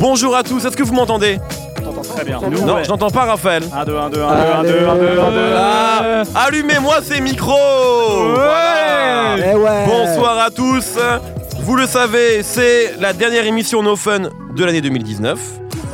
Bonjour à tous, est-ce que vous m'entendez T'entends très bien. Nous, Non, ouais. je n'entends pas Raphaël. 1, 2, 1, 2, 1, 2, 1, 2, 1, 2, 1, 2. Ah, Allumez-moi ces micros Voilà. Ouais. Eh ouais. Bonsoir à tous Vous le savez, c'est la dernière émission No Fun de l'année 2019.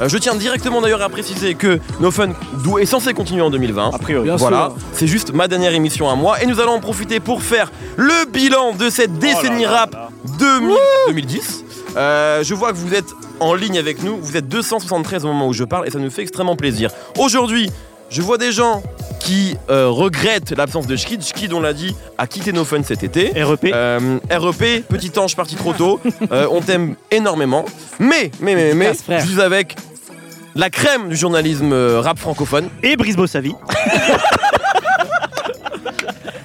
Euh, Je tiens directement d'ailleurs à préciser que No Fun doit- est censé continuer en 2020. A priori. Ah, Bien voilà, sûr. c'est juste ma dernière émission à moi et nous allons en profiter pour faire le bilan de cette décennie Oh là Oh là rap là. 2000 2010. Euh, je vois que vous êtes en ligne avec nous, vous êtes 273 au moment où je parle et ça nous fait extrêmement plaisir. Aujourd'hui, je vois des gens qui euh, regrettent l'absence de Schkid. Schkid, on l'a dit, a quitté nos fun cet été. REP. Euh, REP, petit ange parti trop tôt, Euh, on t'aime énormément. Mais, mais, mais, mais, Casse, frère. je suis avec la crème du journalisme euh, rap francophone. Et Brice Bossavi.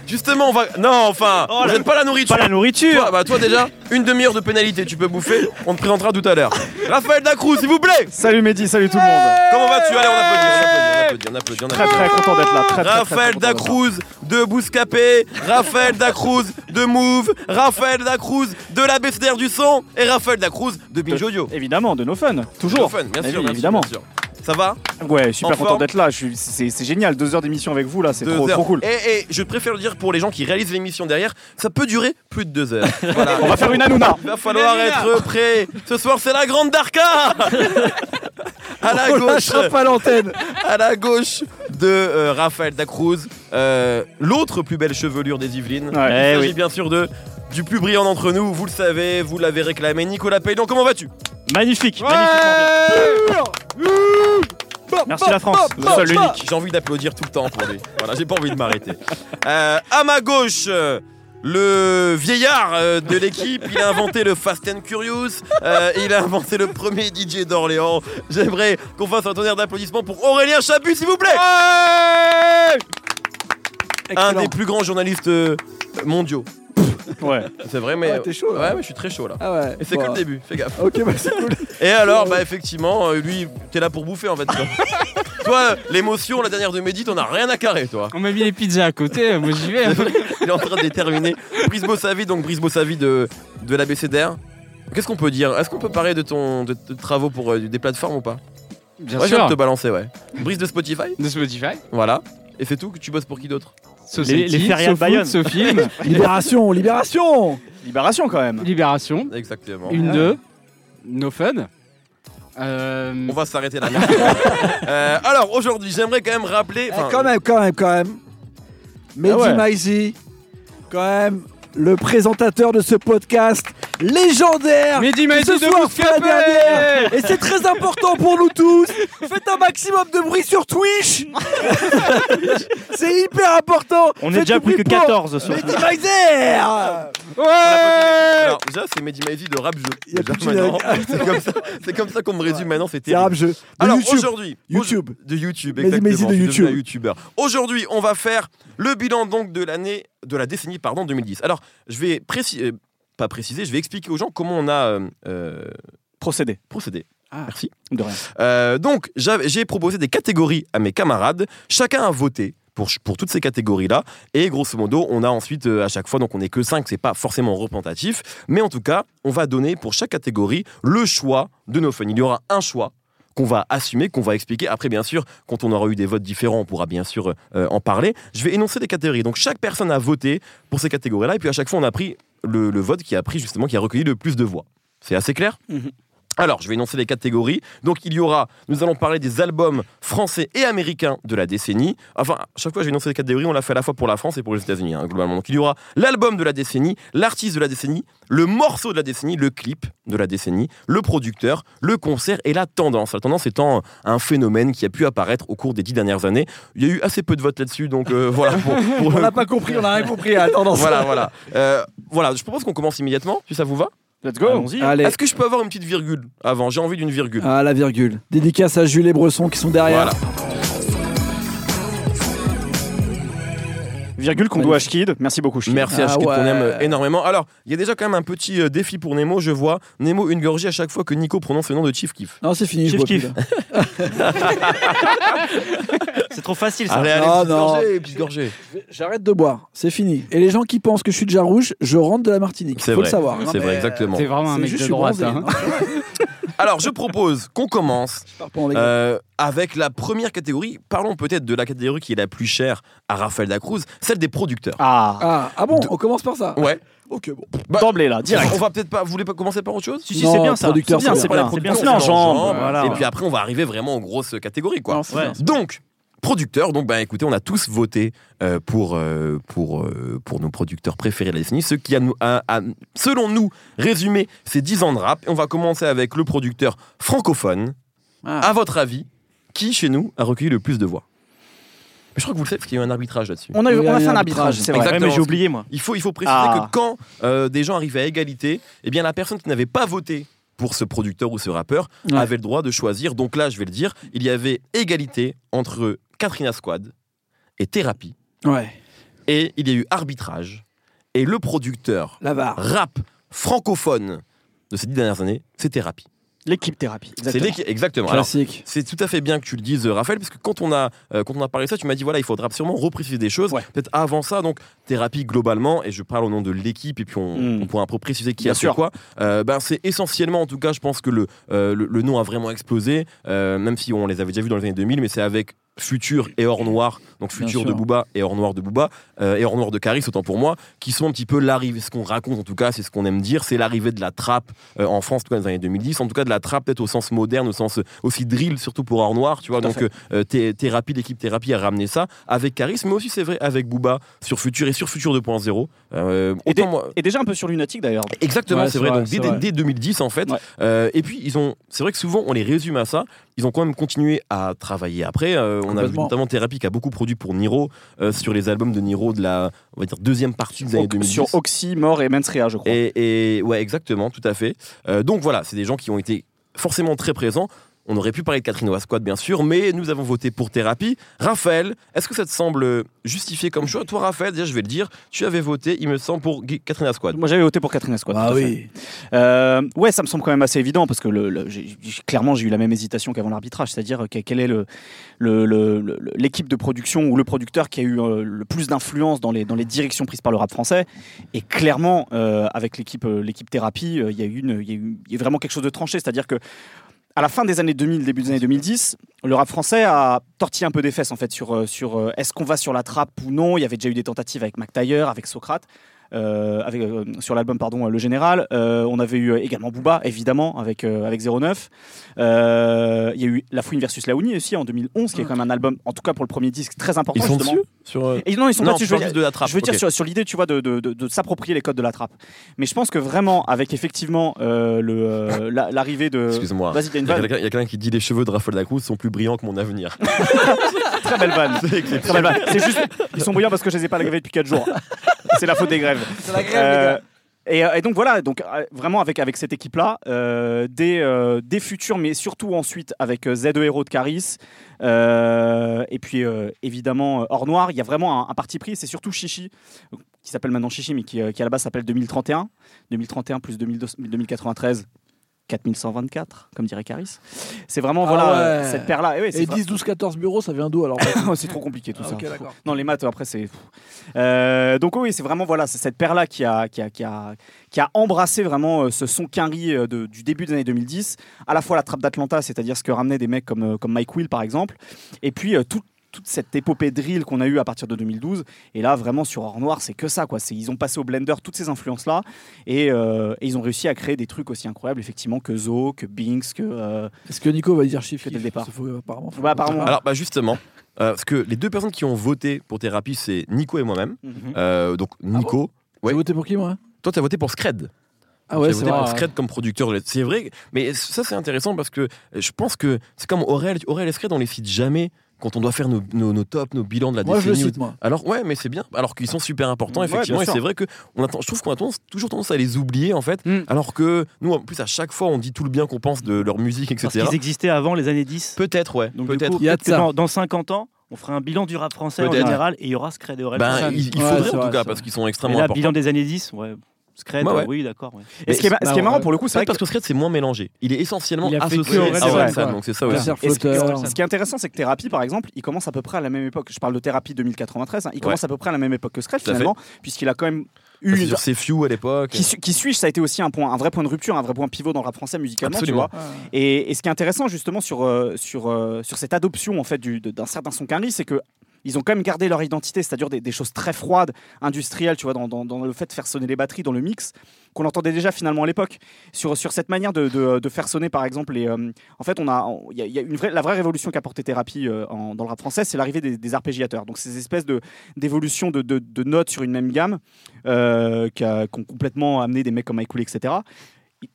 Justement, on va. Non, enfin, Oh, vous la- êtes pas la nourriture. Pas la nourriture. Toi, bah, toi déjà, une demi-heure de pénalité, tu peux bouffer. On te présentera tout à l'heure. Raphaël Dacrou, s'il vous plaît. Salut Mehdi, salut tout le monde. Comment vas-tu Allez, on applaudit, on applaudit, on applaudit, on Eh Très applaudit. très content d'être là. Très, très, très, Raphaël content d'être là. Dacruz de Bouscapé, Raphaël Dacruz de Move, Raphaël Dacruz de l'ABCDR du son et Raphaël Dacruz de Binge Audio. Évidemment, de No Fun. Toujours. Fun, bien sûr, Mais oui, bien sûr, évidemment. bien sûr. Ça va Ouais, super En content forme. d'être là. Je suis- C'est c'est génial. Deux heures d'émission avec vous là, c'est Deux trop, heures. trop cool. Et, et je préfère le dire pour les gens qui réalisent l'émission derrière, ça peut durer plus de deux heures. Voilà. On va faire une Hanouna. Il va falloir être prêt. Ce soir, c'est la grande Darka À la On gauche, lâchera pas l'antenne. à la gauche de euh, Raphaël Dacruz, euh, l'autre plus belle chevelure des Yvelines. Ouais. Il Eh s'agit oui. bien sûr de du plus brillant d'entre nous, vous le savez, vous l'avez réclamé, Nicolas Payan, comment vas-tu Magnifique. magnifiquement bien. Merci la France. Le seul, l'unique. J'ai envie d'applaudir tout le temps pour lui. Voilà, j'ai pas envie de m'arrêter. Euh, à ma gauche, euh, le vieillard euh, de l'équipe, il a inventé le Fast and Curious, euh, il a inventé le premier DJ d'Orléans. J'aimerais qu'on fasse un tonnerre d'applaudissements pour Aurélien Chabut, s'il vous plaît Un Excellent. des plus grands journalistes euh, mondiaux. Ouais. C'est vrai, mais. Ouais, Ah, t'es chaud, là. Ouais, mais je suis très chaud là. Ah ouais. Et c'est Bon. que le début, fais gaffe. Ok, bah c'est cool. Et alors, bah effectivement, euh, lui, t'es là pour bouffer en fait. toi. toi, l'émotion, la dernière de Mehdi, t'en as rien à carrer, toi. On m'a mis les pizzas à côté, euh, moi j'y vais. hein. Il est en train de déterminer. Brice Bossavi, donc Brice Bossavi de, de l'ABCDR. Qu'est-ce qu'on peut dire Est-ce qu'on peut parler de ton de, tes travaux pour euh, des plateformes ou pas Bien Ouais, je viens de te sûr. balancer, ouais. Brice de Spotify, De Spotify. voilà. Et c'est tout que tu bosses pour qui d'autre Society, les férias de SoFoot, Bayonne. SoFilm, Libération, libération. Libération quand même. Libération, Exactement. une Ouais. deux, No Fun. Euh, On va s'arrêter là. Euh, alors aujourd'hui, j'aimerais quand même rappeler. Eh, enfin, quand même, quand même, quand même. Mehdi ouais. Maizi, quand même, le présentateur de ce podcast légendaire. Mehdi Maizi qui ce de soir fera la Bouscapé dernière. Et c'est très important pour nous tous. Faites un maximum de bruit sur Twitch. c'est hyper important. On est Faites déjà du plus que bruit pour 14 sur Mehdi Maizi Alors déjà c'est Mehdi Maizi de rap jeu. Il y a Déjà, plus de générique. maintenant, C'est comme ça, c'est comme ça qu'on me résume maintenant, c'est C'est terrible. rap jeu. De Alors YouTube. aujourd'hui, YouTube. aujourd- de YouTube, Mehdi exactement. Maizi je de suis devenu YouTube. un youtubeur. Aujourd'hui, on va faire le bilan donc de l'année, de la décennie pardon 2010. Alors je vais préciser, pas préciser, je vais expliquer aux gens comment on a euh, euh, Procédé. procédé. De rien. Euh, donc, j'avais- j'ai proposé des catégories à mes camarades. Chacun a voté pour, ch- pour toutes ces catégories-là. Et grosso modo, on a ensuite euh, à chaque fois, donc on n'est que 5, c'est pas forcément représentatif. Mais en tout cas, on va donner pour chaque catégorie le choix de nos fun. Il y aura un choix qu'on va assumer, qu'on va expliquer. Après, bien sûr, quand on aura eu des votes différents, on pourra bien sûr euh, en parler. Je vais énoncer des catégories. Donc, chaque personne a voté pour ces catégories-là. Et puis, à chaque fois, on a pris le, le vote qui a pris justement, qui a recueilli le plus de voix. C'est assez clair Mhm. Alors, je vais énoncer les catégories. Donc, il y aura, nous allons parler des albums français et américains de la décennie. Enfin, à chaque fois, je vais énoncer les catégories, on l'a fait à la fois pour la France et pour les États-Unis, hein, globalement. Donc, il y aura l'album de la décennie, l'artiste de la décennie, le morceau de la décennie, le clip de la décennie, le producteur, le concert et la tendance. La tendance étant un phénomène qui a pu apparaître au cours des dix dernières années. Il y a eu assez peu de votes là-dessus, donc euh, voilà. Pour, pour On le- n'a pas compris, on n'a rien compris à la tendance. Voilà, voilà. Euh, voilà, je propose qu'on commence immédiatement, si ça vous va. Let's go. Allons-y. Allez. Est-ce que je peux avoir une petite virgule avant J'ai envie d'une virgule. Ah, la virgule. Dédicace à Jules et Bresson qui sont derrière. Voilà. Virgule qu'on doit à Schkid. Merci beaucoup Schkid. Merci à Ah Schkid qu'on ouais. aime euh, énormément. Alors, il y a déjà quand même un petit euh, défi pour Nemo, je vois. Nemo, une gorgée à chaque fois que Nico prononce le nom de Chief Kiff. Non, c'est fini. je Kiff bois kiff. plus, là. C'est trop facile ça. Allez, allez, Ah, Non, petite non. gorgée, petite gorgée. J'arrête de boire, c'est fini. Et les gens qui pensent que je suis déjà rouge, je rentre de la Martinique. C'est Faut vrai. le savoir. C'est Non, vrai, mais, euh, exactement. T'es vraiment un C'est mec juste, de je suis droite. bronzé, hein. non, Alors, je propose qu'on commence je pars pas en dégâts. euh, avec la première catégorie. Parlons peut-être de la catégorie qui est la plus chère à Raphaël Dacruz, celle des producteurs. Ah. ah, ah bon, on commence par ça. Ouais. Ok, bon. Bah, D'emblée là, direct. On va peut-être pas. Vous voulez pas commencer par autre chose Si, si, Non, c'est bien ça. C'est producteur, bien, c'est c'est Après, la bien. C'est bien, production, c'est on bien. enjambe, voilà. Et puis après, on va arriver vraiment aux grosses catégories, quoi. Non, c'est Ouais. bien. Donc, producteurs, donc bah, écoutez, on a tous voté euh, pour, euh, pour, euh, pour nos producteurs préférés de la décennie, ceux qui, à nous, à- à- selon nous, résumer ces 10 ans de rap. Et on va commencer avec le producteur francophone. Ah. À votre avis, qui chez nous a recueilli le plus de voix Mais je crois que vous le savez parce qu'il y a eu un arbitrage là-dessus. On a, Il y on a a fait un un arbitrage. arbitrage, c'est vrai. Exactement. mais j'ai oublié moi. Il faut, il faut préciser Ah. que quand euh, des gens arrivent à égalité, eh bien la personne qui n'avait pas voté pour ce producteur ou ce rappeur Ouais. avait le droit de choisir. Donc là, je vais le dire, il y avait égalité entre Katrina Squad et Thérapie. Ouais, Et il y a eu arbitrage. Et le producteur la barre. rap francophone de ces dix dernières années, c'est Thérapie. L'équipe thérapie. C'est exactement. l'équi- exactement. Alors, Classique. c'est tout à fait bien que tu le dises, euh, Raphaël, parce que quand on a, euh, quand on a parlé de ça, tu m'as dit voilà, il faudra sûrement repréciser des choses. Ouais. Peut-être avant ça, donc thérapie globalement, et je parle au nom de l'équipe, et puis on, Mm. on pourra un peu préciser qui Bien a fait sûr. quoi. Euh, ben, c'est essentiellement, en tout cas, je pense que le, euh, le, le nom a vraiment explosé, euh, même si on les avait déjà vus dans les années 2000, mais c'est avec. Futur et Hors Noir, donc Bien Futur sûr. de Booba et Hors Noir de Booba, euh, et Hors Noir de Caris, autant pour moi, qui sont un petit peu l'arrivée, ce qu'on raconte en tout cas, c'est ce qu'on aime dire, c'est l'arrivée de la trappe euh, en France, en tout cas dans les années 2010, en tout cas de la trappe peut-être au sens moderne, au sens euh, aussi drill, surtout pour Hors Noir, tu vois. Tout à Donc euh, thé- Thérapie, l'équipe Thérapie a ramené ça avec Caris, mais aussi c'est vrai avec Booba sur Futur et sur Futur 2.0. Euh, Et autant des- moi- Et déjà un peu sur lunatique d'ailleurs. Exactement, Ouais, c'est c'est vrai. vrai, Donc c'est dès, vrai. dès 2010 en fait. Ouais. Euh, et puis ils ont, c'est vrai que souvent on les résume à ça. Ils ont quand même continué à travailler après. Euh, on a vu Complètement. notamment Thérapie qui a beaucoup produit pour Niro euh, sur les albums de Niro de la, on va dire deuxième partie des années Oc- 2010. Sur Oxy, Mort et Mensria, je crois. Et, et- ouais, exactement, tout à fait. Euh, donc voilà, c'est des gens qui ont été forcément très présents. On aurait pu parler de Catherine Oasquad, bien sûr, mais nous avons voté pour thérapie. Raphaël, est-ce que ça te semble justifié comme choix Toi, Raphaël, déjà, je vais le dire, tu avais voté, il me semble, pour Gu- Catherine Asquad. Moi j'avais voté pour Catherine Asquad. Ah tout à fait. oui. Euh, ouais, ça me semble quand même assez évident parce que le, le- j'ai- j'ai- clairement j'ai eu la même hésitation qu'avant l'arbitrage, c'est-à-dire que- quelle est le- le- le- le- le- l'équipe de production ou le producteur qui a eu euh, le plus d'influence dans les, dans les directions prises par le rap français. Et clairement, euh, avec l'équipe euh, l'équipe thérapie, euh, il y, a eu une- il y a eu- il y a eu vraiment quelque chose de tranché, c'est-à-dire que à la fin des années 2000, début des années 2010, le rap français a tortillé un peu des fesses en fait sur, euh, sur euh, est-ce qu'on va sur la trappe ou non. Il y avait déjà eu des tentatives avec Mac Taylor, avec Socrate. euh, avec, euh, sur l'album pardon euh, Le Général Euh, on avait eu euh, également Booba évidemment avec, euh, avec 09 Euh, il y a eu La Fouine versus Laouni aussi en 2011 qui est quand même un album en tout cas pour le premier disque très important Mm. Ils sont justement. dessus sur, euh, Et non ils sont Non, pas dessus, je je parle veux dire- juste de la trappe. je veux dire ok. sur, sur l'idée, tu vois, de, de- de- de s'approprier les codes de la trappe. Mais je pense que vraiment, avec effectivement euh, le, euh, la- l'arrivée de. Excuse-moi. Vas-y, t'as une Il y a vanne. quelqu'un il y a quelqu'un qui dit les cheveux de Raphaël Dacruz sont plus brillants que mon avenir. Très belle vanne. Très belle vanne. C'est juste, ils sont brillants parce que je les ai pas grévés depuis 4 jours. C'est la faute des grèves. C'est la Euh, et, euh, et donc voilà, donc euh, vraiment avec, avec cette équipe-là, euh, des, euh, des futurs, mais surtout ensuite avec euh, Z2 Hero de Caris, euh, et puis euh, évidemment euh, Hors Noir, il y a vraiment un, un parti pris, c'est surtout Chichi, euh, qui s'appelle maintenant Chichi, mais qui, euh, qui à la base s'appelle 2031, 2031 plus 2200 2093. 4124, comme dirait Caris. C'est vraiment Ah voilà euh, ouais. cette paire-là. Et, oui, c'est Et fra- 10, 12, 14 bureaux, ça fait un dos alors. Oh, c'est trop compliqué tout Ah, ça. ok, d'accord. non, les maths après c'est. Euh, donc oui, c'est vraiment voilà, c'est cette paire là qui a qui a, qui a qui a embrassé vraiment euh, ce son quinri euh, de- du début des années 2010. À la fois la trappe d'Atlanta, c'est-à-dire ce que ramenaient des mecs comme euh, comme Mike Will par exemple, et puis euh, tout- toute cette épopée drill qu'on a eue à partir de 2012 et là vraiment sur Or Noir c'est que ça quoi c'est ils ont passé au blender toutes ces influences là et, euh, et ils ont réussi à créer des trucs aussi incroyables effectivement que Zo que Binks que euh, Est-ce que Nico va dire chiffre Que dès le départ. Faut- apparemment, faut- Bah, apparemment. Alors, bah justement, euh, parce que les deux personnes qui ont voté pour thérapie, c'est Nico et moi-même. Mm-hmm. Euh, donc, Ah Nico, J'ai ouais. voté pour qui moi toi, t'as voté pour Scred. Ah ouais, J'ai c'est voté vrai. pour vrai. Scred comme producteur. C'est vrai, mais ça c'est intéressant parce que je pense que c'est comme Aurel, Aurel et Scred, on les cite jamais quand on doit faire nos, nos, nos tops, nos bilans de la Moi je le décennie. cite moi. Alors ouais, mais c'est bien. Alors qu'ils sont super importants Ouais, effectivement. bien et sûr. Hmm. c'est vrai que on attend, je trouve qu'on a tendance- toujours tendance à les oublier en fait. Mm. Alors que nous, en plus à chaque fois, on dit tout le bien qu'on pense de leur musique, Parce etc. qu'ils existaient avant les années 10. Peut-être ouais. Donc, du Peut-être. coup, Il y a peut-être de que ça. dans, dans 50 ans, on fera un bilan du rap français en Peut-être. général et il y aura ce crédit de Ben, il, il Ouais, faudrait c'est en tout vrai, cas c'est parce vrai. qu'ils sont Mais extrêmement là, importants. bilan des années 10, ouais. Scred, Ouais, ouais. euh, oui, d'accord. ouais. Et ce qui est, ma- ce bah, qui est on- marrant pour le coup, c'est C'est vrai que parce que Scred, c'est moins mélangé. Il est essentiellement Il a fait associé que à au Red Dead, Orelsan, quoi. donc c'est ça Le aussi. cerf Et ce, qui- flotteur. ce qui est intéressant, c'est que Thérapie, par exemple, il commence à peu près à la même époque. Je parle de Thérapie 2093, hein, il commence à peu près à la même époque que Scred, Tout à fait. finalement, puisqu'il a quand même eu Parce que une. Sur ses few à l'époque. Qui, su- qui suis-je Ça a été aussi un, point, un vrai point de rupture, un vrai point pivot dans le rap français musicalement, Absolument. tu vois. Et, et ce qui est intéressant, justement, sur, euh, sur, euh, sur cette adoption en fait, du- de- d'un certain son qu'un c'est que. Ils ont quand même gardé leur identité, c'est-à-dire des, des choses très froides, industrielles, tu vois, dans, dans- dans le fait de faire sonner les batteries, dans le mix, qu'on entendait déjà finalement à l'époque. Sur, sur cette manière de, de- de faire sonner, par exemple, les, euh, en fait, on a, on- il y a, il y a une vraie, la vraie révolution qu'a apporté Thérapie euh, en- dans le rap français, c'est l'arrivée des, des arpégiateurs. Donc ces espèces de d'évolution de, de- de notes sur une même gamme, euh, qui a- qui ont complètement amené des mecs comme Aikouli, etc.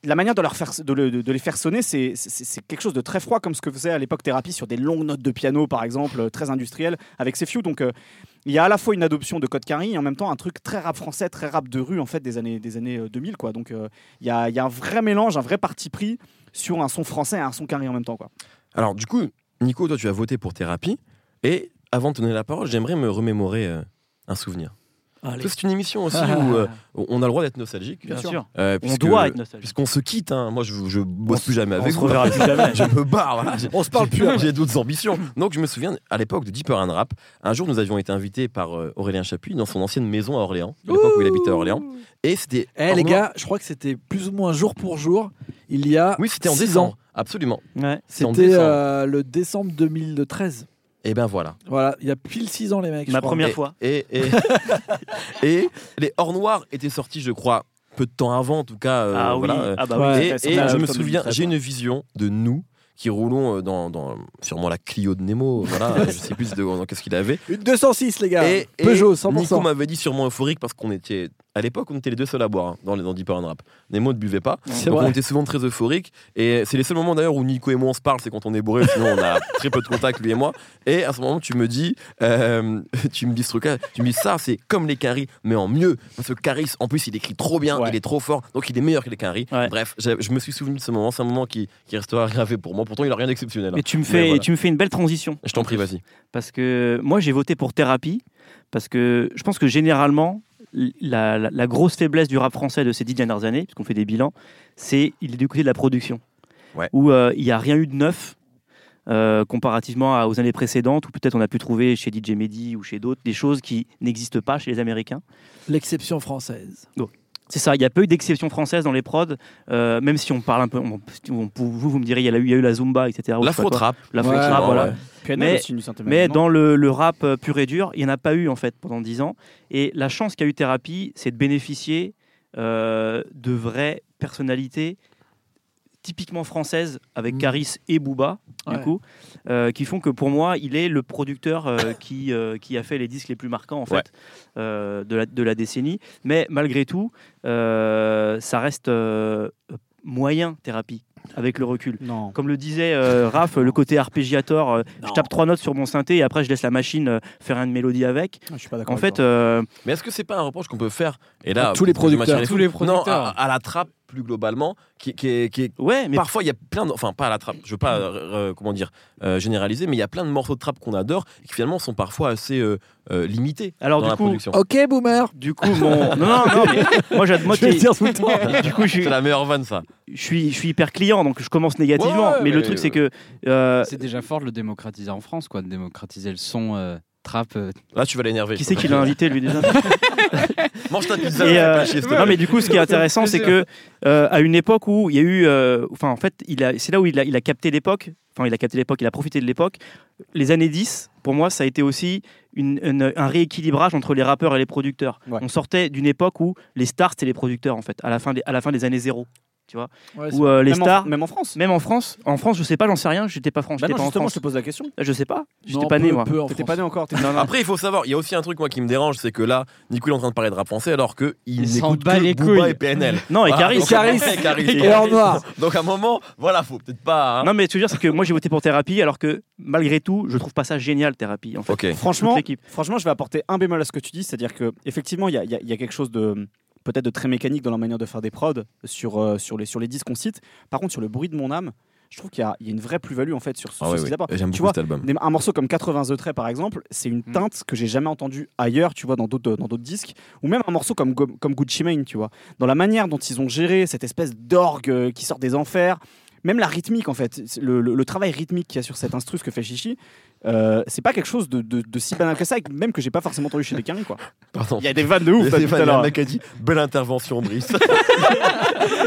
La manière de, leur faire, de, le- de les faire sonner, c'est c'est- c'est quelque chose de très froid, comme ce que faisait à l'époque Thérapie sur des longues notes de piano, par exemple, euh, très industrielles, avec ses few. Donc euh, il y a à la fois une adoption de Code Carry et en même temps un truc très rap français, très rap de rue, en fait, des années, des années euh, 2000. Quoi. Donc euh, il y, a, il y a un vrai mélange, un vrai parti pris sur un son français et un son carré en même temps. Quoi. Alors, du coup, Nico, toi, tu as voté pour Thérapie. Et avant de te donner la parole, j'aimerais me remémorer euh, un souvenir. Parce que C'est une émission aussi où euh, on a le droit d'être nostalgique. Bien sûr. Euh, On puisque- doit être nostalgique. Puisqu'on se quitte, hein. moi je, je bosse plus jamais on avec se vous. reverra plus jamais. je me barre, voilà. On se parle plus. J'ai d'autres ambitions. Donc je me souviens à l'époque de Deeper and Rap, un jour nous avions été invités par euh, Aurélien Chapuis dans son ancienne maison à Orléans, à l'époque où il habitait à Orléans. Et c'était. Eh les Orléans- gars, je crois que c'était plus ou moins jour pour jour. Il y a. Oui, c'était en six décembre, ans. absolument. Ouais. C'était en C'était décembre. euh, le décembre 2013. Et ben voilà. Voilà, il y a pile 6 ans les mecs. je Ma crois. première Et- fois. Et, et, et les Hors Noirs étaient sortis, je crois, peu de temps avant, en tout cas. euh, ah oui, voilà, euh, ah bah ouais. Et, oui, c'était- et c'était un je me octobre souviens, 2013, j'ai ouais. une vision de nous qui roulons euh, dans, dans sûrement la Clio de Nemo, voilà, euh, je sais plus de, dans qu'est-ce qu'il avait. Une 206 les gars. Et, et Peugeot Nico 100%. m'avait dit sûrement euphorique parce qu'on était à l'époque on était les deux seuls à boire hein, dans les dans Deep Down Rap. Nemo ne buvait pas, C'est donc vrai. on était souvent très euphorique et c'est les seuls moments d'ailleurs où Nico et moi on se parle, c'est quand on est bourré, sinon on a très peu de contact lui et moi. Et à ce moment tu me dis, euh, tu me dis ce truc-là, tu me dis ça c'est comme les Caris mais en mieux parce que Caris en plus il écrit trop bien, Ouais. il est trop fort, donc il est meilleur que les Caris. Ouais. Bref, j'ai- je me suis souvenu de ce moment, c'est un moment qui qui restera gravé pour moi. Pourtant il a rien d'exceptionnel. hein. Mais tu me Mais fais, voilà. tu me fais une belle transition. Je t'en prie vas-y. Parce que moi, j'ai voté pour Thérapie, parce que je pense que généralement, la, la- la grosse faiblesse du rap français de ces dix dernières années, puisqu'on fait des bilans, c'est il est du côté de la production, Ouais. où euh, il n'y a rien eu de neuf. euh, comparativement à- aux années précédentes, où peut-être on a pu trouver chez DJ Mehdi ou chez d'autres des choses qui n'existent pas chez les Américains. L'exception française. C'est ça, il n'y a pas eu d'exception française dans les prods, euh, même si on parle un peu, on- on- vous, vous me direz, il y, a eu- il y a eu la Zumba, etc. ou je sais Ah pas quoi. L'afro-trap. La Ouais, Frotrap, ouais, voilà. ouais. Mais- Mais dans le, le rap euh, pur et dur, il n'y en a pas eu en fait pendant 10 ans. Et la chance qu'a eu Thérapie, c'est de bénéficier euh, de vraies personnalités typiquement françaises avec Mm. Caris et Booba, Ouais. du coup, euh, qui font que pour moi, il est le producteur euh, qui, euh, qui a fait les disques les plus marquants en fait Ouais. euh, de, la, de la décennie. Mais malgré tout, euh, ça reste euh, moyen Thérapie avec le recul. Non. Comme le disait euh, Raph, le côté arpégiator, euh, je Non. tape trois notes sur mon synthé et après je laisse la machine euh, faire une mélodie avec. Je suis pas d'accord. En avec fait, euh, Mais est-ce que c'est pas un reproche qu'on peut faire Et là, À tous les parce que je producteurs. machine les Tous fous. les Non, producteurs. à, à la trappe plus globalement, qui, qui est- qui est- ouais, mais Parfois, il y a plein de. Enfin, pas à la trappe, je veux pas euh, euh, comment dire, euh, généraliser, mais il y a plein de morceaux de trappe qu'on adore et qui finalement sont parfois assez euh, euh, limités alors dans du la coup, oh, production. Ok boomer. du coup, mon. Non, non, non, mais moi j'adore. Je vais le dire tout le temps. Du coup, je C'est suis, la meilleure vanne, ça. je, suis, je suis hyper client, donc je commence négativement. Ouais, mais, le mais- truc, c'est que. euh, C'est déjà fort de le démocratiser en France, quoi, de démocratiser le son euh, trap. euh. Là, tu vas l'énerver. qui je c'est peux qui te l'a le dire. invité, lui, déjà Mange ta pizza, Et, fais euh, pas chier, s'il te Non, plaît. mais du coup, ce qui est intéressant, c'est que euh, à une époque où il y a eu, euh, enfin, en fait, il a, c'est là où il a, il a capté l'époque. Enfin, il a capté l'époque, il a profité de l'époque. Les années 10, pour moi, ça a été aussi une- une- un rééquilibrage entre les rappeurs et les producteurs. Ouais. On sortait d'une époque où les stars c'était les producteurs, en fait, à la fin des, à la fin des années zéro, Ouais, c'est- où euh, les Même en- stars. même en France. Même en France, en France, je sais pas, j'en sais rien, j'étais pas France, Bah j'étais non, pas en justement, je France. te pose la question. Je sais pas, j'étais Non, pas né peu- moi. peu en T'étais France. pas né encore. t'étais- Après, il faut savoir, il y a aussi un truc moi qui me dérange, c'est que là, Nico il est en train de parler de rap français alors que il Il s'en n'écoute bat que les Booba couilles. et PNL. Non, et Ah, Caris. donc- Caris. Et en noir. Donc à un moment, voilà, faut peut-être pas. hein. Non, mais ce que je veux dire, c'est que moi j'ai voté pour thérapie, alors que malgré tout, je trouve pas ça génial, thérapie. En fait. Ok. Franchement, Toute l'équipe. franchement, je vais apporter un bémol à ce que tu dis, c'est-à-dire que effectivement, il y, a- il y a- il y a quelque chose de peut-être de très mécanique dans la manière de faire des prods sur, euh, sur, les, sur les disques qu'on cite. Par contre, sur le bruit de mon âme, je trouve qu'il y, a- il y a une vraie plus-value en fait sur, ce- Ah sur ouais, ces ouais. apports. J'aime Tu beaucoup vois, cet album. Des- Un morceau comme 80 The Tray par exemple, c'est une Mm. teinte que j'ai jamais entendue ailleurs, tu vois, dans d'autres euh, dans d'autres disques, ou même un morceau comme Go- comme Gucci Mane, tu vois, dans la manière dont ils ont géré cette espèce d'orgue euh, qui sort des enfers, même la rythmique en fait, c'est- le, le- le travail rythmique qu'il y a sur cet instru ce que fait Chichi, euh, c'est pas quelque chose de, de- de si banal que ça, et que même que j'ai pas forcément entendu chez les Carrés, quoi. Pardon. Il y a des vannes de ouf. t'as dit tout à Stéphane, l'heure. un mec a dit Belle intervention, Brice.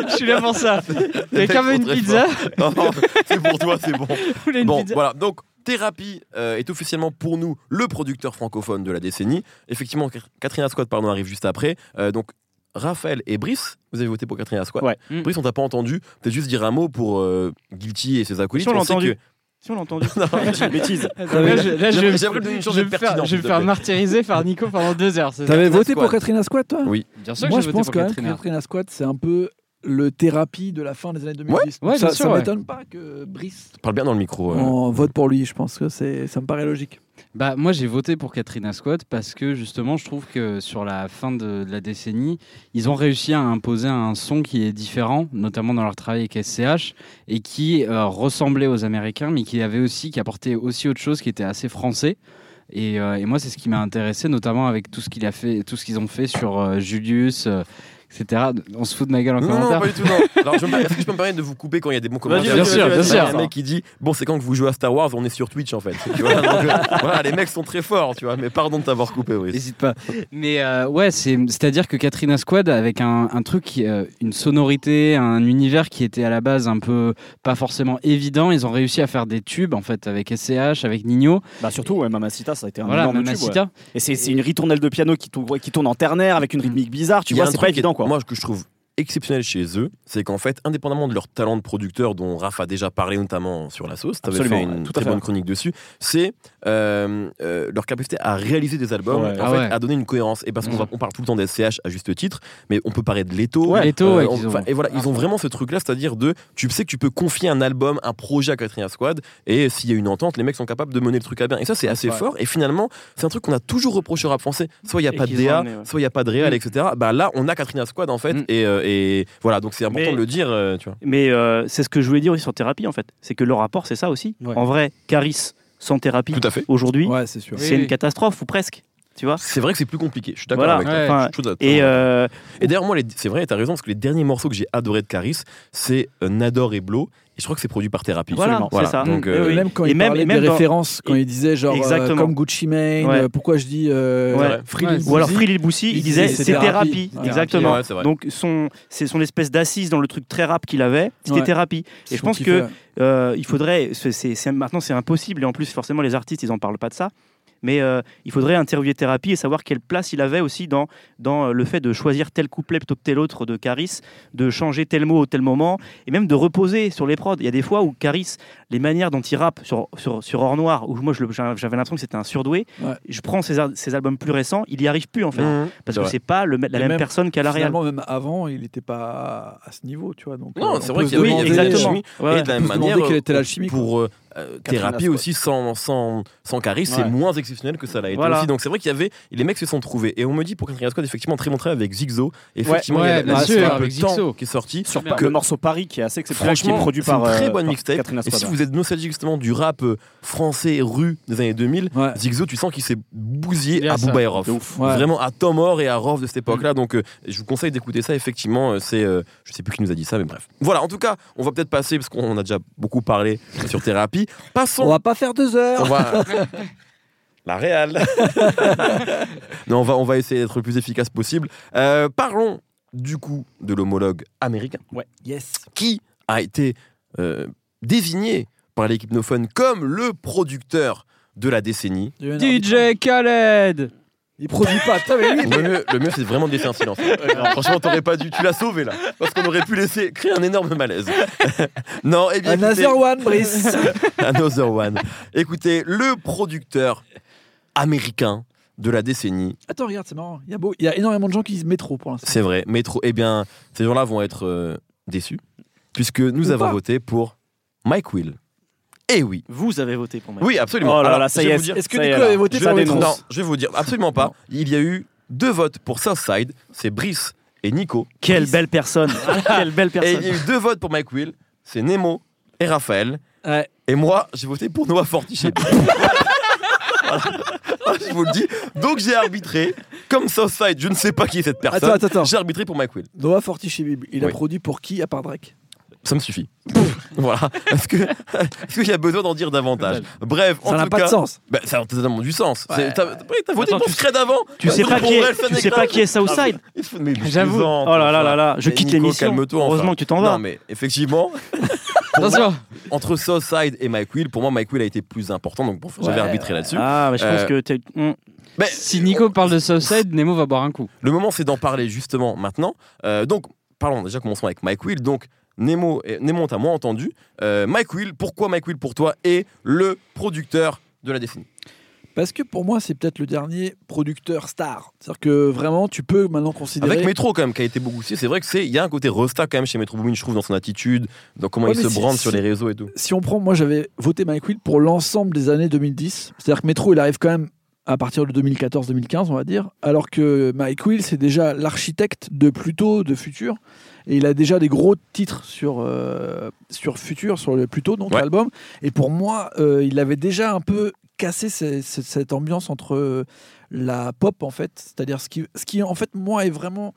Je suis là pour ça. Quelqu'un mecs veut une sont très pizza Non, non, c'est pour toi, c'est bon. Vous voulez une Bon, pizza voilà. Donc, Thérapie euh, est officiellement pour nous le producteur francophone de la décennie. Effectivement, Cat- Katrina Squad pardon, arrive juste après. Euh, donc, Raphaël et Brice, vous avez voté pour Katrina Squad. Ouais. Mm. Brice, on t'a pas entendu. Peut-être juste dire un mot pour euh, Guilty et ses acolytes. Si on l'a sait entendu. que- Si on l'a entendu. Non, Bêtise. Là, je, là, je, J'aimerais- vais- j'aimerais donner une chance je vais d'être me faire, pertinent, je vais s'il me te faire plaît. martyriser par Nico pendant deux heures. c'est ça T'avais voté Squad. pour Katrina Squad, toi Oui. Bien sûr que Moi, j'ai je voté pense pour que Katrina. Katrina Squad, c'est un peu le thérapie de la fin des années 2010. Ouais, ouais, ça bien sûr, ça ouais. m'étonne pas que Brice Parle bien dans le micro. euh. on vote pour lui. Je pense que c'est, ça me paraît logique. Bah, moi, j'ai voté pour Katrina Scott parce que justement, je trouve que sur la fin de, de la décennie, ils ont réussi à imposer un son qui est différent, notamment dans leur travail avec SCH, et qui euh, ressemblait aux Américains, mais qui avait aussi, qui apportait aussi autre chose qui était assez français. Et, euh, et moi, c'est ce qui m'a intéressé, notamment avec tout ce qu'il a fait, tout ce qu'ils ont fait sur euh, Julius, euh, etc. On se fout de ma gueule en Non, non, commentaire. non, pas du tout, non. Alors, je me- est-ce que je peux me permettre de vous couper quand il y a des bons commentaires vas-y, Bien vas-y, sûr, vas-y, bien vas-y, sûr. Il y a un mec qui dit Bon, c'est quand que vous jouez à Star Wars, on est sur Twitch en fait. Tu vois, donc, euh, voilà, les mecs sont très forts, tu vois, mais pardon de t'avoir coupé, Brice. N'hésite pas. Mais euh, ouais, c'est- c'est-à-dire que Katrina Squad, avec un, un truc, qui, euh, une sonorité, un univers qui était à la base un peu pas forcément évident, ils ont réussi à faire des tubes en fait avec SCH, avec Nino. Bah surtout, ouais, Mamacita, ça a été un voilà, énorme même tube. ouais. Asita. Et c'est c'est une ritournelle de piano qui tourne, qui tourne en ternaire avec une rythmique bizarre, tu Mm. Il y a vois, un c'est truc pas qui est- évident quoi. Moi, que je trouve exceptionnel chez eux, c'est qu'en fait, indépendamment de leur talent de producteur, dont Raph a déjà parlé notamment sur la sauce, tu fait Absolument, une tout à très fait. bonne chronique dessus, c'est euh, euh, leur capacité à réaliser des albums, Ouais. Mm. en Ah fait, ouais. à donner une cohérence. Et parce qu'on Mhm. va- on parle tout le temps des SCH à juste titre, mais on peut parler de Leto. Euh, Ouais, Leto, ouais, on- qu'ils ont- Ah. enfin, et voilà, ils ont vraiment ce truc-là, c'est-à-dire de, tu sais que tu peux confier un album, un projet à Katrina Squad, et s'il y a une entente, les mecs sont capables de mener le truc à bien. Et ça, c'est assez Ouais. fort. Et finalement, c'est un truc qu'on a toujours reproché au rap français. Soit il n'y a Et pas de qu'ils ont DA, amené, ouais. soit il n'y a pas de réel, Mm. etc. Bah là, on a Katrina Squad en fait, Mm. et, euh, et voilà, donc c'est important Mais- de le dire, euh, tu vois. Mais euh, c'est ce que je voulais dire aussi sur thérapie en fait. C'est que leur rapport c'est ça aussi. Ouais. En vrai, Caris sans thérapie Tout à fait. aujourd'hui, Ouais, c'est sûr. c'est Oui, une oui. catastrophe ou presque. Tu vois C'est vrai que c'est plus compliqué, je suis d'accord Voilà. avec toi. Ouais. Enfin, Je trouve ça- Et euh, Et d'ailleurs, moi, les- c'est vrai, t'as raison, parce que les derniers morceaux que j'ai adoré de Caris, c'est euh, Nador et Blo, et je crois que c'est produit par Thérapie. voilà, absolument. c'est ça. Donc, Mm. euh, Oui, oui. Même quand Et il même- parlait et même des dans- références, quand il disait genre euh, Exactement. comme Gucci Mane, Ouais. euh, pourquoi je dis euh, Ouais. Free Ouais, Lil Ou alors Uzi Free Lil Boussy, il disait c'est thérapie. Ouais. Exactement. Ouais, c'est vrai. Donc son, c'est son espèce d'assise dans le truc très rap qu'il avait, c'était Ouais. thérapie. Et je Son pense kiff, que ouais. euh, il faudrait, c'est- c'est- c'est- maintenant c'est impossible, et en plus forcément les artistes ils en parlent pas de ça, mais euh, il faudrait interviewer thérapie et savoir quelle place il avait aussi dans, dans euh, le fait de choisir tel couplet plutôt que tel autre de Caris, de changer tel mot au tel moment, et même de reposer sur les prods. Il y a des fois où Caris, les manières dont il rappe sur, sur, sur Or Noir, où moi je le- j'avais l'impression que c'était un surdoué, Ouais. je prends ses, ar- ses albums plus récents, il y arrive plus en fait. Mhm. C'est Parce que vrai. c'est pas le, la Et même, même, personne qu'à la réelle. Finalement, même avant, il n'était pas à ce niveau, tu vois. Donc, Non, euh, c'est on vrai peut qu'il se y avait demander- une exactement. alchimie, et Ouais, de la On peut même se demander manière, quelle était euh, l'alchimie, pour euh, euh, thérapie Squad. aussi, sans, sans, sans Caris, c'est Ouais. moins exceptionnel que ça l'a été Voilà. aussi. Donc c'est vrai qu'il y avait, les mecs se sont trouvés. Et on me dit pour Katrina Squad, effectivement, très montré avec Zigzo. Effectivement, Ouais, il y a bien la- la sûr, histoire un peu avec de temps Zigzo. qui est sortie. Sur Merde. pa- le morceau Paris qui est assez exceptionnel, qui est Franchement, produit c'est une par, très euh, bonne par mixtape. Catherine Et Asquad. si vous êtes nostalgique justement du rap euh, français rue des années 2000, Ouais. Zigzo, tu sens qu'il s'est bousillé Bien à ça. Booba et Rof. Ouais. Vraiment à Tom Or et à Rof de cette époque-là. Donc euh, je vous conseille d'écouter ça, effectivement. euh, C'est, euh, je sais plus qui nous a dit ça, mais bref. Voilà, en tout cas, on va peut-être passer, parce qu'on a déjà beaucoup parlé sur thérapie. Passons On va pas faire deux heures. on va. La Real. non, on va, on va essayer d'être le plus efficace possible. Euh, parlons du coup de l'homologue américain. Ouais. Yes. Qui a été euh, désigné par l'équipe No Fun comme le producteur de la décennie. Il y en a- DJ Khaled Il produit pas. Putain, mais lui, Le mieux, le mieux, c'est vraiment de laisser un silence. Franchement, t'aurais pas dû. Tu l'as sauvé là. Parce qu'on aurait pu laisser créer un énorme malaise. non, eh bien. écoutez- Another one, Brice. Another one. Écoutez, le producteur américain de la décennie, Attends, regarde, c'est marrant. Il y, a beau- il y a énormément de gens qui disent métro pour l'instant. c'est vrai, Métro, eh bien, ces gens-là vont être euh, déçus, puisque nous Ou avons pas. voté pour Mike Will. Eh oui. Vous avez voté pour moi. Oui, absolument. Oh là Alors, là, ça je y vais est, vous dire- Est-ce que Ça y est, Nico là. avait voté je pour vais, vous, métro non, je vais vous dire, absolument pas. Il y a eu deux votes pour Southside, c'est Brice et Nico. Quelle belle personne Quelle belle Et personne il y a eu deux votes pour Mike Will, c'est Nemo et Raphaël. Ouais. Et moi, j'ai voté pour Noah Fortichet. Voilà. Voilà, Je vous le dis. Donc j'ai arbitré, comme Southside, je ne sais pas qui est cette Attends, personne. attends, attends. J'ai arbitré pour Mike Will. Noah Fortichibib, il a Oui. produit pour qui à part Drake Ça me suffit. voilà. Est-ce que- est-ce qu'il y a besoin d'en dire davantage Bref, en Ça n'a tout pas cas, de sens. Bah, ça a totalement du sens. C'est- T'as ouais, t'as voté Attends, pour tu Scred avant Tu sais pas qui est, tu sais pas qui est Southside Southside J'avoue. Oh là là là là, je Mais quitte Nico, l'émission. calme-toi, enfin. Heureusement que tu t'en vas. Non, mais effectivement, Attention entre Southside et Mike Will, pour moi, Mike Will a été plus important, donc bon, j'avais Ouais. arbitré là-dessus. Ah, mais je pense Euh, que t'es. Hmm. Mais Si Nico parle de Southside, Nemo va boire un coup. le moment, c'est d'en parler justement maintenant. Euh, donc, parlons déjà, commençons avec Mike Will. Donc, Nemo, et- Nemo, t'as moins entendu. Euh, Mike Will, pourquoi Mike Will pour toi est le producteur de la décennie Parce que pour moi, c'est peut-être le dernier producteur star. C'est-à-dire que vraiment, tu peux maintenant considérer. Avec Metro quand même qui a été beaucoup aussi, c'est vrai que c'est il y a un côté resta quand même chez Metro Boomin je trouve dans son attitude, dans comment Ouais, il mais se si- brande si- sur les réseaux et tout. si on prend, moi j'avais voté Mike Will pour l'ensemble des années 2010. C'est-à-dire que Metro, il arrive quand même à partir de 2014-2015, on va dire. Alors que Mike Will, c'est déjà l'architecte de Pluto, de Futur. Et il a déjà des gros titres sur, euh, sur Futur, sur le Pluto, donc Ouais. l'album. Et pour moi, euh, il avait déjà un peu cassé ce- ce- cette ambiance entre euh, la pop, en fait. C'est-à-dire ce qui, ce qui, en fait, moi, est vraiment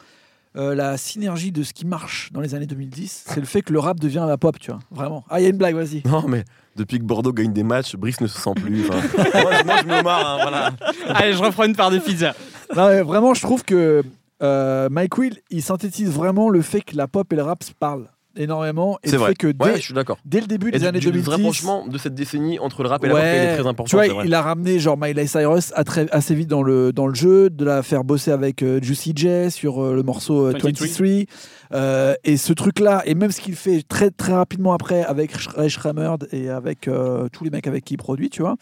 euh, la synergie de ce qui marche dans les années 2010. C'est le fait que le rap devient la pop, tu vois. Vraiment. Ah, il y a une blague, vas-y. Non mais depuis que Bordeaux gagne des matchs, Brice ne se sent plus. enfin. moi, je- moi, je me marre, hein, voilà. Allez, je reprends une part de pizza. Non, mais vraiment, je trouve que euh, Mike Will, il synthétise vraiment le fait que la pop et le rap se parlent énormément. Et C'est le vrai. fait que dès, Ouais, je suis d'accord. dès le début Et des du- années du 2010. rapprochement de cette décennie entre le rap et la Ouais. pop il est très important. Tu vois, c'est vrai. il a ramené genre Miley Cyrus à très- assez vite dans le, dans le jeu, de la faire bosser avec euh, Juicy J sur euh, le morceau euh, 23. 23. Euh, et ce truc-là, et même ce qu'il fait très très rapidement après avec Sh- Ray Schrammer et avec euh, tous les mecs avec qui il produit, tu vois,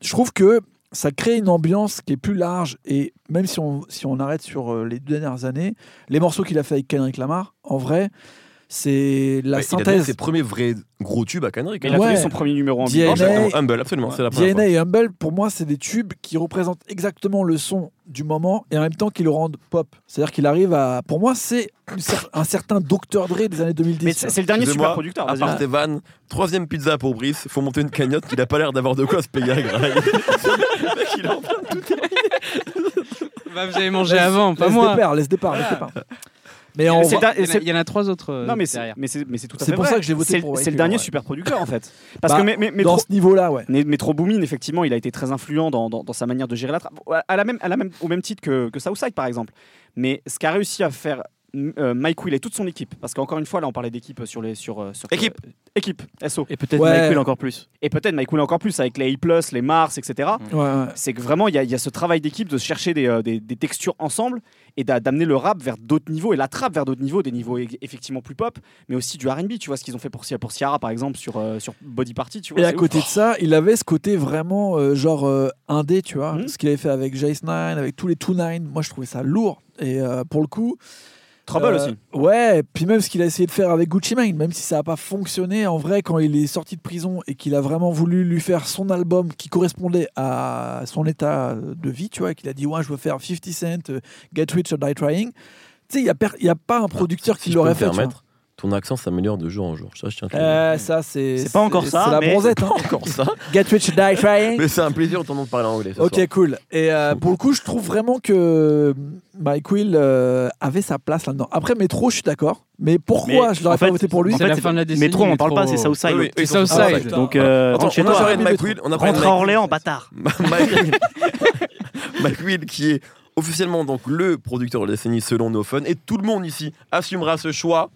je trouve que ça crée une ambiance qui est plus large. Et même si on, si on arrête sur euh, les deux dernières années, les morceaux qu'il a fait avec Kendrick Lamar, en vrai, c'est la Ouais, il a donné synthèse. ses premiers vrais gros tubes à Kendrick. Mais hein. il a Ouais. connu son premier numéro en Dis- billboard. Non, DNA. exactement, Humble, absolument, c'est la première DNA et Humble, pour moi, c'est des tubes qui représentent exactement le son du moment et en même temps qui le rendent pop. C'est-à-dire qu'il arrive à. Pour moi, c'est une cer- un certain Dr. Dre des années 2010. Mais c'est c'est le dernier Excusez-moi, super producteur. fois. Ah, À part Evan, troisième pizza pour Brice, faut monter une cagnotte qu'il a pas l'air d'avoir de quoi se payer à grailler. Le mec, il est en train de- Bah, vous avez mangé avant, pas moi. Départ, laisse départ, laisse départ. Mais en Mais vrai, c'est- Il y en a- il y en a trois autres euh, Non, mais c'est derrière. mais c'est- mais c'est tout à fait C'est pour vrai. ça que j'ai voté C'est- pour White C'est le Claw, dernier ouais. super producteur, en fait. Parce Bah, que mais- mais- mais dans trop- ce niveau-là, ouais. Mais Metro Boomin, effectivement, il a été très influent dans, dans- dans sa manière de gérer la trappe, à la même, à la même, au même titre que, que Southside, par exemple. Mais ce qu'a réussi à faire euh, Mike Will et toute son équipe, parce qu'encore une fois, là, on parlait d'équipe sur les. Sur, euh, sur- Équipe. euh, équipe, SO. Et peut-être Ouais. Mike Will encore plus. Et peut-être Mike Will encore plus, avec les A, les Mars, etc. Ouais, ouais. C'est que vraiment, il y, a- il y a ce travail d'équipe de chercher des, euh, des- des textures ensemble et d'a- d'amener le rap vers d'autres niveaux et la trappe vers d'autres niveaux, des niveaux e- effectivement plus pop, mais aussi du RB. Tu vois ce qu'ils ont fait pour, Sia- pour Ciara, par exemple, sur, euh, sur Body Party. Tu vois, Et à c'est ouf. côté de ça, il avait ce côté vraiment euh, genre euh, indé, tu vois. Mhm. Ce qu'il avait fait avec Jace9, avec tous les 2-9. Moi, je trouvais ça lourd. Et euh, pour le coup. Trouble euh, aussi. Ouais, puis même ce qu'il a essayé de faire avec Gucci Mane, même si ça n'a pas fonctionné en vrai quand il est sorti de prison et qu'il a vraiment voulu lui faire son album qui correspondait à son état de vie, tu vois, et qu'il a dit Ouais, je veux faire 50 Cent, euh, Get Rich or Die Trying. Tu sais, il n'y a, per- il y a pas un producteur Ah, Si qui je peux l'aurait me fait. tu vois. permettre, ton accent s'améliore de jour en jour. Ça, je tiens à te le dire. Euh, ça, c'est. C'est pas encore ça, C'est la mais- bronzette. hein. Encore ça. Get Rich or Die Trying. Mais c'est un plaisir de t'entendre parler anglais. ce Ok, soir. cool. Et euh, pour le coup, je trouve vraiment que euh, Mike Will euh, avait sa place là-dedans. Après, Métro, je suis d'accord. Mais pourquoi Mais je l'aurais en pas fait, voté pour lui en C'est fait, la c'est- fin de la décennie. Mais trop, on en parle pas, trop- c'est Southside. Oui, oui, C'est ils sont- Southside. Ah, putain. Donc, euh, Attends, rentre chez on a toi. parlé de Mike Will, on a parlé de Rentre Mike à Will. Orléans, bâtard. Mike, Mike Will qui est officiellement donc le producteur de la décennie selon No Fun et tout le monde ici assumera ce choix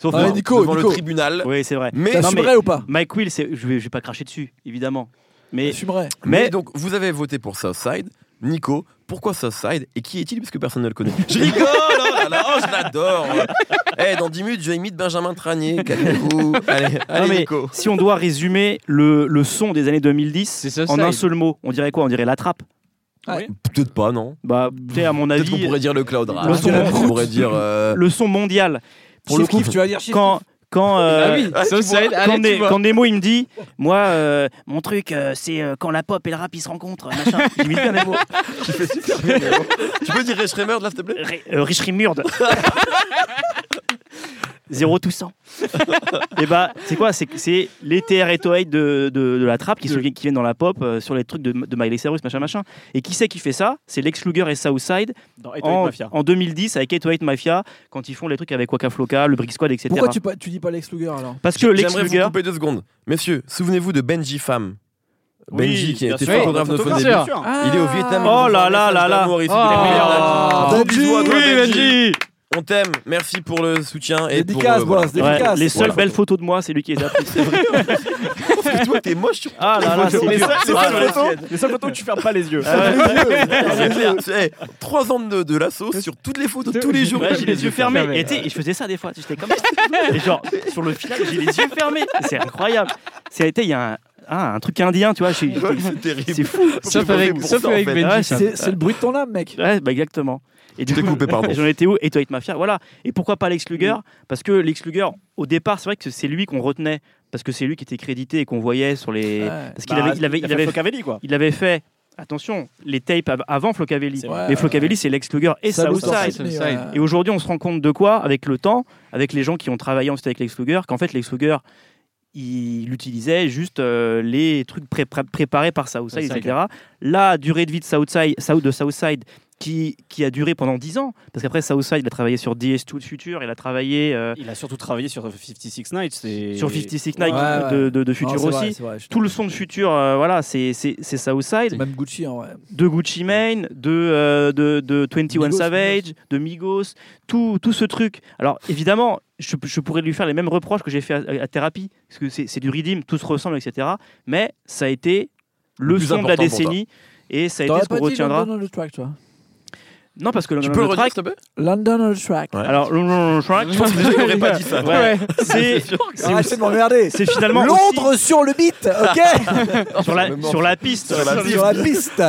sauf Ah, moi, Nico, devant Nico. le tribunal Oui, c'est vrai. mais, Non, mais- T'assumerais ou pas Mike Will, c'est- je vais, je vais pas cracher dessus, évidemment. Mais T'assumerais. mais mais- donc vous avez voté pour Southside Nico pourquoi Southside et qui est-il parce que personne ne le connaît je rigole oh là là, oh, je l'adore Eh, dans 10 minutes je imite Benjamin Tranier calmez-vous allez, allez mais- Nico si on doit résumer le, le son des années 2010 C'est Southside. en un seul mot, on dirait quoi On dirait la trappe. peut-être pas non Bah, tu sais, à mon peut-être qu'on avis, pourrait dire le cloud rap Le son- on pourrait dire euh, le son mondial. Pour le coup, tu vas dire quand quand euh, Ah oui, Southside, quand, allez, Ne- tu vois. quand Nemo il me dit, moi euh, mon truc euh, c'est euh, quand la pop et le rap ils se rencontrent, machin. J'imite bien Ah, Nemo. euh, tu fais super bien, euh, Nemo. tu peux dire Ray Schremer là s'il te plaît Ré- euh, Rich Rimurde. 0 tout 100. et bah, c'est quoi C'est- C'est les TR-808 de, de, de la trappe qui, sont- qui viennent dans la pop euh, sur les trucs de, de Miley Cyrus, machin, machin. Et qui c'est qui fait ça C'est Lex Luger et Southside Dans Eight en, Mafia. en 2010 avec 808 Mafia quand ils font les trucs avec Waka Flocka, le Brick Squad, etc. Pourquoi tu, pa- tu dis pas Lex Luger alors Parce que Lex J'aimerais vous Luger. couper deux secondes. Messieurs, souvenez-vous de Benji Femme. Oui, Benji qui a bien été sûr. photographe de Ah, Photographe, Phonébu. bien sûr. Il est au Vietnam. Oh Il nous envoie là un là message là là. d'amour ici. Oh. C'est le meilleur. Benji. Gros bisous à toi, Oui, On t'aime. Merci pour le soutien. Et pour, Dédicace, euh, voilà. boss, Ouais, dédicace. les seules Voilà. belles photos de moi, c'est lui qui les a prises. c'est vrai. Parce que toi, t'es moche. sur- Ah là là, c'est Les dur. seules- les Ah, seules ouais. photos- les seules photos où tu fermes pas les yeux. Ah, C'est clair. C'est- eh, Trois ans de, de l'assaut sur toutes les photos, tous les jours. Ouais, j'ai les yeux fermés. fermés, Et tu sais, je faisais ça des fois. J'étais comme ça. Et genre, sur le final, j'ai les yeux fermés. C'est incroyable. Ça a été, il y a un, ah, un truc indien, tu vois. j'ai- Ouais, C'est terrible. C'est fou. Sauf avec, pour sauf ça, en avec fait. Benji. Ouais, ça. C'est c'est le bruit de ton âme, mec. Ouais, bah exactement. Et du Je t'ai coupé, pardon. Mm. J'en étais où Et toi, Mafia. Voilà. Et pourquoi pas Lex Luger Parce que Lex Luger, au départ, c'est vrai que c'est lui qu'on retenait. Parce que c'est lui qui était crédité et qu'on voyait sur les. Ouais. Parce qu'il Bah, avait, il avait, il avait, Focavelli, quoi. il avait fait. Attention, les tapes av- avant Flocavelli. C'est vrai, Mais ouais, Flocavelli, c'est Lex Luger et Salut, Southside. Southside. Sydney, ouais. Et aujourd'hui, on se rend compte de quoi Avec le temps, avec les gens qui ont travaillé ensuite avec Lex Luger, qu'en fait, Lex Luger, il utilisait juste euh, les trucs pré- pré- préparés par Southside, Southside. etc. La durée de vie de Southside, South- de Southside qui, qui a duré pendant 10 ans, parce qu'après Southside, il a travaillé sur DS2 de Future, il a travaillé euh, Il a surtout travaillé sur 56 Nights. Et... sur 56 Nights Ouais, ouais. de, de- de Non, Future c'est vrai, aussi. c'est vrai, je- Tout le son de Future, euh, voilà, c'est c'est- c'est Southside. Même Gucci, hein, ouais. de Gucci Mane, de, euh, de, de 21 Migos, Savage, de Migos, tout, tout ce truc. Alors évidemment, je, je pourrais lui faire les mêmes reproches que j'ai fait à, à Thérapie, parce que c'est c'est du redeem, tout se ressemble, etc. Mais ça a été le plus son de la important pour décennie, et ça a été T'aurais ce qu'on pas dit retiendra. London on the Track, toi Non, parce que le, Tu le peux le redire, track... s'il te plaît London on the Track. Ouais. Alors, le- le- le- le track, Je pense que déjà, il aurait pas dit ça. ouais, Ah, c'est Arrêtez de me regarder. c'est finalement Londres sur le beat, ok aussi sur la, Même sur la piste. Sur la piste. Sur la piste.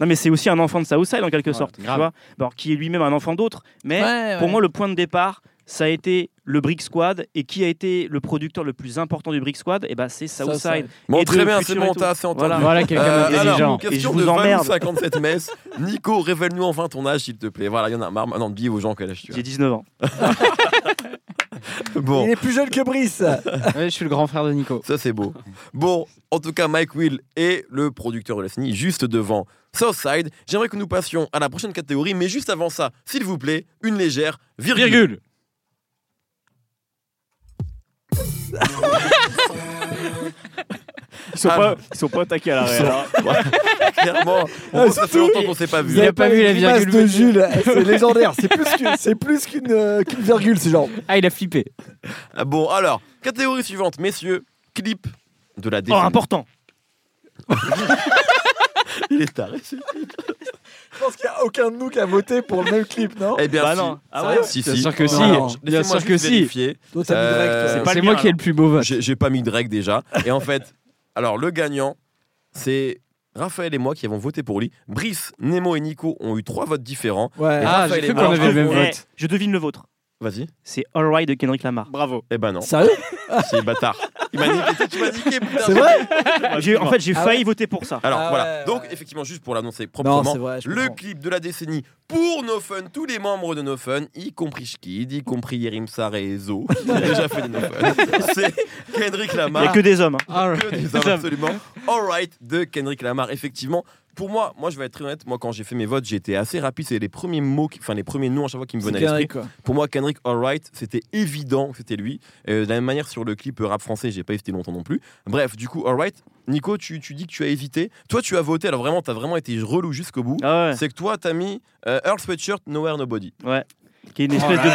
Non, mais c'est aussi un enfant de Southside en quelque Ouais, sorte, tu grave. vois. Bon, qui est lui-même un enfant d'autre, mais Ouais, Pour ouais. moi, le point de départ, ça a été le Brick Squad. Et qui a été le producteur le plus important du Brick Squad Eh ben, c'est Southside. Southside. Bon, Et très de bien, c'est Future bon, t'as et tout. assez entendu. Voilà. Voilà quelqu'un Euh, d'intelligent. alors, Et je question vous de 20 emmerde. 57 messes. Nico, révèle-nous enfin ton âge, s'il te plaît. Voilà, il y en a marre maintenant de dire aux gens quel âge tu J'ai 19 ans. as. Bon, Il est plus jeune que Brice. Ouais, je suis le grand frère de Nico. ça c'est beau. Bon, en tout cas, Mike Will est le producteur de la SNI, juste devant Southside. J'aimerais que nous passions à la prochaine catégorie, mais juste avant ça, s'il vous plaît, une légère virgule. Virgule Ils sont, Ah. pas, ils sont pas attaqués à l'arrière. hein. Clairement, Ah, ça fait surtout, longtemps qu'on s'est pas Vous vu. avez avez pas vu la les grimaces virgule de Jules, c'est légendaire. C'est plus qu'une, c'est plus qu'une, euh, qu'une virgule, c'est genre. Ah, il a flippé. Ah, Bon, alors, catégorie suivante, messieurs, clip de la Oh, décennie. important Il est taré, ce Je pense qu'il n'y a aucun de nous qui a voté pour le même clip, non Eh bien, Bah si. non. Ah Ça, ouais si, Bien si. sûr que Non, si. alors, Bien Laissez-moi sûr que juste si. vérifier. Toi, t'as mis Euh, direct, c'est euh, pas C'est le moi mien, qui ai le plus beau vote. J'ai j'ai pas mis Drake déjà. Et en fait, alors le gagnant, c'est Raphaël et moi qui avons voté pour lui. Brice, Nemo et Nico ont eu trois votes différents. Ah, Ouais. j'ai Raphaël cru est qu'on mort. avait le même Eh, vote. je devine le vôtre. Vas-y. C'est All Right de Kendrick Lamar. Bravo. Eh ben non, Sérieux c'est bâtard. Il m'a niqué, tu m'as niqué, putain. C'est vrai J'ai- en fait, j'ai Ah failli ouais. voter pour ça. Alors Ah voilà, ouais, donc ouais. effectivement, juste pour l'annoncer proprement, Non, c'est vrai. je le comprends. clip de la décennie pour nos fun, tous les membres de nos fun, y compris Shkid, y compris Yerim Sar et Ezo, qui a déjà fait de nos fun, c'est Kendrick Bah. Il n'y a Lamar. que des hommes. hein. All que right. des hommes, absolument. Alright de Kendrick Lamar, effectivement. Pour moi, moi je vais être très honnête, moi quand j'ai fait mes votes, j'ai été assez rapide, c'est les premiers mots, qui- enfin les premiers noms à chaque fois qui me C'est venaient à Kendrick, l'esprit. quoi. Pour moi, Kendrick Alright, c'était évident que c'était lui. Euh, de la même manière sur le clip rap français, j'ai pas hésité longtemps non plus. Bref, du coup, Alright, Nico, tu, tu dis que tu as hésité. Toi, tu as voté, alors vraiment, t'as vraiment été relou jusqu'au bout. Ah ouais, C'est que toi, t'as mis euh, Earl Sweatshirt, Nowhere Nobody. qui est une espèce Oh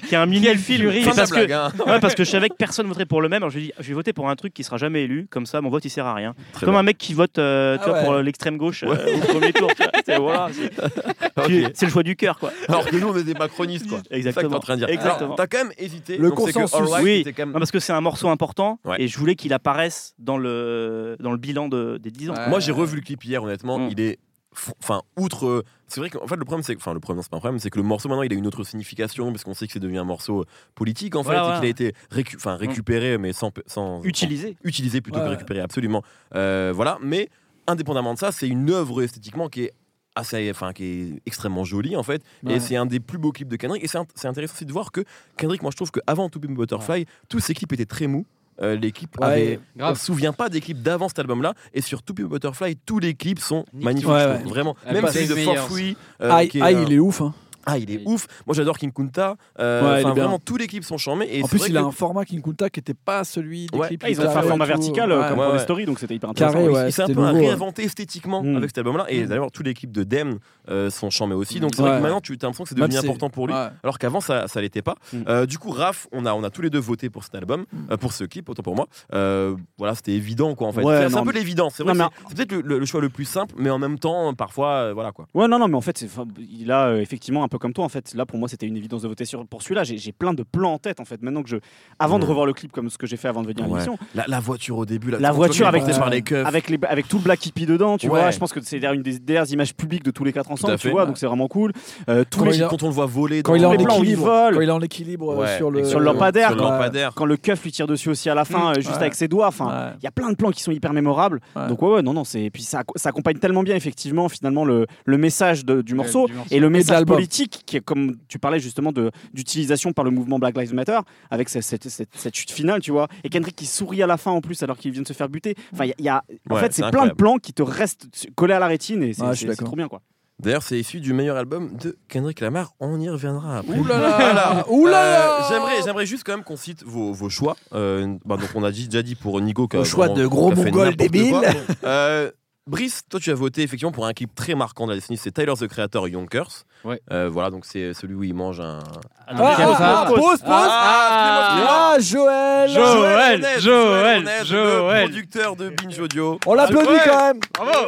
de. qui est un mini figurine. figurine. Fin de la Parce que, blague, hein. ouais, parce que je savais que personne voterait pour le même. Alors je lui ai dit, je vais voter pour un truc qui sera jamais élu. Comme ça, mon vote, il sert à rien. Très Comme bien. un mec qui vote euh, tu Ah vois, ouais. pour l'extrême gauche euh, au premier tour. tu vois. C'est voilà, c'est- Ok. c'est le choix du cœur, quoi. Alors que nous, on est des macronistes, quoi. C'est ça que t'es en Exactement. train de dire. Exactement. Alors, T'as quand même hésité. Le donc c'est que consensus. Alright, Oui. c'était quand même Non, parce que c'est un morceau important Ouais. et je voulais qu'il apparaisse dans le, dans le bilan de, des 10 ans. Ouais. Moi, j'ai revu le clip hier, honnêtement. hmm. Mm. Il est. fr- Enfin, outre. euh, C'est vrai qu'en fait, le problème, c'est que. Enfin, le problème, non, c'est pas un problème, c'est que le morceau, maintenant, il a une autre signification, parce qu'on sait que c'est devenu un morceau euh, politique, en fait, Ouais, et ouais. qu'il a été récu- enfin, récupéré, mais sans. pe- sans Utilisé. sans- utilisé plutôt Hmm. Ouais, que ouais. récupéré, absolument. Euh, voilà, mais indépendamment de ça, c'est une œuvre esthétiquement qui est assez, enfin, qui est extrêmement joli en fait. Ouais. Et c'est un des plus beaux clips de Kendrick. Et c'est int- c'est intéressant aussi de voir que Kendrick, moi je trouve qu'avant To Pimp a Butterfly, tous ses clips étaient très mous. Euh, les clips Ouais. avaient- On Grave. se souvient pas des clips d'avant cet album-là. Et sur To Pimp a Butterfly, tous les clips sont Nick magnifiques. Cave. je Ouais, trouve, ouais. Vraiment. Ah, Même bah, celui c'est de les For meilleurs, Free. euh, Ah, qui est, ah, euh, il est ouf. hein. ah, il est Oui. ouf. Moi, j'adore King Kunta. Euh, Ouais, il est enfin, bien. vraiment, tous les clips sont charmés. Et En c'est plus, vrai il a que- un format King Kunta qui n'était pas celui des Ouais. clips. Ah, ils ont Hitler fait un et format tout. vertical euh, Ouais. comme pour les ouais. stories, donc c'était hyper intéressant. Carré, Oui, ouais. il s'est un c'était peu un nouveau, ouais. réinventé esthétiquement Mm. avec cet album-là. Et Mm. d'ailleurs, tous les clips de Dem euh, sont chambés aussi. Donc c'est vrai Ouais. que maintenant, tu as l'impression que c'est Même devenu si- important pour lui. Ouais. Alors qu'avant, ça ça l'était pas. Mm. Euh, du coup, Raph, on a, on a tous les deux voté pour cet album, Mm. euh, pour ce clip, autant pour moi. Euh, voilà, c'était évident, quoi, en fait. Ouais, C'est- c'est non, un peu mais- l'évidence. C'est vrai Non, que c'est- c'est peut-être le, le- le choix le plus simple, mais en même temps, parfois, euh, voilà, quoi. Ouais, non, non, mais en fait, c'est- enfin, il a euh, effectivement un peu comme toi. En fait, là pour moi, c'était une évidence de voter sur pour celui-là. J'ai j'ai plein de plans en tête en fait. Maintenant que je, avant de Mm. revoir le clip comme ce que j'ai fait avant de venir à Ouais. l'émission, La, la voiture au début, là, La tu vois, voiture tu avec- porté par les keufs. avec les, avec tout le black hippie dedans, tu Ouais. vois. Je pense que c'est une des dernières images publiques de tous les quatre ensemble, à tu fait, vois. ouais. Donc c'est vraiment cool. Euh, tous Quand les il a- Quand on le voit voler Quand dans il est en les plans où il équilibre, vole. quand il est en équilibre euh, Ouais, sur le sur le lampadaire, sur le quoi. lampadaire. quand le keuf lui tire dessus aussi à la fin, euh, Mmh. juste Ouais. avec ses doigts. Enfin, Ah, Ouais. il y a plein de plans qui sont hyper mémorables. Ouais. Donc ouais, ouais, non, non, c'est et puis ça, ça accompagne tellement bien effectivement finalement le, le message de- du morceau du morceau. et le message l'album. politique qui est comme tu parlais justement de d'utilisation par le mouvement Black Lives Matter avec cette, cette- cette- cette chute finale, tu vois. Et Kendrick qui sourit à la fin en plus alors qu'il vient de se faire buter. Enfin, il y a, il y a- en Ouais, fait c'est c'est plein de incroyable. plans qui te restent collés à la rétine et c'est Ouais, je suis c'est- c'est d'accord. trop bien quoi. D'ailleurs, c'est issu du meilleur album de Kendrick Lamar. On y reviendra après. Ouh là là Ouh là Euh, là j'aimerais, j'aimerais juste quand même qu'on cite vos, vos choix. Euh, bah, donc on a dit- déjà dit pour Nico que Vos choix de gros mongols débiles. Euh, Brice, toi tu as voté effectivement pour un clip très marquant de la décennie, c'est Tyler the Creator Yonkers. Ouais. Euh, voilà, donc c'est celui où il mange un. Ah, Michael ah, ah, Sarr. Pause, pause Ah, Ah, Joël Jo- Joël, Joël, Joël, Joël, Joël. le producteur de Binge Audio. On l'applaudit Joël. quand même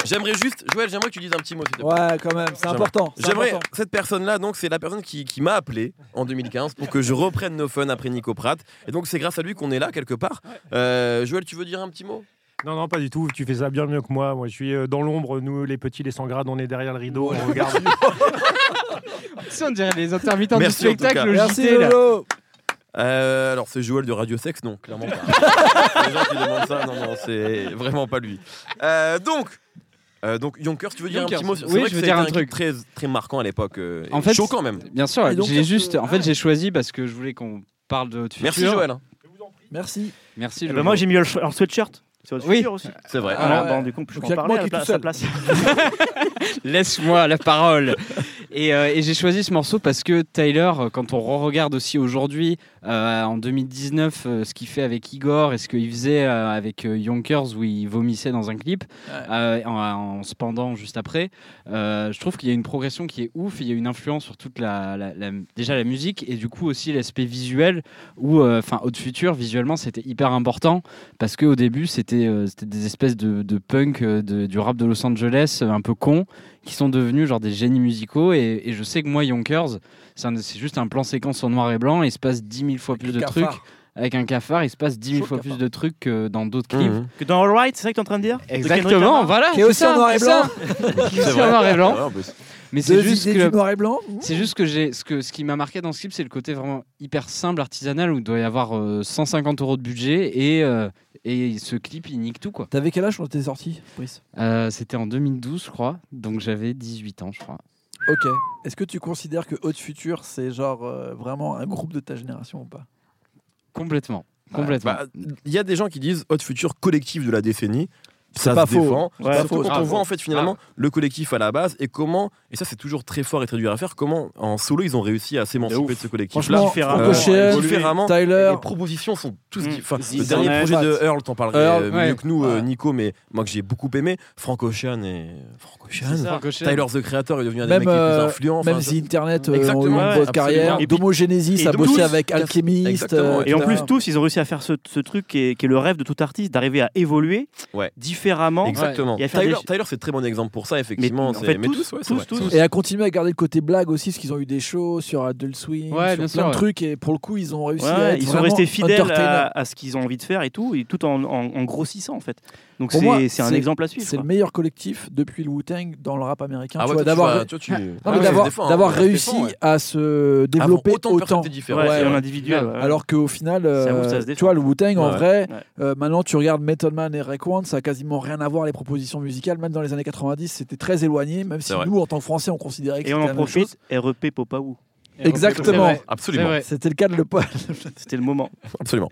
J'aimerais juste, Joël, j'aimerais que tu dises un petit mot. s'il te plaît. Ouais, quand même, c'est J'aimerais- important. c'est J'aimerais important. cette personne-là, donc c'est la personne qui, qui m'a appelé en 2015 pour que je reprenne nos fun après Nico Pratt. Et donc c'est grâce à lui qu'on est là quelque part. Euh, Joël, tu veux dire un petit mot Non, non, pas du tout. Tu fais ça bien mieux que moi. Moi, je suis euh, dans l'ombre. Nous, les petits, les sans grades, on est derrière le rideau. On regarde. Si on dirait les intermittents Merci, en du tout cas. spectacle au Merci JT, là. Lolo Euh, Alors c'est Joël de Radio Sex Non, clairement pas. Les gens qui demandent ça, non, non, c'est vraiment pas lui. Euh, donc. euh, donc Yonkers, tu veux dire Yonkers, un petit mot C'est oui, vrai je que ça a veux dire été un clip truc. très très marquant à l'époque, euh, En et fait, choquant même. Bien sûr, Et donc, j'ai qu'est-ce juste. que- En ah. fait, j'ai choisi parce que je voulais qu'on parle de haute future. Merci Joël, hein. Merci. Merci Eh ben, Joël. moi, j'ai mis le, ch- un sweatshirt. C'est votre Oui. futur aussi. c'est vrai. Ah Voilà, ouais. bon, du coup, je Donc, peux y a en que parler moi à qui la est tout pla- à seul. sa place. Laisse-moi la parole. Et, euh, et j'ai choisi ce morceau parce que Tyler, euh, quand on regarde aussi aujourd'hui, euh, en 2019, euh, ce qu'il fait avec Igor et ce qu'il faisait euh, avec euh, Yonkers où il vomissait dans un clip, Ouais. euh, en, en se pendant juste après, euh, je trouve qu'il y a une progression qui est ouf. Il y a une influence sur toute la, la- la- déjà la musique et du coup aussi l'aspect visuel où, euh, enfin, Haute Future, visuellement, c'était hyper important parce qu'au début, c'était euh, c'était des espèces de, de punk euh, de- du rap de Los Angeles euh, un peu con qui sont devenus genre des génies musicaux. Et, et je sais que moi, Yonkers, c'est un- c'est juste un plan séquence en noir et blanc. Et il se passe 10 000 fois plus de trucs. Avec un cafard, il se passe 10 000 Chaud fois plus cafard. de trucs que dans d'autres clips. Mhm. Que dans All Right, c'est ça que t'es en train de dire De Kendrick Exactement, Lamar voilà. Mmh. Qui est c'est aussi en ça, noir et c'est blanc. ça. Qui est C'est aussi vrai. en noir et blanc. Ouais, en plus. Mais c'est Deux juste idées que du noir et blanc. c'est juste que j'ai ce que ce qui m'a marqué dans ce clip, c'est le côté vraiment hyper simple, artisanal où il doit y avoir euh, 150 euros de budget et euh, et ce clip il nique tout quoi. T'avais quel âge quand t'es sorti, Brice Euh, C'était en 2012 je crois, donc j'avais 18 ans je crois. Ok. Est-ce que tu considères que Haute Future, c'est genre euh, vraiment un groupe de ta génération ou pas Complètement, complètement. Bah, Il y a des gens qui disent Haute Future collectif de la décennie. Ça pas se faux. défend. C'est pas Surtout faux. quand on Grave. voit en fait finalement le collectif à la base et comment, et ça c'est toujours très fort et très dur à faire, comment en solo ils ont réussi à s'émanciper de ce collectif-là. Franchement, différemment, Franco Euh, Cheyenne, évoluer. différemment. Tyler. Les propositions sont tout ce qui. Mm. Enfin, le Ziz, dernier Zornet, projet de Pat. Earl, t'en parlerais Earl, euh, ouais. mieux que nous, euh, Ouais. Nico, mais moi que j'ai beaucoup aimé. Frank Ocean et. Frank Ocean Frank Ocean. Tyler the Creator est devenu un des Même, mecs les euh, plus influents. enfin, Même si Internet euh, Exactement, ont eu une ouais, bonne absolument. carrière, Et puis- d'homogénésie, et a de bossé tous. avec Alchemist. euh, Exactement, Et en plus, etc. tous, ils ont réussi à faire ce, ce truc qui est, qui est le rêve de tout artiste, d'arriver à évoluer Ouais. différemment. Exactement. Il y a fait Tyler, des- Tyler, c'est très bon exemple pour ça, Mais, effectivement. en c'est- fait, mais tous, ouais, c'est tous, vrai, tous. c'est vrai. Et à continuer à garder le côté blague aussi, parce qu'ils ont eu des shows sur Adult Ouais, Swing, sur bien plein sûr, de ouais. trucs, et pour le coup, ils ont réussi Ouais, à être ils sont vraiment restés fidèles entertainers. à, à ce qu'ils ont envie de faire et tout, et tout en, en- en grossissant en fait. Donc Pour moi, c'est c'est un c'est- exemple à suivre. C'est le quoi. meilleur collectif depuis le Wu-Tang dans le rap américain. Ah tu ouais, vois, toi, d'avoir vas- toi, tu- Non, Ah mais ouais, d'avoir, je défends, d'avoir hein, je réussi défends, ouais. à se Avant développer autant de autant. personnalités Ouais, différentes. ouais. c'est l'individuel. ouais. Alors qu'au final, C'est là où euh, ça tu se défend. vois, le Wu-Tang, en Ouais. vrai, Ouais. euh, maintenant tu regardes Method Man et Rick Warren, ça a quasiment absolument rien à voir les propositions musicales. Même dans les années 90, c'était très éloigné, même si C'est vrai. nous, en tant que Français, on considérait que Et c'était on la en même chose. profite, REP Popaou. Exactement. C'est Absolument. vrai. C'était le cas de le Ah, poil. C'était le moment. Absolument.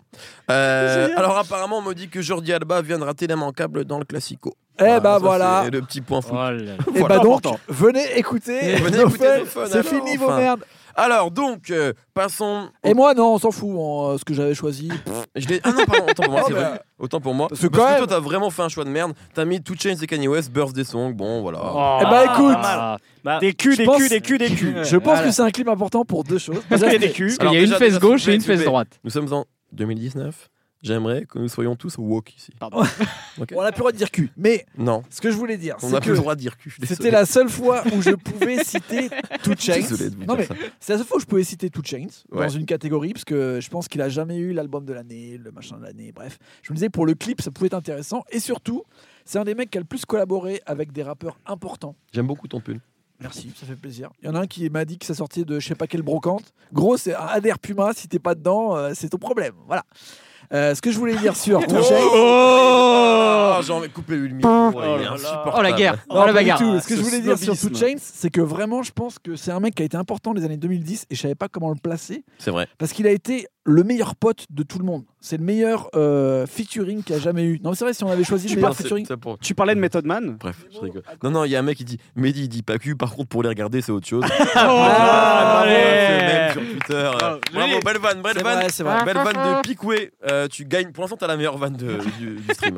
Euh, alors apparemment, on me dit que Jordi Alba vient de rater l'immanquable dans le Classico. Ah, Eh ça, bah voilà. C'est le petit point fou. Oh là là. Et Voilà. bah donc, venez écouter. Venez nos écouter fans. nos fans, C'est alors, fini vos enfin. merdes. Alors donc, euh, passons. au- Et moi, non, on s'en fout. on, euh, ce que j'avais choisi. Je l'ai- ah non, pardon, autant pour moi, Oh, c'est bah. vrai. Autant pour moi. Parce Parce que que, quand même- toi, t'as vraiment fait un choix de merde. T'as mis Two Chains et Kanye West, Birthday Song. Bon, voilà. Eh bah écoute, Ah, bah, Des culs, Je des pense- culs, des culs, des culs. je pense que c'est un clip important pour deux choses. Parce qu'il y a des culs. Il Alors, y a une déjà, fesse déjà, s'il gauche vous et plaît, s'il une vous fesse plaît. droite. Nous sommes en 2019. J'aimerais que nous soyons tous woke ici. Bon, on n'a plus le droit de dire cul. Mais Non, ce que je voulais dire, on c'est n'a plus que le droit de dire cul. je suis c'était désolé. la seule fois où je pouvais citer Two Je suis Chains. désolé de vous Non, dire mais ça. C'est la seule fois où je pouvais citer Two Chains dans Ouais. une catégorie, parce que je pense qu'il a jamais eu l'album de l'année, le machin de l'année, bref. Je me disais, pour le clip, ça pouvait être intéressant. Et surtout, c'est un des mecs qui a le plus collaboré avec des rappeurs importants. J'aime beaucoup ton pull. Merci, ça fait plaisir. Il y en a un qui m'a dit que ça sortait de je sais pas quelle brocante. Gros, c'est un Adair Puma, si t'es pas dedans, euh, c'est ton problème. Voilà. Euh, ce que je voulais dire sur Two Chains. oh, Oh J'ai envie de couper lui le micro. il est insupportable. Oh la guerre, oh Non, la pas du bagarre. tout. Ce que Ah, je voulais dire sur Two snobisme. Chains, c'est que vraiment, je pense que c'est un mec qui a été important les années 2010 et je savais pas comment le placer. C'est vrai. Parce qu'il a été le meilleur pote de tout le monde. C'est le meilleur euh, featuring qu'il y a jamais eu. Non, mais c'est vrai, si on avait choisi le meilleur C'est- featuring. c'est pour- Tu parlais de Method Man Bref, je rigole. Non, non, il y a un mec qui dit Mehdi, il dit pas cul, par contre, pour les regarder, c'est autre chose. Ah, bravo, allez. ce même sur Twitter. Oh, euh, Bravo, belle vanne, belle C'est vanne. vrai, c'est vrai. Belle vanne de Picoué. Euh, tu gagnes. Pour l'instant, t'as la meilleure vanne de- du, du stream.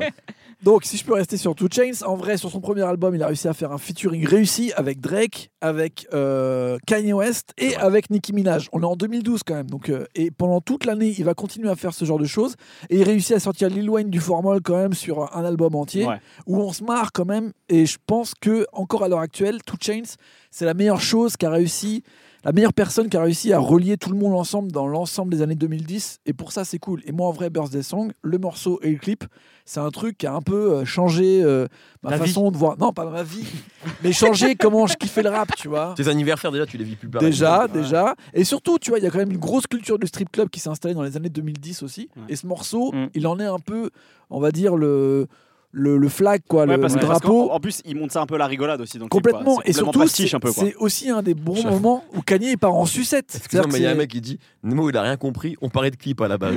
Donc, si je peux rester sur Two Chains, en vrai, sur son premier album, il a réussi à faire un featuring réussi avec Drake, avec euh, Kanye West et C'est vrai. avec Nicki Minaj. On est en 2012 quand même. Donc, euh, et pendant toute l'année, il va continuer à faire ce genre de choses. Et il réussit à sortir Lil Wayne du formol quand même sur un album entier Ouais. où on se marre quand même. Et je pense que encore à l'heure actuelle, Two Chains, c'est la meilleure chose qu'a réussi. La meilleure personne qui a réussi à relier tout le monde ensemble dans l'ensemble des années 2010. Et pour ça, c'est cool. Et moi, en vrai, Birthday Song, le morceau et le clip, c'est un truc qui a un peu euh, changé euh, ma La façon de voir. Non, pas ma vie, mais changé comment je kiffais le rap, tu vois. Tes anniversaires, déjà, tu les vis plus pareil. Déjà, déjà. Et surtout, tu vois, il y a quand même une grosse culture du strip club qui s'est installée dans les années 2010 aussi. Ouais. Et ce morceau, Mm. il en est un peu, on va dire, le, le, le flag, quoi, Ouais, le, parce le que parce drapeau. qu'en- En plus, il monte ça un peu la rigolade aussi. dans le clip, quoi. Complètement. C'est Et surtout, pastiche c'est un peu, quoi. c'est aussi un des bons J'avoue. moments où Kanye il part en sucette. Excuse-moi, C'est-à-dire mais il y a que un mec qui dit Nemo, il a rien compris. On parlait de clip à la base.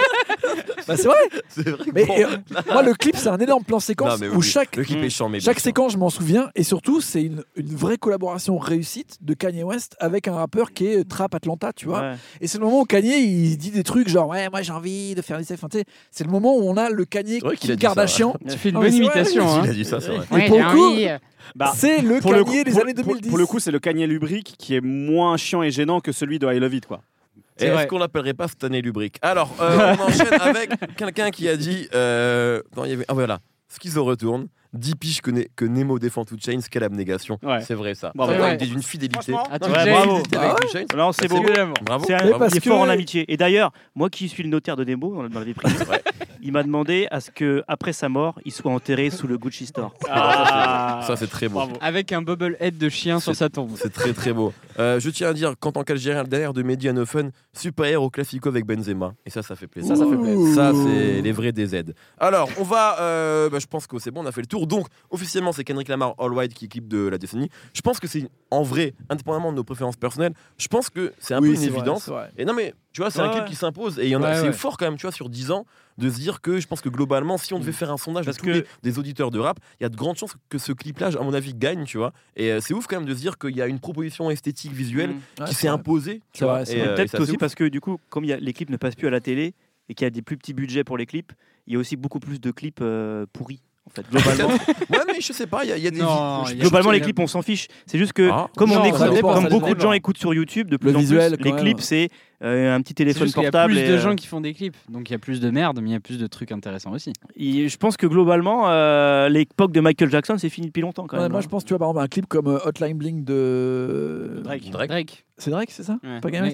c'est- Bah, c'est vrai. c'est vrai. que Mais bon. euh, moi, le clip, c'est un énorme plan séquence Non, mais où oui, chaque Le clip Mm. est chiant, mais Chaque bien sûr. séquence, je m'en souviens, et surtout, c'est une, une vraie collaboration réussite de Kanye West avec un rappeur qui est Trap Atlanta, tu vois. Ouais. Et c'est le moment où Kanye, il dit des trucs genre, ouais, moi j'ai envie de faire des Enfin, tu sais, c'est le moment où on a le Kanye C'est vrai qu'il a dit ça, Kardashian. Tu fais une Ah, mais bonne c'est vrai, imitation. hein. Il a dit ça, c'est vrai. Et pour le coup, ah, Bah, c'est le pour Kanye le coup- des pour- années 2010. pour- Pour, le coup, c'est le Kanye lubrique qui est moins chiant et gênant que celui de I Love It, quoi. Et C'est Est-ce vrai. qu'on l'appellerait pas cette année lubrique Alors, euh, on enchaîne avec quelqu'un qui a dit. euh, non, il y avait- ah voilà, Schizo retourne. Dit piche que, Ne- que Nemo défend tout Chains, quelle abnégation. Ouais. C'est vrai ça. Bravo. Ça, Ouais. il est d'une fidélité. Franchement, Ah, Non, tu mais l'as une dit. bravo. fidélité Ah avec ouais. Two Chainz. Non, c'est beau. Évidemment. Bravo. C'est un, Mais il parce est que- fort en amitié. Et d'ailleurs, moi qui suis le notaire de Nemo, on l'avait pris, vrai. il m'a demandé à ce que après sa mort, il soit enterré sous le Gucci Store. Ah, Ça, c'est très beau. Bravo. Avec un bobblehead de chien sur sa tombe. C'est très très beau. Euh, je tiens à dire qu'en tant qu'Algérien, le dernier de Mehdi Hanofen, super au classico avec Benzema. Et ça, ça fait plaisir. Ça, ça fait plaisir. Ça, c'est les vrais DZ. Alors, on va. euh, bah, je pense que c'est bon, on a fait le tour. Donc, officiellement, c'est Kendrick Lamar All White qui équipe de la décennie. Je pense que c'est en vrai, indépendamment de nos préférences personnelles, je pense que c'est un Oui, peu une Ah c'est vrai, évidence. c'est vrai. Et non, mais tu vois, c'est un Ouais, clip ouais. qui s'impose. Et il y en a, Ouais, c'est ouais. fort quand même, tu vois, sur 10 ans, de se dire que je pense que globalement, si on devait faire un sondage Parce de tous que- les- des auditeurs de rap, il y a de grandes chances que ce clip-là, à mon avis, gagne, tu vois. Et euh, c'est ouf quand même de se dire qu'il y a une proposition esthétique visuelle Mm. Ouais, qui c'est s'est vrai. imposée. tu C'est vois. vrai, c'est Et, vrai. euh, et Peut-être ça, aussi c'est ouf. parce que du coup, comme il y a- les clips ne passent plus à la télé et qu'il y a des plus petits budgets pour les clips, il y a aussi beaucoup plus de clips euh, pourris. En fait, globalement, Ouais, mais je sais pas, il y, a- il y a des. Non, je- il y a- globalement les clips, on s'en fiche. C'est juste que Ah. comme on Non, écoute, ça dépend, comme ça beaucoup de dépend. gens écoutent sur YouTube, de plus Le en visuel, quand plus, les même. clips, c'est euh, un petit C'est téléphone juste qu'il y a portable. plus et, de euh, gens qui font des clips, donc il y a plus de merde, mais il y a plus de trucs intéressants aussi. il- je pense que globalement, euh, l'époque de Michael Jackson, c'est fini depuis longtemps quand Ouais, même. hein. moi, je pense, tu vois, par exemple, un clip comme euh, Hotline Bling de. Drake. Drake. C'est Drake, c'est ça Ouais. Pas Kanye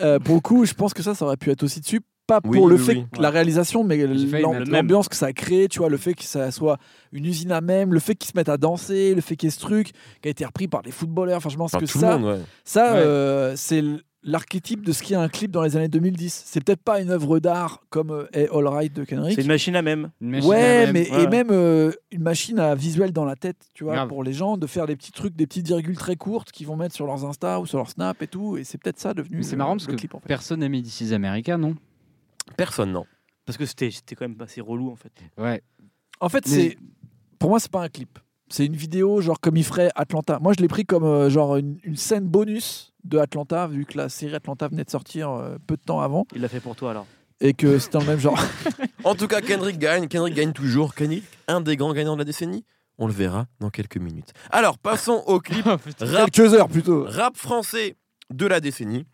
Mais- Euh, Pour le coup, je pense que ça, ça aurait pu être aussi dessus. Pas pour Oui, le oui, fait oui. que la réalisation, mais J'ai failli l'am- mettre le même. l'ambiance que ça a créé, tu vois, le fait que ça soit une usine à même, le fait qu'ils se mettent à danser, le fait qu'il y ait ce truc qui a été repris par les footballeurs. Enfin, je pense Enfin, que tout ça, le monde, ouais. ça, Ouais. euh, c'est l- l'archétype de ce qui est un clip dans les années 2010. C'est peut-être pas une œuvre d'art comme euh, est All Right de Kenrick. C'est une machine à même. Une machine à Ouais, même. mais ouais. et même euh, une machine à visuel dans la tête, tu vois, Grave. pour les gens de faire des petits trucs, des petites virgules très courtes qu'ils vont mettre sur leurs Insta ou sur leur Snap et tout. Et c'est peut-être ça devenu. Mais c'est le- marrant parce le que clip, en fait. personne n'aimait This is America, non Personne, non. Parce que c'était c'était quand même assez relou en fait. Ouais. En fait, Mais- c'est pour moi, c'est pas un clip. C'est une vidéo genre comme il ferait Atlanta. Moi, je l'ai pris comme euh, genre une, une scène bonus de Atlanta, vu que la série Atlanta venait de sortir euh, peu de temps avant Il l'a fait pour toi alors. et que c'était dans le même genre. En tout cas, Kendrick gagne. Kendrick gagne toujours. Kendrick, un des grands gagnants de la décennie. On le verra dans quelques minutes. Alors, passons au clip rap, Quelques heures plutôt. rap français de la décennie.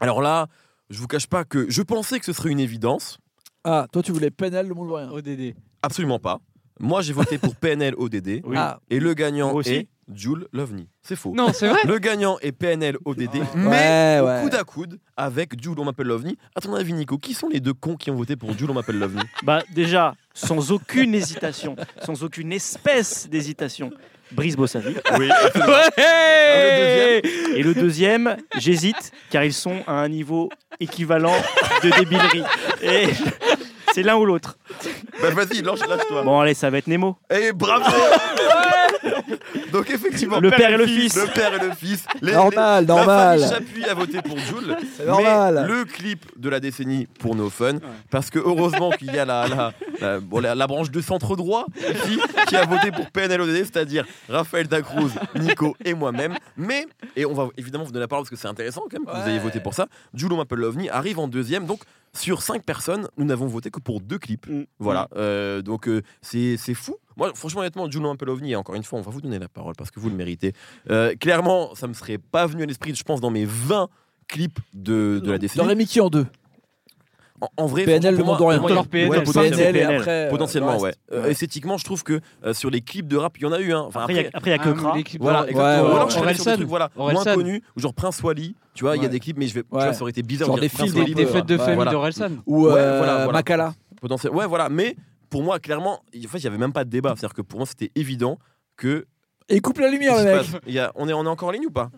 Alors là, je vous cache pas que je pensais que ce serait une évidence. Ah, toi, tu voulais Penel, le monde rien. ODD. Absolument pas. Moi, j'ai voté pour PNL ODD. Oui. Ah, Et le gagnant Moi aussi. est Jules Lovni. C'est faux. Non, c'est vrai Le gagnant est PNL ODD, mais ouais, au ouais. coude à coude avec Jules, on m'appelle Lovni. À ton avis, Nico, qui sont les deux cons qui ont voté pour Jules, on m'appelle Lovni Bah déjà, sans aucune hésitation, sans aucune espèce d'hésitation, Brice Bossavi. Oui. Ouais Et le deuxième, j'hésite, car ils sont à un niveau équivalent de débilerie. Et c'est l'un ou l'autre. Bah vas-y, lâche- lâche-toi. Bon allez, ça va être Nemo. Et bravo Donc effectivement, Le père et le fils. le père et le fils, les, Normal, les- la normal. famille Chapuis a voté pour Jules. C'est normal. Mais le clip de la décennie pour nos fun, parce que heureusement qu'il y a la, la, la- bon, la- la branche de centre droit ici, qui a voté pour PNLODD, c'est-à-dire Raphaël Dacruz, Nico et moi-même. Mais, et on va évidemment vous donner la parole parce que c'est intéressant quand même que vous Ouais. ayez voté pour ça, Jules on m'appelle l'OVNI arrive en deuxième. Donc sur cinq personnes, nous n'avons voté que pour deux clips. Mm. Voilà, Euh, donc euh, c'est c'est fou. Moi, franchement, honnêtement, Jules on m'appelle l'OVNI, et encore une fois, on va vous donner la parole parce que vous le méritez. Euh, clairement, ça me serait pas venu à l'esprit, je pense, dans mes 20 clips de, de la décennie. J'aurais mis qui en deux En, en vrai, PNL, franchement, le monde en pour moi, il y a- rien. il y a- ouais, Leur PNL, potentiellement, et PNL. après. euh, potentiellement, le ouais. reste. Euh, Esthétiquement, je trouve que euh, sur les clips de rap, il y en a eu. hein. Enfin, Après, ah, il y a- après, après, il y a que Kra. l'équipe voilà, de- exactement. ouais, Ou alors, ouais. je serais allé sur des Orelsan. trucs, voilà, moins Orelsan. connus, ou genre Prince Wally, tu vois, il y a Ouais. des clips, mais je vais, tu Ouais. vois, ça aurait été bizarre. Genre de dire des Prince films, Wally, Des euh, fêtes de Ouais, famille voilà. d'Orelsan. Ou Ouais, euh, voilà, voilà. Makala. potentiel- Ouais, voilà. Mais pour moi, clairement, il- en fait, il n'y avait même pas de débat. C'est-à-dire que pour moi, c'était évident que Et il coupe la lumière, Qu'est-ce le qui mec. se passe Il y a- on, est, on est encore en ligne ou pas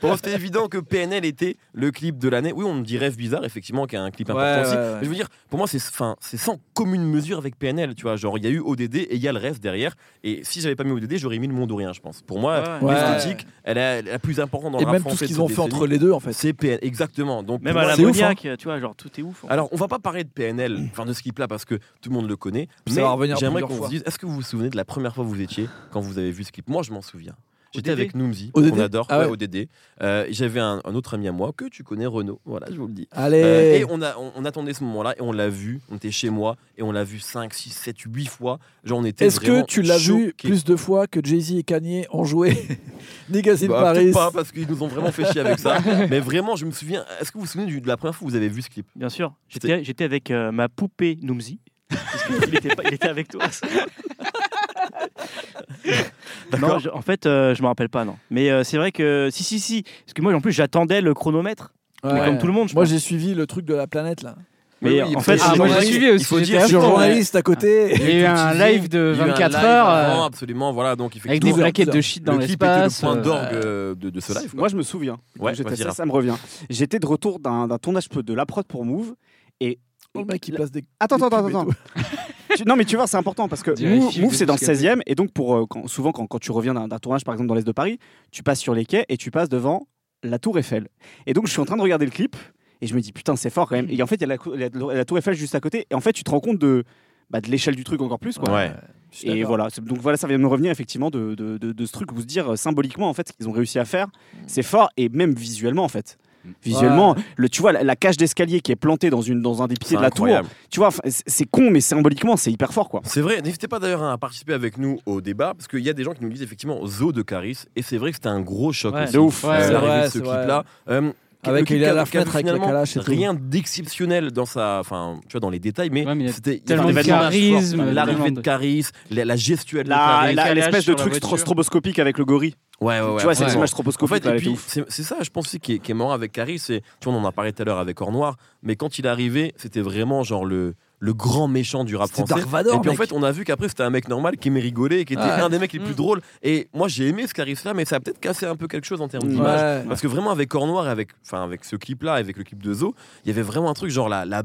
Pour moi, c'était évident que PNL était le clip de l'année. Oui, on me dit Rêve Bizarre, effectivement, qui est un clip Ouais, important aussi. ouais, ouais. Mais je veux dire, pour moi, c'est enfin, c'est sans commune mesure avec PNL. Tu vois, genre, il y a eu ODD et il y a le rêve derrière. Et si j'avais pas mis ODD, j'aurais mis le monde ou rien, je pense. Pour moi, Ouais. Ouais. l'esthétique, elle est la plus importante dans Et le rap même tout français. ce de qu'ils cette ont fait entre décennie. les deux, en fait. C'est PNL, exactement. Donc, Même pour à moi, la c'est ouf, Moniac, tu vois, genre tout est ouf. hein. en fait. alors, on va pas parler de PNL, enfin de ce clip là, parce que tout le monde le connaît. Ça mais va revenir j'aimerais plusieurs qu'on fois. se dise est-ce que vous vous souvenez de la première fois où vous étiez quand vous avez vu ce clip Moi, je m'en souviens. J'étais ODD? avec Noomzy, ODD? on adore, Ah ouais, ouais. ODD. Euh, J'avais un, un autre ami à moi que tu connais, Renaud. Voilà, je vous le dis. Euh, Allez. et on, a, on, on attendait ce moment-là et on l'a vu. On était chez moi et on l'a vu 5, 6, 7, 8 fois. Genre, on était Est-ce que vraiment tu l'as vu choqués. plus de fois que Jay-Z et Kanye ont joué Niggas in Bah, Paris peut-être pas parce qu'ils nous ont vraiment fait chier avec ça. Mais vraiment, je me souviens. Est-ce que vous vous souvenez du- de la première fois où vous avez vu ce clip Bien sûr. J'étais j'étais avec euh, ma poupée Noumzi. Parce qu'il était, pas- il était avec toi. non, je- en fait, euh, je me rappelle pas, non. Mais euh, c'est vrai que si, si, si. Parce que moi, en plus, j'attendais le chronomètre. mais Ouais. comme tout le monde, je Moi, pense. j'ai suivi le truc de la planète, là. Mais Oui, oui, en parce fait, que Ah, les moi j'ai journalistes, suivi aussi. il faut j'étais dire, à Je Sur suis fond, ouais. journaliste à côté. Il y a eu un live de Il y a eu un 24 live Euh, heures avant, euh, absolument, voilà. Donc, avec effectivement, des 12 heures, plaquettes 12 de shit dans le clip était le l'espace. point euh, d'orgue euh, de, de ce live. quoi. Moi, je me souviens. Ouais, J'étais vas-y, ça, Raph. ça me revient. J'étais de retour d'un d'un tournage de la prod pour Move. Et Ah. Oh, le mec, il place des. Attends, des attends, attends, cubes et attends. Tu- non, mais tu vois, c'est important parce que On dirait Move, Phil Move, de c'est dans le Bouscapé. 16e. Et donc, pour, euh, quand- souvent, quand, quand tu reviens d'un d'un tournage, par exemple, dans l'Est de Paris, tu passes sur les quais et tu passes devant la Tour Eiffel. Et donc, je suis en train de regarder le clip et je me dis, putain, c'est fort quand même. Et en fait, il y a la, cou- la- la Tour Eiffel juste à côté. Et en fait, tu te rends compte de, bah, de l'échelle du truc encore plus. Quoi. Ouais. Je suis Et d'accord. voilà, c'est- donc voilà, ça vient de me revenir effectivement de, de, de- de ce truc, vous se dire euh, symboliquement en fait ce qu'ils ont réussi à faire, Mm. c'est fort et même visuellement en fait. Visuellement, le, tu vois la, la cage d'escalier qui est plantée dans, une, dans un des C'est pieds de la incroyable. tour, tu vois, enfin, c'est c'est con mais symboliquement c'est hyper fort quoi. C'est vrai, n'hésitez pas d'ailleurs à participer avec nous au débat, parce qu'il y a des gens qui nous disent effectivement Zo de Caris, et c'est vrai que c'était un gros choc Ouais. aussi. De ouf. euh, Ouais, l'arrivée c'est de ce vrai, c'est clip-là. Euh, Avec le il est clip à la qui avait fenêtre avec la finalement calache et tout. Rien d'exceptionnel dans sa, enfin, tu vois, dans les détails, mais, Ouais, mais il y a c'était il y tellement avait de vraiment la force, charisme, l'arrivée tellement de de- Caris, la, la gestuelle La- de Caris. la- calage L'espèce de sur la truc voiture. stro- stroboscopique avec le gorille, Ouais, Ah ouais, ouais. tu vois, cette ouais. image En stroboscopique fait, et là, elle était puis, ouf. c'est c'est ça, je pense aussi, qui est, qui est marrant avec Harry. C'est, tu vois, on en a parlé tout à l'heure avec Or Noir, mais quand il est arrivé, c'était vraiment genre le, le grand méchant du rap C'était français. Dark Vador, et puis mec. en fait, on a vu qu'après, c'était un mec normal qui aimait rigoler et qui était Ouais. un des mecs les plus Mm. drôles. Et moi, j'ai aimé ce qui arrive là, mais ça a peut-être cassé un peu quelque chose en termes d'image. Ouais. Parce que vraiment, avec Corps Noir et avec, enfin, avec ce clip-là, avec le clip de Zo, il y avait vraiment un truc genre la, la-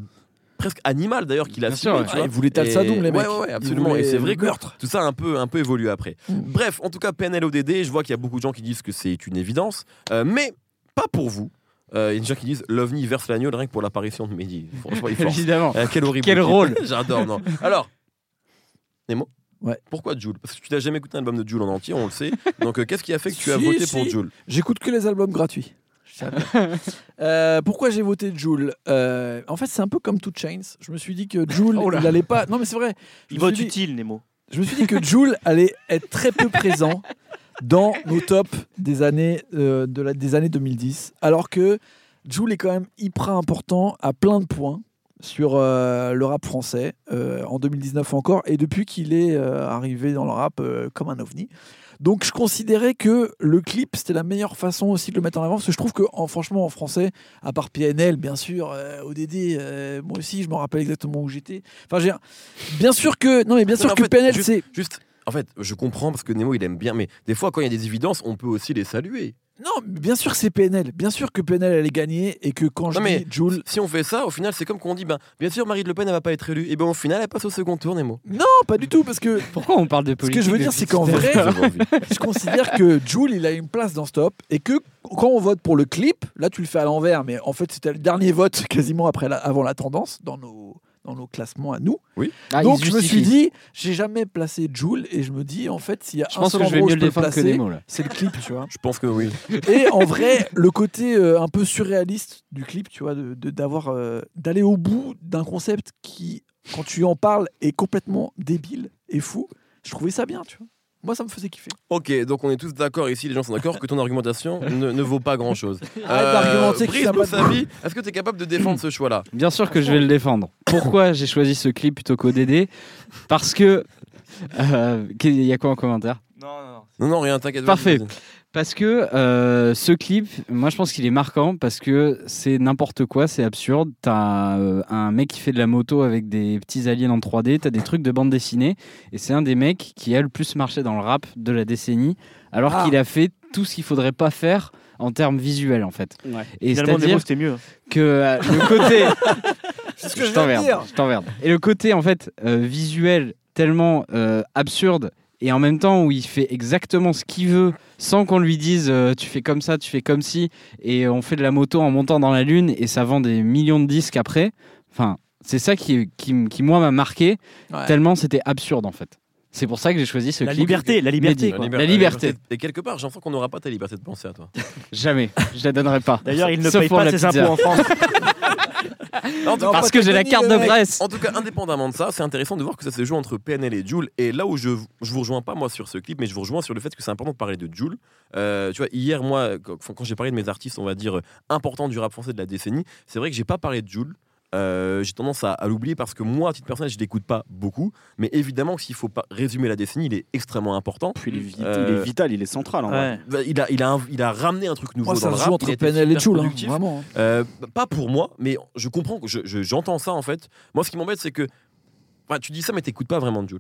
presque animal d'ailleurs qu'il a Bien sûr, ouais. Ah, ils voulaient Tal Sadoum, les mecs. Ouais, ouais, Ils absolument. voulaient Et c'est vrai le que meurtre. tout ça a un peu, un peu évolué après. Mm. Bref, en tout cas, PNL ODD, je vois qu'il y a beaucoup de gens qui disent que c'est une évidence, euh, mais pas pour vous. Euh, Il y a des gens qui disent l'OVNI verse l'agneau rien que pour l'apparition de Mehdi. Franchement, il force. Évidemment. Euh, quel horrible. Quel clip. rôle. J'adore, non. Alors, Nemo Ouais. Pourquoi Jules Parce que tu n'as jamais écouté un album de Jules en entier, on le sait. Donc, euh, qu'est-ce qui a fait que tu as Si, voté si. pour Jules J'écoute que les albums gratuits. Je savais. Euh, pourquoi j'ai voté Joule Euh, En fait, c'est un peu comme Two Chains. Je me suis dit que Joule, Oh là. il allait pas. Non, mais c'est vrai. Je Il me vote suis dit- utile, Nemo. Je me suis dit que Joule allait être très peu présent dans nos tops des années, euh, de la- des années 2010, alors que Joule est quand même hyper important à plein de points sur euh, le rap français euh, en 2019 encore et depuis qu'il est euh, arrivé dans le rap euh, comme un ovni. Donc je considérais que le clip c'était la meilleure façon aussi de le mettre en avant parce que je trouve que en, franchement en français à part PNL bien sûr euh, ODD euh, moi aussi je me rappelle exactement où j'étais. Enfin je veux dire, bien sûr que non mais bien Non, sûr mais en que fait, PNL juste- c'est Juste, en fait, je comprends parce que Nemo, il aime bien, mais des fois, quand il y a des évidences, on peut aussi les saluer. Non, bien sûr que c'est PNL. Bien sûr que PNL allait gagner et que quand je Non, mais- dis Joule. Si on fait ça, au final, c'est comme qu'on dit ben, bien sûr, Marie Le Pen, elle va pas être élue. Et ben au final, elle passe au second tour, Nemo. Non, pas du tout, parce que Pourquoi on parle de ce politique que je veux depuis dire, c'est tout qu'en à l'heure vrai, J'avais envie. je considère que Joule, il a une place dans Stop et que quand on vote pour le clip, là tu le fais à l'envers, mais en fait c'était le dernier vote quasiment après la- avant la tendance dans nos, dans nos classements à nous. Ah, il Donc je me suis justifie. dit, j'ai jamais placé Joule et je me dis en fait s'il y a Je un pense seul que je vais endroit où mieux le peux défendre que placer, Nemo là. c'est le clip, tu vois. Je pense que oui. Et en vrai, le côté euh, un peu surréaliste du clip, tu vois, de- de- d'avoir euh, d'aller au bout d'un concept qui, quand tu en parles, est complètement débile et fou. Je trouvais ça bien, tu vois. Moi, ça me faisait kiffer. Ok, donc on est tous d'accord ici, les gens sont d'accord que ton argumentation ne, ne vaut pas grand chose. d'argumenter que Brice ça va- Moussavi, est-ce que tu es capable de défendre ce choix-là Bien sûr que je vais le défendre. Pourquoi j'ai choisi ce clip plutôt qu'ODD Parce que. euh, qu'il- Il y a quoi en commentaire Non, non, non. Non, non, rien, t'inquiète. vas-y, Parfait. vas-y. Parce que euh, ce clip, moi je pense qu'il est marquant parce que c'est n'importe quoi, c'est absurde. T'as euh, un mec qui fait de la moto avec des petits aliens en 3D, t'as des trucs de bande dessinée, et c'est un des mecs qui a le plus marché dans le rap de la décennie, alors Ah. qu'il a fait tout ce qu'il faudrait pas faire en termes visuels en fait. Ouais. Et Finalement, c'est-à-dire Nemo, c'était mieux. que euh, le côté. C'est ce je t'emmerde, je t'emmerde. Et le côté, en fait, euh, visuel tellement euh, absurde et en même temps où il fait exactement ce qu'il veut sans qu'on lui dise euh, tu fais comme ça, tu fais comme si, et on fait de la moto en montant dans la lune et ça vend des millions de disques après. Enfin, c'est ça qui, qui, m- qui, moi, m'a marqué Ouais. tellement c'était absurde en fait. C'est pour ça que j'ai choisi ce La clip. liberté, la liberté. Mehdi. La, quoi. liberté. liberté- liberté. Et quelque part, j'entends qu'on n'aura pas ta liberté de penser à toi. Jamais, je la donnerai pas. D'ailleurs, il ne Sauf paye pour pas la ses pizza. impôts en France. Non, en tout- Parce que j'ai la carte de euh, presse. En tout cas, indépendamment de ça, c'est intéressant de voir que ça se joue entre PNL et Joule. Et là où je, je vous rejoins pas, moi, sur ce clip, mais je vous rejoins sur le fait que c'est important de parler de Joule. Euh, tu vois, hier, moi, quand, quand j'ai parlé de mes artistes, on va dire, euh, importants du rap français de la décennie, c'est vrai que j'ai pas parlé de Joule. Euh, j'ai tendance à, à l'oublier parce que moi, à titre personnel, je l'écoute pas beaucoup. Mais évidemment, que s'il faut pas résumer la décennie, il est extrêmement important. Puis il est, vit- Euh, il est vital, il est central. En vrai. Ouais. Bah, Il a, il a, un- il a ramené un truc nouveau Moi, dans ça le se rap. joue il a entre été PNL et super Joule, hein, productif. vraiment. Euh, bah, pas pour moi, mais je comprends, que je- je- j'entends ça en fait. Moi, ce qui m'embête, c'est que. Enfin, tu dis ça, mais t'écoutes pas vraiment Jules.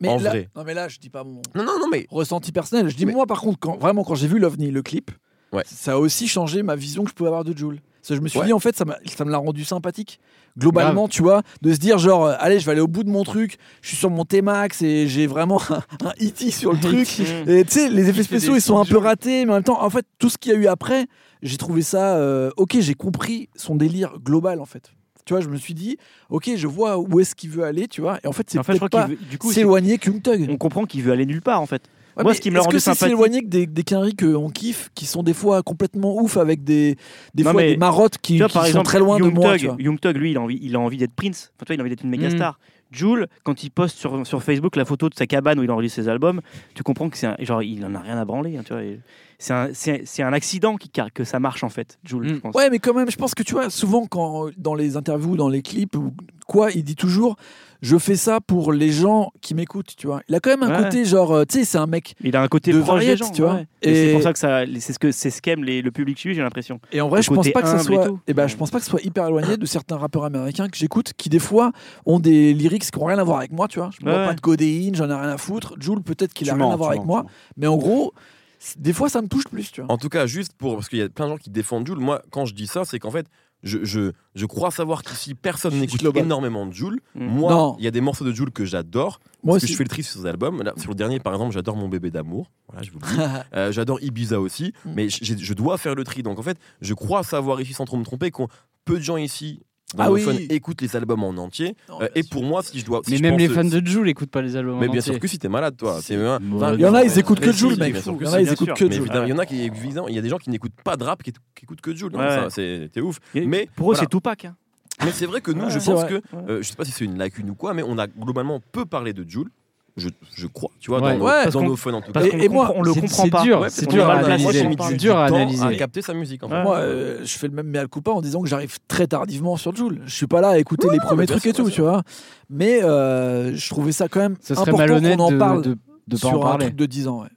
Mais En là, vrai. Non, mais là, je dis pas mon Non, non, non, mais. ressenti personnel. Je dis, Mais- moi, par contre, quand, vraiment, quand j'ai vu l'OVNI, le clip, Ouais. ça a aussi changé ma vision que je pouvais avoir de Joule. Parce que je me suis Ouais. dit, en fait, ça m'a ça me l'a rendu sympathique. Globalement, tu vois, de se dire, genre, euh, allez, je vais aller au bout de mon truc, je suis sur mon T-Max et j'ai vraiment un, un E.T. sur le truc. Mmh. Et tu sais, les effets Il fait spéciaux, des ils sont un peu Joule. ratés, mais en même temps, en fait, tout ce qu'il y a eu après, j'ai trouvé ça. euh, ok, j'ai compris son délire global, en fait. Tu vois, je me suis dit, ok, je vois où est-ce qu'il veut aller, tu vois, et en fait, c'est En fait, je peut-être crois pas qu'il veut- du coup, c'est- s'éloigner qu'une tug. on comprend qu'il veut aller nulle part en fait. Ouais, Moi, mais ce qui me l'a est-ce rendu que c'est sympathique- s'éloigner que des, des conneries qu'on kiffe, qui sont des fois complètement ouf, avec des, des, Non, fois mais des marottes qui, tu vois, qui par sont exemple, très loin Young de moi. Thug, tu vois. Young Thug, lui, il a envie, il a envie d'être Prince. Enfin, toi, il a envie d'être une méga Mm. star. Jules, quand il poste sur, sur Facebook la photo de sa cabane où il enregistre ses albums, tu comprends que c'est un- genre il en a rien à branler. hein, tu vois, et c'est un, c'est- c'est un accident qui, car- que ça marche en fait, Jules. Mm. je pense. Ouais, mais quand même, je pense que tu vois, souvent quand euh, dans les interviews, dans les clips, ou quoi, il dit toujours je fais ça pour les gens qui m'écoutent, tu vois. Il a quand même un Ouais. côté genre, euh, tu sais, c'est un mec Il a un côté de proche des variété, gens, tu vois. ouais. Et- Et, c'est pour ça que ça, c'est ce que c'est ce qu'aime les- le public suisse, j'ai l'impression. Et en vrai, Le je pense côté pas que ça humble et soit. tout. eh ben, je pense pas que ce soit hyper éloigné de certains rappeurs américains que j'écoute, qui des fois ont des lyrics qui n'ont rien à voir avec moi, tu vois. Je bois Ouais, pas ouais. de codéine, j'en ai rien à foutre. Jules, peut-être qu'il a Tu rien mens, à voir tu avec mens, moi, tu mens. mais en gros, c- des fois, ça me touche plus, tu vois. En tout cas, juste pour. Parce qu'il y a plein de gens qui défendent Jules. Moi, quand je dis ça, c'est qu'en fait, je, je, je crois savoir qu'ici, personne n'écoute global. énormément de Jules. Mm. Moi, Non. il y a des morceaux de Jules que j'adore. Moi parce que aussi. je fais le tri sur ses albums. Là, sur le dernier, par exemple, j'adore Mon bébé d'amour. Voilà, je vous le dis. Euh, j'adore Ibiza aussi. Mm. Mais j'ai- je dois faire le tri. Donc, en fait, je crois savoir ici, sans trop me tromper, qu'on peu de gens ici. Dans Ah le oui. fun, écoutent les albums en entier. Non, Euh, bien et sûr. pour moi, si je dois. si Mais je même pense- les fans de Jules écoutent pas les albums. Mais en bien sûr entier. que si, t'es malade, toi. C'est- Enfin, Il y en a, non, ils mais- écoutent que mais Jules, si, mec. bien sûr Il que y en si. a, ils bien écoutent sûr. que Mais Jules. évidemment, il y en a qui évidemment, il y a des gens qui n'écoutent pas de rap, qui, qui écoutent que Jules. Non, mais Ouais. ça, c'est t'es ouf. Et Mais pour eux, voilà. c'est Tupac. Hein. Mais c'est vrai que nous, Ouais, je c'est pense vrai. que euh, je sais pas si c'est une lacune ou quoi, mais on a globalement peu parlé de Jules. Je, je crois, tu vois, Ouais. dans, nos, Ouais. dans Parce qu'on- nos fun en tout cas. Parce Et- qu'on et moi, comprend- on le C'est- comprend c'est pas. dur, Ouais, parce c'est qu'on dur est à mal placé, analyser. j'ai mis C'est du dur à temps analyser. À capter sa musique en fait. Ouais. Moi, euh, je fais le même mea culpa en disant que j'arrive très tardivement sur Joule. Je suis pas là à écouter les mais premiers bien trucs sûr, et tout, bien tu vois. Mais euh, je trouvais ça quand même Ce serait important malhonnête qu'on en de- parle de de pas sur en un parler. truc de 10 ans. ouais.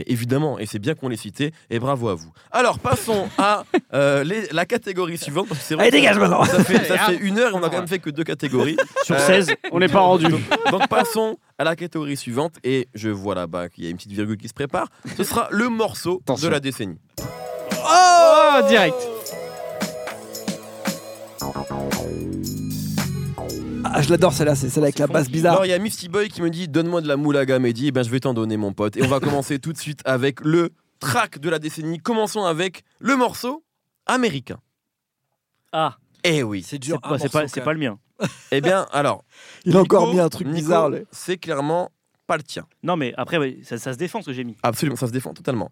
Mais évidemment, et c'est bien qu'on l'ait cité, et bravo à vous. Alors passons à euh, les- la catégorie suivante. parce que c'est vrai Allez, que dégage maintenant ça fait, ça fait une heure et on a quand même fait que deux catégories. Sur Euh, 16, On n'est pas rendu. Donc passons à la catégorie suivante et je vois là-bas qu'il y a une petite virgule qui se prépare. Ce sera le morceau Attention. de la décennie. Oh, direct. Ah, je l'adore celle-là, c'est celle avec la basse bizarre. Alors il y a Misty Boy qui me dit donne-moi de la moulaga Mehdi, Eh ben je vais t'en donner mon pote. Et on va commencer tout de suite avec le track de la décennie. Commençons avec le morceau américain. Ah. Eh oui. C'est dur. Ah, c'est pas, c'est pas- c'est pas le mien. Eh bien alors. Il a encore Nico, mis un truc Nico, bizarre. lui. C'est clairement pas le tien. Non, mais après, ouais, ça, ça se défend ce que j'ai mis. Absolument, ça se défend totalement.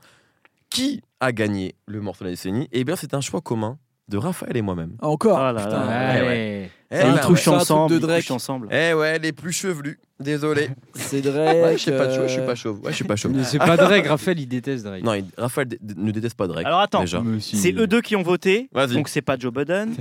Qui a gagné le morceau de la décennie Eh bien c'est un choix commun de Raphaël et moi-même. Encore. Ah là putain. là. Ouais, Ouais. Eh C'est ben, un truc ouais. c'est un truc ensemble. de ils Drake. couchent ensemble. Eh ouais, les plus chevelus. Désolé. C'est Drake. Ouais, je sais pas de chauve, je euh, suis pas chauve. Ouais, je suis pas chauve. Mais C'est pas Drake, Raphaël, il déteste Drake. Non, il- Raphaël dé- dé- ne déteste pas Drake. Alors attends, déjà. Mais si. c'est eux deux qui ont voté. Vas-y. Donc c'est pas Joe Biden.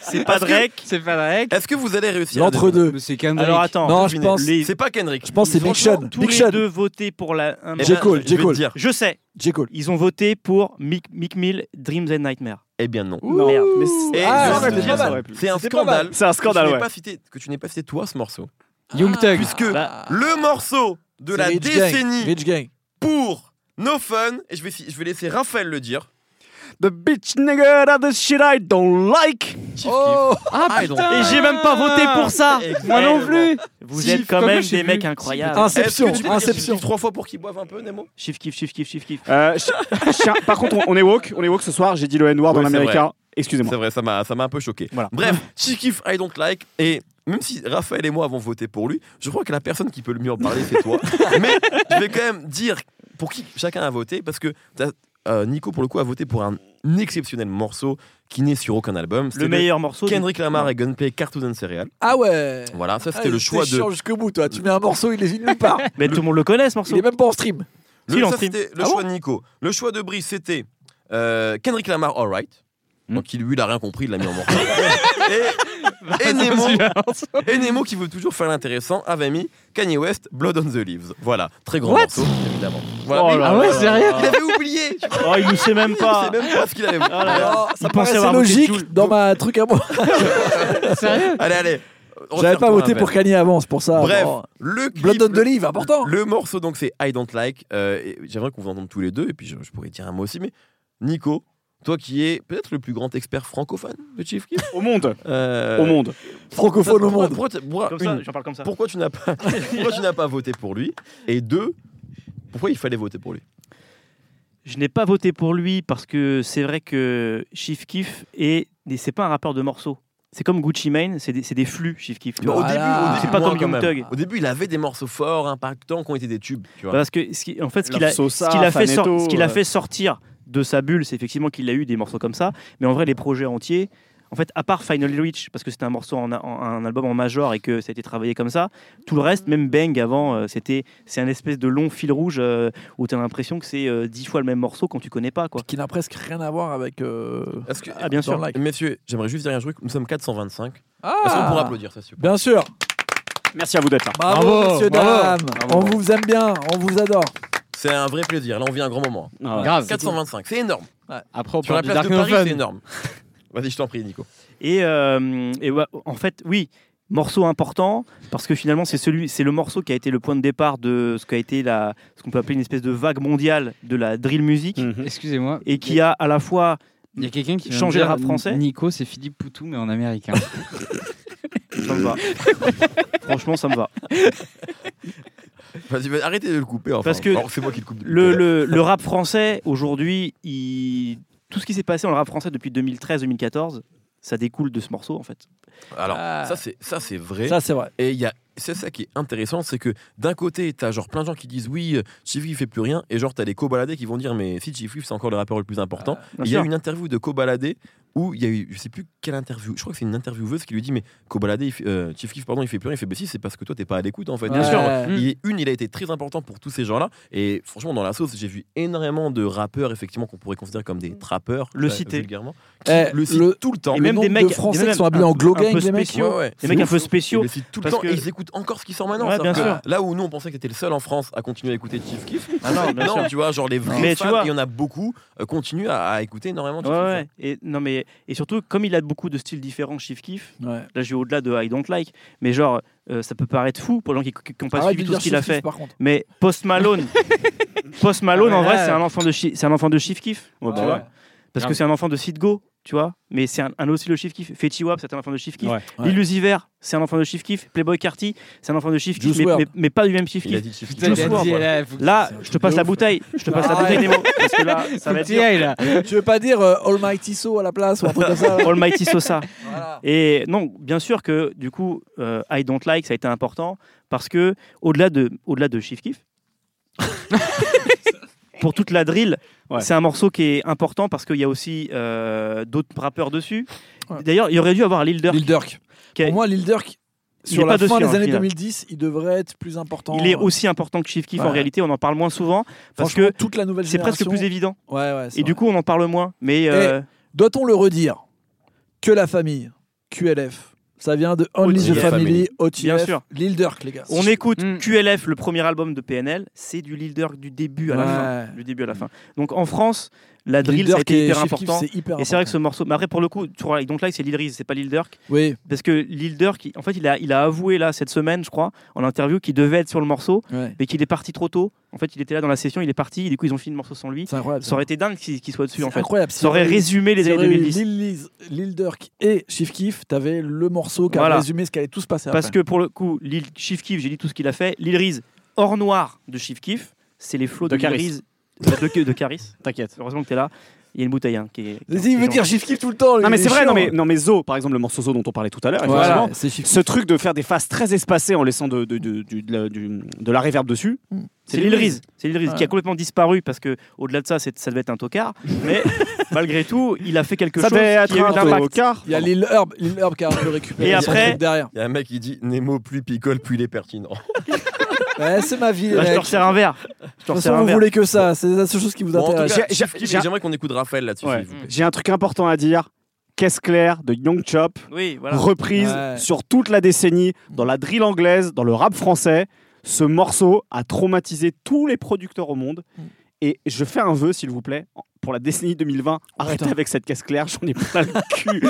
c'est pas Drake. C'est pas Drake. Est-ce que vous allez réussir à deviner L'entre-deux. Mais c'est Kendrick. Alors attends, Non, je deviner. pense. les- C'est pas Kendrick. Je pense que c'est Big franchement, Sean. tous Big les Sean. deux voter pour la. un- Eh J. ben, Cole, je J. vais Cole. te dire. Je sais, J. Cole. ils ont voté pour Mick, Mick Mill, Dreams and Nightmares. Eh bien non. Non, Merde. mais Et Ah, je c'est vais te pas dire, mal. c'est un C'était pas mal. scandale. Bah, C'est un scandale, que tu n'aies ouais. pas cité, que tu n'aies pas cité toi ce morceau. Ah, Young Thug. Puisque Bah, le morceau de C'est la Rich Gang. décennie Rich Gang. pour No Fun, et je vais, si- je vais laisser Raphaël le dire. The bitch nigga that the shit I don't like. Chief Oh Ah ils ont- putain. Et j'ai même pas voté pour ça. Keef. Moi non Exactement. plus. Vous Si, êtes quand comme même je sais des plus. mecs Ah. incroyables. Est-ce que Inception. tu peux Inception. dire trois fois pour qu'il boive un peu, Nemo Chiff kiff, chiff kiff, chiff kiff. Euh, chi- chien- par contre, on- on est woke, on est woke ce soir. J'ai dit le N-word Ouais, en c'est américain. C'est Excusez-moi. vrai, ça m'a ça m'a un peu choqué. Voilà. Bref, She Kiff, I Don't Like. Et même si Raphaël et moi avons voté pour lui, je crois que la personne qui peut le mieux en parler, c'est toi. Mais je vais quand même dire pour qui chacun a voté, parce que t'as- euh, Nico, pour le coup, a voté pour un exceptionnel morceau qui n'est sur aucun album. C'était Le meilleur morceau. de- Kendrick Lamar et Gunplay, Cartoon and Cereal. Ah ouais. Voilà, ça Ah, c'était le t'es choix de. chiant jusqu'au bout, toi. Tu mets un morceau, il est il nulle part. Mais tout le monde le connaît ce Il morceau. est même pas en stream. Le, Si, en ça, stream. c'était le Ah choix de Nico. Le choix de Brice, c'était euh, Kendrick Lamar, Alright. Donc, il, lui, il a rien compris, il l'a mis en morceau. et, et Nemo, et Nemo, qui veut toujours faire l'intéressant, avait mis Kanye West, Blood on the Leaves. Voilà, très grand What morceau, évidemment. Voilà. Oh Mais là Ah ouais, là sérieux il avait oublié tu vois, Oh, il nous sait même pas. C'est même pas ce qu'il avait Ah là là. Alors, ça Il pensait paraissait avoir voté logique Jul. dans ma truc à moi. Sérieux Allez, allez. on J'avais serre pas toi un voté verre. pour Kanye avant, c'est pour ça. Bref, Bon. le Blood clip, on the Leaf, important. Le morceau, donc, c'est I Don't Like. Euh, et J'aimerais qu'on vous entende tous les deux, et puis je, je pourrais dire un mot aussi. Mais Nico, toi qui es peut-être le plus grand expert francophone de Chief Keef, Au monde, euh, au monde. Francophone au monde. Pourquoi, pourquoi- Comme ça, une, j'en parle comme ça. pourquoi tu n'as pas, pourquoi tu n'as pas voté pour lui Et deux, pourquoi il fallait voter pour lui Je n'ai pas voté pour lui parce que c'est vrai que Chief Keef est et c'est pas un rappeur de morceaux. C'est comme Gucci Mane, c'est des, c'est des flux Chief Keef. tu Bah, vois. Au début, Voilà. au début C'est pas moins, comme quand Young même. Thug. Au début, il avait des morceaux forts, impactants, qui ont été des tubes. Tu vois. Parce que ce qui, en fait, ce qu'il a, Sosa, ce qu'il a fait, sor- Fanetto, ce qu'il a euh. fait sortir de sa bulle, c'est effectivement qu'il a eu des morceaux comme ça. Mais en vrai, les projets entiers, en fait, à part Final Reach, parce que c'était un morceau, en, en- un album en major et que ça a été travaillé comme ça, tout le reste, même Bang avant, euh, c'était c'est un espèce de long fil rouge euh, où tu as l'impression que c'est euh, dix fois le même morceau quand tu connais pas. quoi. Qui n'a presque rien à voir avec. euh, Est-ce que- Ah, bien sûr. dans le live. Messieurs, j'aimerais juste dire un truc. Nous sommes 425. Ah Est-ce qu'on pourra applaudir ça, s'il vous plaît Bien sûr. Merci à vous d'être là. Bravo, Bravo, messieurs, bravo, dames. bravo. On vous aime bien, on vous adore. C'est un vrai plaisir. Là, on vit un grand moment. Ah, Grave. 425, c'est énorme. Après, on Sur la parle place du Dark de Paris, c'est Neuphone. énorme. Vas-y, je t'en prie, Nico. Et, euh, et ouais, en fait, oui, morceau important parce que finalement c'est celui, c'est le morceau qui a été le point de départ de ce qu'a été la, ce qu'on peut appeler une espèce de vague mondiale de la drill music Mm. Mhm. Excusez-moi. et qui a à la fois, Il y a quelqu'un qui vient de Changer le dire, rap français Nico, c'est Philippe Poutou, mais en américain. ça me va. Euh. Franchement, ça me va. Vas-y, vas-y, arrêtez de le couper. Enfin. Parce que Alors, c'est moi qui le coupe. depuis tout à Le, l'heure. le- le rap français aujourd'hui, il- tout ce qui s'est passé dans le rap français depuis 2013-2014, ça découle de ce morceau en fait. Alors, Ah. ça, c'est ça, c'est vrai. Ça, c'est vrai. Et il y a c'est ça qui est intéressant, c'est que d'un côté, t'as genre plein de gens qui disent oui, euh, Chief Keef fait plus rien, et genre t'as les cobaladés qui vont dire mais si Chief Keef, c'est encore le rappeur le plus important. Ah, Bien il y a sûr. eu une interview de cobaladé où il y a eu, je sais plus quelle interview, je crois que c'est une intervieweuse qui lui dit mais cobaladé, il fait- euh, Chief Keef, pardon, il fait plus rien, il fait bah si, c'est parce que toi t'es pas à l'écoute en fait. Ouais. Mm. Il est- une, il a été très important pour tous ces gens-là. Et franchement, dans la sauce, j'ai vu énormément de rappeurs, effectivement, qu'on pourrait considérer comme des trappeurs. Mm. Le euh, citer. vulgairement, qui Eh, le citent le- tout le temps. Et Le même nombre des mecs- de Français et même qui sont un- habillés en glow un gang, peu les mecs. spéciaux. Ouais, ouais, Les c'est mecs un ouf. peu Ils spéciaux. le citent tout le Parce temps que- et ils écoutent encore ce qui sort maintenant. Ouais, C'est-à-dire bien que sûr. Là où nous on pensait que t'étais le seul en France à continuer à écouter Chief Keef, Ah non, bien sûr. non, tu vois, genre les vrais Mais tu fans, vois- et il y en a beaucoup, euh, continuent à, à écouter énormément hein. de Ouais, ouais. Et, non, mais, et surtout, comme il a beaucoup de styles différents, Chief Keef, Ouais. Là, je vais au-delà de I Don't Like, mais genre, euh, ça peut paraître fou pour les gens qui n'ont pas Arrête suivi de tout ce dire qu'il a Chief Keef, fait. Par contre. Mais Post Malone, Post Malone, en Ah ouais, vrai, là, c'est un enfant de Chi- c'est un enfant de Chief Keef, Ouais. tu vois, parce que Grave. c'est un enfant de Sid Go, tu vois. Mais c'est un, un aussi le Chief Keef. Fetchy Wap, c'est un enfant de Chief Keef. Ouais, ouais. Lil Uzi Vert, c'est un enfant de Chief Keef. Playboy Carty, c'est un enfant de Chief Keef, Juice mais, WRLD. mais- mais pas du même Chief Il a Keef. dit Chief Putain, il Keef. a dit, là, faut que- Là, C'est un je te truc passe de la ouf. bouteille, je te passe la Ah ouais. bouteille des mots, parce que là, ça va faut être que t'y ailles, là. Tu veux pas dire euh, Almighty So à la place ou un truc comme ça dur. Almighty Sosa. Voilà. Et non, bien sûr que du coup, euh, I Don't Like, ça a été important parce que au-delà de, au-delà de Chief Keef, pour toute la drill, Ouais. c'est un morceau qui est important parce qu'il y a aussi euh, d'autres rappeurs dessus. Ouais. D'ailleurs, il aurait dû avoir Lil Durk. Lil Durk. qui a- Pour moi, Lil Durk, sur est la pas dessus, fin hein, des années final. 2010, il devrait être plus important. il est aussi important que Chief Keef Ouais. en réalité. On en parle moins souvent parce Franchement, que toute la nouvelle c'est presque génération. plus évident. Ouais, ouais, c'est Et du vrai. coup, on en parle moins. Mais euh, Doit-on le redire que la famille QLF, ça vient de Only Only the the Family, Bien OTF, sûr. Lil Durk, les gars. on écoute Hmm. Mm. QLF, le premier album de PNL, c'est du Lil Durk du début à la Ouais. fin. Du début à la fin. Donc en France, la Mm. Lil drill, ça a Durk été et hyper Chief Keef, important. c'est hyper Et c'est vrai que important. ce morceau, mais après pour le coup, tu vois, donc là c'est Lil Reese, c'est pas Lil Durk, Oui, parce que Lil Durk, en fait, il a, il a avoué là cette semaine, je crois, en interview, qu'il devait être sur le morceau, ouais. mais qu'il est parti trop tôt. En fait, il était là dans la session, il est parti, et du coup ils ont fini le morceau sans lui. c'est incroyable. Ça aurait été dingue qu'il qu'il soit dessus en C'est fait. incroyable. Ça aurait résumé les S'il y années aurait eu 2010. Lil, Liz- Lil Durk et Chief Keef, t'avais le morceau qui a Voilà. résumé ce qui allait tout se passer Parce après. que pour le coup, Lil Chief Keef, j'ai dit tout ce qu'il a fait. Lil Reese, hors noir de Chief Keef, c'est les flots De de, Lil Caris. Reese, de, de Caris. T'inquiète. Heureusement que t'es là. Il y a une bouteille hein, qui est. Vas-y, il veut dire Chief Keef tout le temps. lui, Non mais il c'est est vrai, chiant. non mais, non mais Zo, par exemple le morceau Zo dont on parlait tout à l'heure, Voilà, effectivement, c'est Chief Keef. ce truc de faire des phases très espacées en laissant de, de, de, du- de la, du- de la reverb dessus, C'est Lil Reese, c'est Lil Reese qui Ouais. a complètement disparu parce que au-delà de ça, c'est- ça devait être un tocard. Mais malgré tout, il a fait quelque ça chose qui devait a être eu un un taux impact. car. Il y a Lil Herb, Lil Herb qui a un peu récupéré Et son après- truc derrière. Il y a un mec qui dit Nemo plus picole plus il est pertinent. Ouais, Eh, c'est ma vie, les Bah, je te mecs. resserre un verre. Je te De toute resserre façon, un vous verre. voulez que ça, c'est la seule chose qui vous Bon, en tout intéresse. cas, j'ai- Chief j'ai- Keef, j'ai- et j'aimerais qu'on écoute Raphaël là-dessus. Ouais. s'il vous plaît. J'ai un truc important à dire. Caisse claire de Young Chop, Oui, voilà. reprise Ouais. sur toute la décennie, dans la drill anglaise, dans le rap français. Ce morceau a traumatisé tous les producteurs au monde. Mm. Et je fais un vœu, s'il vous plaît, pour la décennie 2020, Oh, arrêtez putain. avec cette caisse claire, j'en ai plein le cul.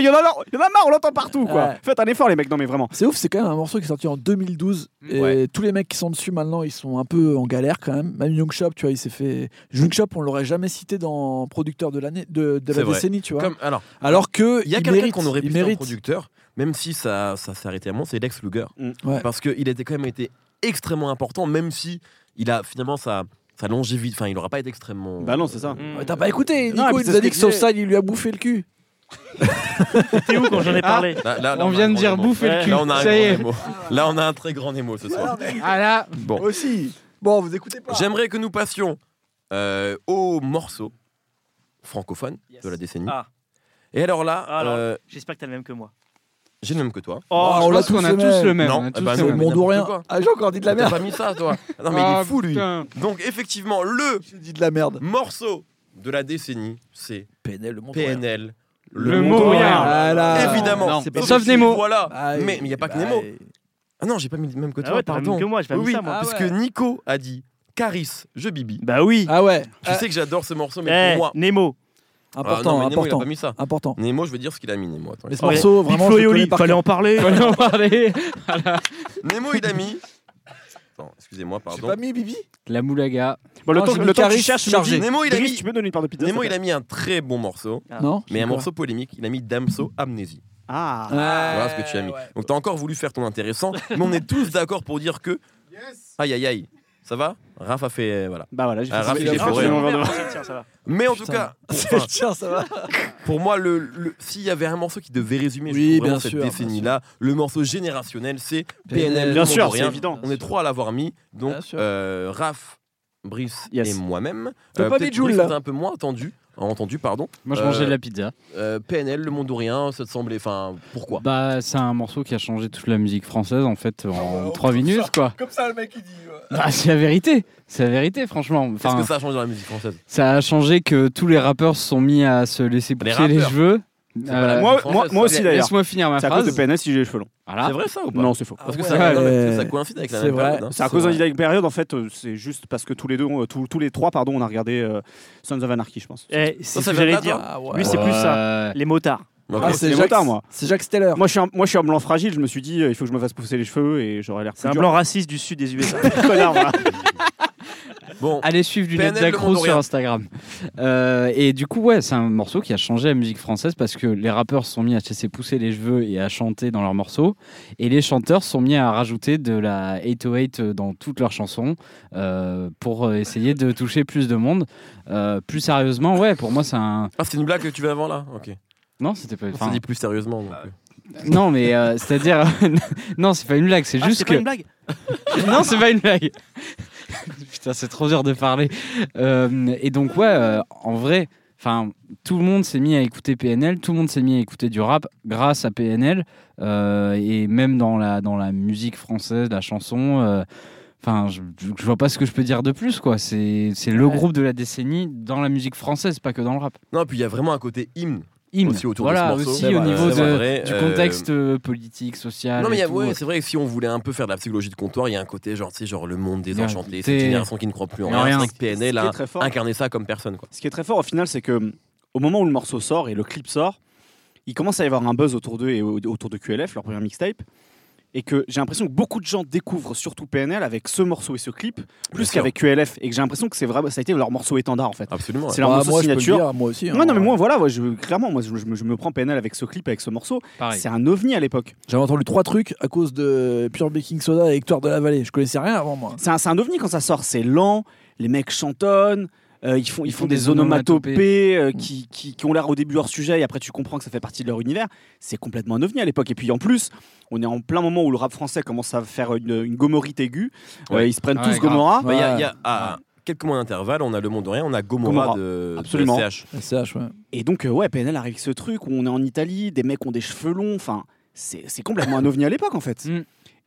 putain, il y, en a il y en a marre, on l'entend partout, quoi. Ouais. Faites un effort, les mecs, non mais vraiment. C'est ouf, c'est quand même un morceau qui est sorti en 2012 et Mm. Ouais. tous les mecs qui sont dessus maintenant, ils sont un peu en galère quand même. Même Young Chop, tu vois, il s'est fait Young Chop, on l'aurait jamais cité dans producteur de l'année de, de C'est la vrai. décennie, tu vois. Comme, alors, Alors que il y a il quelqu'un mérite, qu'on aurait pu il faire en mérite. producteur, même si ça, ça s'est arrêté à moi, c'est Lex Luger. Mm. Ouais. Parce qu'il était quand même été extrêmement important, même si il a finalement sa, sa longévité. Enfin, il n'aura pas été extrêmement. Bah non, c'est Mm. ça. Ouais, T'as pas écouté, Non, Nico, mais il c'est nous a ce dit que que je disais. Southside, il lui a bouffé le cul. T'es où quand j'en ai parlé Là- là- là, On a vient un de grand dire émo. bouffer le Là, on a un cul. Ça y grand est. émo. Là, on a un très grand émo ce soir. Ah là. Bon, Aussi. Bon, vous écoutez pas. j'aimerais que nous passions euh, au morceau francophone de la décennie. Ah. Et alors là, Ah, alors, euh, J'espère que t'as le même que moi. j'ai le même que toi. Oh, Je on l'a pense tous qu'on a le tous même. le même. Non, on a tous eh ben le non, même. mais mon n'importe rien. quoi. Ah, j'ai encore dit de la T'as merde. pas mis ça, toi Non, mais il Ah, est fou, lui. putain. Donc, effectivement, le J'ai dit de la merde. morceau de la décennie, c'est PNL, le monde. PNL. Le mot rien. Ah, Voilà. Ah, Évidemment. Non, Sauf c'est pas que Sauf si, Nemo. Voilà. Ah, mais il n'y a pas que bah, Nemo. Ah non, j'ai pas mis le même que Ah toi, ouais, t'as le même pardon. que moi, j'ai pas Oui, mis oui, ça moi. Ah parce ouais. que Nico a dit Caris, je bibi. Bah oui. Ah ouais. Tu sais que j'adore ce morceau, mais Eh, pour moi. Nemo. Ah, non, Important, mais Nemo, il a important. pas mis ça. Important. Nemo, je veux dire ce qu'il a mis, Nemo. attends. Mais ce Ouais. morceau, Big vraiment, Flo je et le Oli, connais par fallait cœur. en parler. Faut aller en parler. Nemo, il a mis. Attends, excusez-moi, J'ai pardon. pas mis Bibi La moulaga. Bon, le Non, temps, j'ai le temps mis que tu Caris cherches, chargé. Nemo, il a Brice, mis. tu peux donner une part de pizza Nemo, il s'il te a mis un très bon morceau, Ah. Non mais un Quoi morceau polémique. Il a mis Damso Amnésie. plaît Ah Voilà ce que tu as mis. Ouais. Donc t'as encore voulu faire ton intéressant, mais on est tous d'accord pour dire que. Aïe aïe aïe. Ça va Raph a fait. euh, voilà. Bah voilà, j'ai Ah, fait Raph, ça. il est Ah, bourré, j'ai hein. mon verre de vin. Tiens, ça va. Mais en tout Putain. cas, pour, enfin, Tiens, ça va. pour moi, le, le- s'il y avait un morceau qui devait résumer je Oui, trouve, bien vraiment cette sûr, bien décennie-là, le morceau générationnel, c'est PNL. PNL, Monde Bien sûr, de c'est rien. évident. On est trois à l'avoir mis. Donc Bien sûr. euh, Raph, Brice Yes. et moi-même. Euh, T'as pas mis peut-être Jules, Brice, là. t'as un peu moins entendu. Entendu, pardon. Moi, je Euh, mangeais de la pizza. Euh, PNL, le monde ou rien, ça te semblait. Enfin, pourquoi Bah, c'est un morceau qui a changé toute la musique française en fait en Oh, ouais, trois comme minutes ça. quoi. Comme ça, le mec, il dit. Bah, c'est la vérité, c'est la vérité franchement. Qu'est-ce Enfin, que ça a changé dans la musique euh, française ça a changé que tous les rappeurs se sont mis à se laisser Les pousser les, rappeurs. cheveux. pas la Euh, musique Moi, française, moi, moi ça. aussi d'ailleurs. Laisse-moi finir ma C'est à cause de phrase. PNS si j'ai les cheveux longs. Voilà. C'est vrai ça ou pas Non, c'est faux. Parce que Ah ça, ouais. euh, ça coïncide avec la C'est même vrai. période, hein. C'est à cause d'une période en fait, euh, c'est juste parce que tous les deux, on- euh, tous, tous les trois, pardon, on a regardé euh, Sons of Anarchy, je pense. Eh, ça c'est ce que vient j'allais pas, dire. Ah Lui, ouais. c'est plus ça. Ouais. Les motards. Ok. Ah, c'est les Jacques- motards, moi. C'est Jacques Steller. Moi je, suis un, moi, je suis un blanc fragile, je me suis dit, euh, il faut que je me fasse pousser les cheveux et j'aurais l'air C'est plus un dur. blanc raciste du sud des USA. Connard, voilà. Bon, ah. Allez suivre Lunette PNL, le monde Dacro sur rien. Instagram. Euh, et du coup, ouais, c'est un morceau qui a changé la musique française parce que les rappeurs se sont mis à se laisser pousser les cheveux et à chanter dans leurs morceaux. Et les chanteurs se sont mis à rajouter de la 808 dans toutes leurs chansons euh, pour essayer de toucher plus de monde. Euh, plus sérieusement, ouais, pour moi, c'est un. ah, c'est une blague que tu veux avant là Ok. Non, c'était pas. On enfin, dit plus sérieusement. donc. euh. non, mais euh, c'est-à-dire. non, c'est pas une blague, c'est Ah, juste c'est pas que. une blague Non, c'est pas une blague. Putain, c'est trop dur de parler. Euh, et donc, ouais, euh, en vrai, enfin, tout le monde s'est mis à écouter PNL, tout le monde s'est mis à écouter du rap grâce à PNL, euh, et même dans la, dans la musique française, la chanson. euh, Enfin, je, je vois pas ce que je peux dire de plus, quoi. C'est c'est le Ouais. groupe de la décennie dans la musique française, pas que dans le rap. Non, puis il y a vraiment un côté hymne, Hymne. aussi autour de voilà, ce morceau. aussi C'est au vrai, niveau c'est de- vrai, du euh, contexte euh, politique, social. Ah, Non, mais il y et a- tout. ouais, c'est vrai que si on voulait un peu faire de la psychologie de comptoir, il y a un côté genre, tu sais, genre le monde des Bien, enchantés, t'es- cette génération qui ne croit plus en Mais rien. rien. C'est vrai que PNL Ce qui est a très fort. incarné ça comme personne, quoi. Ce qui est très fort au final, c'est que hum, au moment où le morceau sort et le clip sort, il commence à y avoir un buzz autour d'eux et au- autour de QLF, leur premier mixtape. Et que j'ai l'impression que beaucoup de gens découvrent surtout PNL avec ce morceau et ce clip, plus sûr. qu'avec QLF. Et que j'ai l'impression que c'est vraiment, ça a été leur morceau étendard en fait. Absolument. ouais. C'est leur Bah, morceau moi, je peux le signature. dire, moi aussi. hein. Ouais, non, mais moi, voilà, ouais, je, clairement, moi, je, je- je me prends PNL avec ce clip, avec ce morceau. Pareil. C'est un ovni à l'époque. J'avais entendu trois trucs à cause de Pure Baking Soda et Hector de la Vallée. Je connaissais rien avant, moi. C'est un, c'est un ovni quand ça sort. C'est lent, les mecs chantonnent, euh, ils, font, ils font des, onomatopées euh, qui, qui, qui ont l'air au début hors sujet et après tu comprends que ça fait partie de leur univers. C'est complètement un ovni à l'époque. Et puis en plus, on est en plein moment où le rap français commence à faire une, une gomorite aiguë. Euh, Ouais. ils se prennent Ouais, tous grave. Gomorrah. Bah, il y a, il y a- à quelques mois d'intervalle, on a le monde de rien, on a Gomorrah, Gomorrah. de, de Absolument. SCH. SCH, ouais. Et donc, euh, ouais, PNL arrive avec ce truc où on est en Italie, des mecs ont des cheveux longs, enfin, c'est c'est complètement un ovni à l'époque en fait. Mm.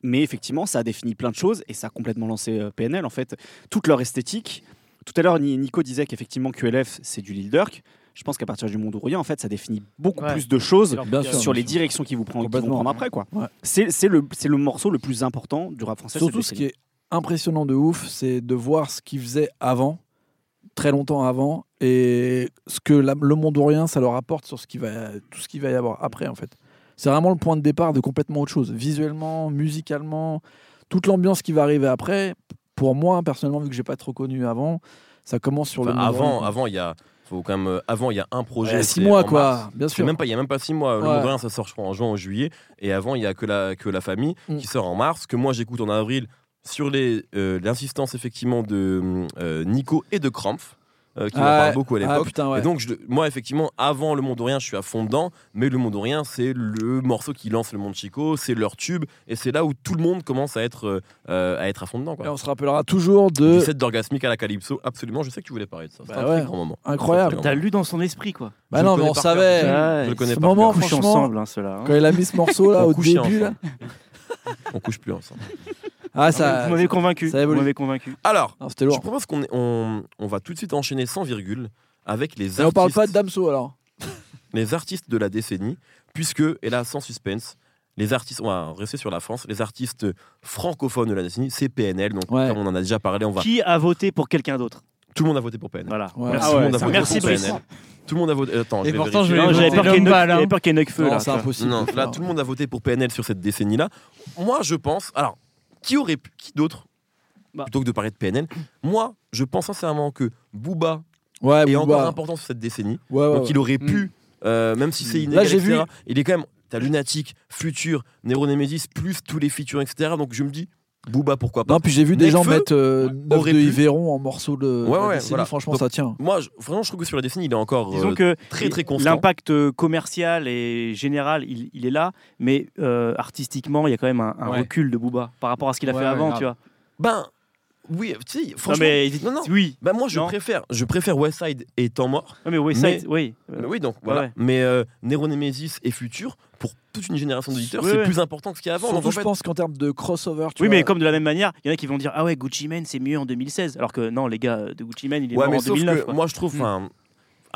Mais effectivement, ça a défini plein de choses et ça a complètement lancé euh, PNL en fait, toute leur esthétique. Tout à l'heure, Ni- Nico disait qu'effectivement QLF c'est du Lil Durk. Je pense qu'à partir du monde Orient, en fait, ça définit beaucoup Ouais. plus de choses Bien sûr. sur les directions qui vous prend, qu'ils vont Complètement. prendre après quoi. Ouais. C'est c'est le c'est le morceau le plus important du rap français. Surtout ce qui est impressionnant de ouf, c'est de voir ce qu'ils faisaient avant, très longtemps avant, et ce que la- le monde ou rien, ça leur apporte sur ce qui va, tout ce qu'il va y avoir après, en fait. C'est vraiment le point de départ de complètement autre chose, visuellement, musicalement, toute l'ambiance qui va arriver après. Pour moi, personnellement, vu que j'ai pas trop connu avant, ça commence sur le. Enfin, monde avant, ou rien. avant, il y a. Faut quand même, euh, avant, il y a un projet. Ouais, c'est six mois, en quoi, mars. bien C'est sûr. même pas- Il n'y a même pas six mois. Le Ouais. monde de rien, ça sort, je crois, en juin, en juillet. Et avant, il n'y a que la, que la famille Mm. qui sort en mars, que moi, j'écoute en avril sur les, euh, l'insistance, effectivement, de euh, Nico et de Krampf. euh, qui Ah, en parle beaucoup à Ah l'époque. putain, ouais. Et donc, je- moi, effectivement, avant Le Monde Rien, je suis à fond dedans, mais Le Monde Rien, c'est le morceau qui lance Le Monde Chico, c'est leur tube, et c'est là où tout le monde commence à être, euh, à, être à fond dedans. Et Quoi. on se rappellera toujours de. Du set d'orgasmique à la Calypso, absolument, je sais que tu voulais parler de ça. C'est Bah un très ouais. grand moment. Incroyable. T'as lu dans son esprit, quoi. Bah Je non, le mais connais on par savait. cœur. Ouais, Je le ils connais ce par moment, cœur. Couchent franchement, ensemble, hein, ceux-là. hein. Quand il a mis ce morceau là On au couchait début, là. ensemble. On couche plus ensemble. Ah, Vous ça. m'avez convaincu. ça évolue. Vous m'avez convaincu. Alors, Non, C'était je lourd. propose qu'on on, on va tout de suite enchaîner sans virgule avec les Et artistes, on parle pas de Damso alors. les artistes de la décennie, puisque, et là, sans suspense, les artistes, on va rester sur la France, les artistes francophones de la décennie, c'est PNL, donc Ouais. comme on en a déjà parlé, on va... Qui a voté pour quelqu'un d'autre Tout le monde a voté pour PNL. Voilà. Ouais. Tout le monde Merci. a Ah ça- voté merci, pour Brice. PNL. Tout le monde a voté... Attends, Et je vais pourtant, vérifier. je vais- Non, J'avais peur L'homme qu'il y ait une- balle, hein. j'avais peur qu'il y ait une feu Non, là. c'est impossible. Non, de là, faire. tout le monde a voté pour PNL sur cette décennie-là. Moi, je pense. Alors, qui aurait pu. Qui d'autre Bah. Plutôt que de parler de PNL, moi, je pense sincèrement que Booba Ouais, est Ah, Booba. encore important sur cette décennie. Ouais, ouais, donc, il aurait pu, euh, même si c'est Oh. Mm. inégal, Là, j'ai etc., vu- il est quand même. T'as Lunatic, Future, Nero Nemesis, plus tous les features, etc. Donc, je me dis, Booba, pourquoi pas Non, puis j'ai vu des gens Nekfeu mettre euh, neuf aurait de pu. Yveron en morceaux de. Ouais, la ouais, décennie. voilà. Franchement, Donc- ça tient. Moi, je- vraiment, je trouve que sur la décennie, il est encore euh, Disons que très, très constant. l'impact euh, commercial et général, il, il est là, mais euh, artistiquement, il y a quand même un, un Ouais. recul de Booba par rapport à ce qu'il a Ouais, fait ouais, avant, grave. tu vois. Ben, oui, tu sais, Non, franchement. mais non, non. oui, Ben, moi, je Non. préfère, je préfère Westside et Temps Mort Non, mais Wayside, oui. Euh, Oui, donc voilà. ouais. Mais euh, Nero Nemesis et Futur, pour toute une génération d'auditeurs, Ouais, c'est ouais. plus important que ce qu'il y a avant. Surtout, Donc, en je fait, pense qu'en termes de crossover, tu oui, vois, mais comme de la même manière, il y en a qui vont dire Ah ouais, Gucci Mane, c'est mieux en 2016. Alors que non, les gars, euh, de Gucci Mane, il est ouais, mort mais en sauf 2009. que quoi. Hmm. moi, je trouve. Mm. enfin,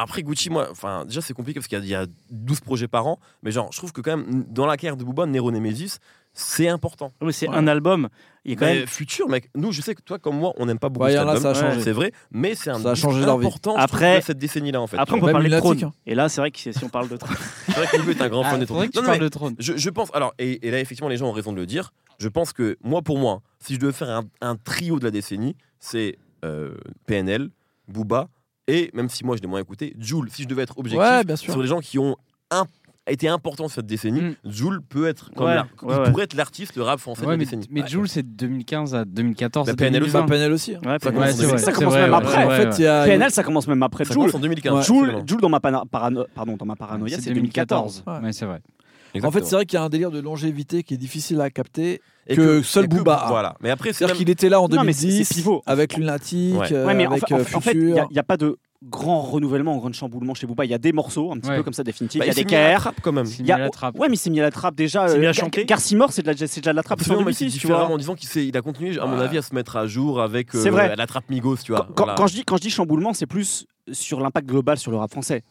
Après Gucci, moi, enfin, déjà c'est compliqué parce qu'il y, a- il y a 12 projets par an, mais genre, je trouve que quand même, dans la carrière de Booba, Nero Nemesis, c'est important. Ouais, mais c'est un album. Il est quand Mais même. Futur, mec, nous, je sais que toi, comme moi, on n'aime pas beaucoup Ouais, il y cet en a, album. ça a Ouais. changé. C'est vrai, mais c'est un Ça a disque changé leur vie. important je trouve, Après- de cette décennie-là en fait. Après, on Tu vois. peut Même parler de Lunatic, Trône. hein. Et là, c'est vrai que si si on parle de Trône. c'est vrai que Hugo est un grand Ah, fan des faudrait que tu Non, non, mais- parles de trône. Je, je pense, alors, et, et là, effectivement, les gens ont raison de le dire. Je pense que, moi, pour moi, si je devais faire un, un trio de la décennie, c'est euh, PNL, Booba, et même si moi je l'ai moins écouté, Joule. Si je devais être objectif Ouais, bien sûr. sur les gens qui ont un- été importants sur cette décennie, Mm. Joule peut être comme Ouais, la- ouais, il ouais. pourrait être l'artiste rap français de Ouais, la mais, décennie. mais Ouais. Jules, c'est de 2015 à 2014. Bah, à PNL aussi, Pas 2020. PNL aussi. hein. Ouais, Ça peut-être. commence Ouais, en c'est vrai, Ça c'est commence vrai, même ouais, après, ouais, en fait, ouais. il y a. PNL, ça commence même après Ça Joule. commence en 2015. Joule, absolument. Joule dans ma pana- parano- pardon, dans ma paranoïa, c'est 2014. Ouais. Ouais, c'est vrai. En fait, Exactement. c'est vrai qu'il y a un délire de longévité qui est difficile à capter. Et que seul et Booba a. Voilà. Mais après, c'est C'est-à-dire même- qu'il était là en Non, mais c'est- 2010 c'est pivot. avec Lunatic, Ouais. euh, Ouais, mais en avec fa- en, euh, fa- en fait, il Future. n'y a, pas de grand renouvellement, grand chamboulement chez Booba. Il y a des morceaux, un petit Ouais. peu comme ça, définitifs. bah, Il y a il s'est des mis à la KR. trappe quand même. C'est Il mis y a- à la trappe. Ouais, mais c'est mis à la trappe déjà. C'est mis à euh, chanter. Garcimore, c'est de la c'est déjà de la trappe. C'est en Absolument, mais c'est 2006, tu différent vois. en disant qu'il s'est- il a continué, à mon Ouais. avis, à se mettre à jour avec euh, C'est vrai. la trappe Migos, tu vois. Quand, quand- Voilà. quand je dis, quand je dis chamboulement, c'est plus sur l'impact global sur le rap français.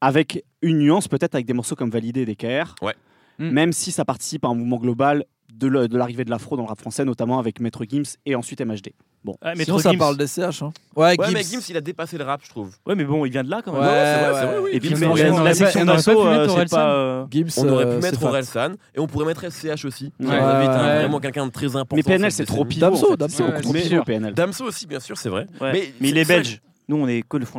Avec une nuance, peut-être avec des morceaux comme Validé et DKR. Ouais. Mm. Même si ça participe à un mouvement global de le- de l'arrivée de l'afro dans le rap français, notamment avec Maître Gims et ensuite MHD. Bon. Ouais, mais Sinon, Trône ça Gims- parle des CH. hein. Ouais, Ouais, Gims. mais Gims, il a dépassé le rap, je trouve. Ouais, mais bon, il vient de là quand même. Ouais, c'est vrai, c'est vrai, ouais. oui. Et puis, Gims, mais on la, aurait- la on section aurait pas pu d'assaut, mettre euh, c'est Orelsan. pas. euh, Gims, On aurait pu euh, c'est mettre fat. Orelsan et on pourrait mettre SCH aussi. qui Ouais. à mon avis, est un- Ouais. vraiment quelqu'un de très important. Mais PNL, cette c'est trop décennie. pivot. Damso, en fait. Damso, C'est ouais, beaucoup trop mais- pivot, PNL. Damso aussi, bien sûr, c'est vrai. Mais ouais. Mais, c'est- il c'est vrai est que- belge. Nous, on est que le front.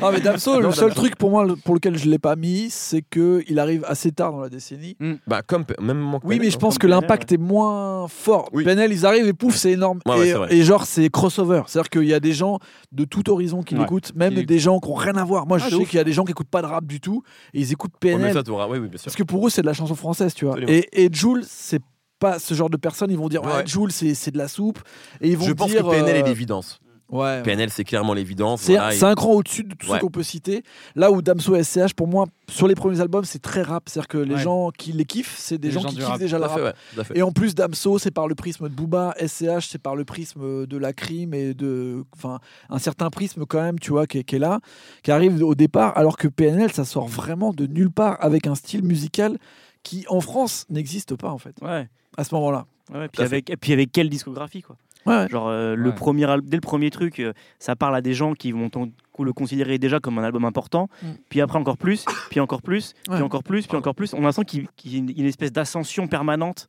Non, mais Damso, Non, le seul Damso. truc pour moi le- pour lequel je l'ai pas mis, c'est que il arrive assez tard dans la décennie. Bah, comme P- même moment que Oui, PNL, mais je hein. pense que l'impact est moins fort. Oui. PNL, ils arrivent et pouf, c'est énorme. Ouais, ouais, et, c'est vrai. et genre, c'est crossover. C'est-à-dire qu'il y a des gens de tout horizon qui Ouais. l'écoutent, même Qui l'écoutent. des gens qui n'ont rien à voir. Moi, Ah, je de sais ouf. qu'il y a des gens qui n'écoutent pas de rap du tout et ils écoutent Ouais, mais PNL. ça, t'auras- Oui, oui, bien sûr. Parce que pour eux, c'est de la chanson française, tu vois. Absolument. Et, et Jules, c'est pas ce genre de personnes. Ils vont dire, ouais, Ouais. Jules, c'est c'est de la soupe. Et ils vont Je pense dire, que PNL est euh, l'évidence. Ouais. PNL, c'est clairement l'évidence. C'est voilà, et- c'est un cran au-dessus de tout Ouais. ce qu'on peut citer. Là où Damso et SCH, pour moi, sur les premiers albums, c'est très rap. C'est-à-dire que les Ouais. gens qui les kiffent, c'est des Les gens, gens qui du kiffent rap. déjà Tout le à fait, rap. ouais, tout à fait. Et en plus, Damso, c'est par le prisme de Booba, SCH, c'est par le prisme de la crime et de. Enfin, un certain prisme quand même, tu vois, qui est, qui est là, qui arrive au départ, alors que PNL, ça sort vraiment de nulle part avec un style musical qui, en France, n'existe pas, en fait, Ouais. à ce moment-là. ouais. Tout Puis à fait. avec, et puis avec quelle discographie, quoi. Ouais, ouais. Genre, euh, le Ouais. premier, al- dès le premier truc, euh, ça parle à des gens qui vont ton- qu'on le considérer déjà comme un album important, Mm. puis après encore plus, puis encore plus, Ouais. puis encore plus, puis encore plus. On sent qu'il qu'il y a une, une espèce d'ascension permanente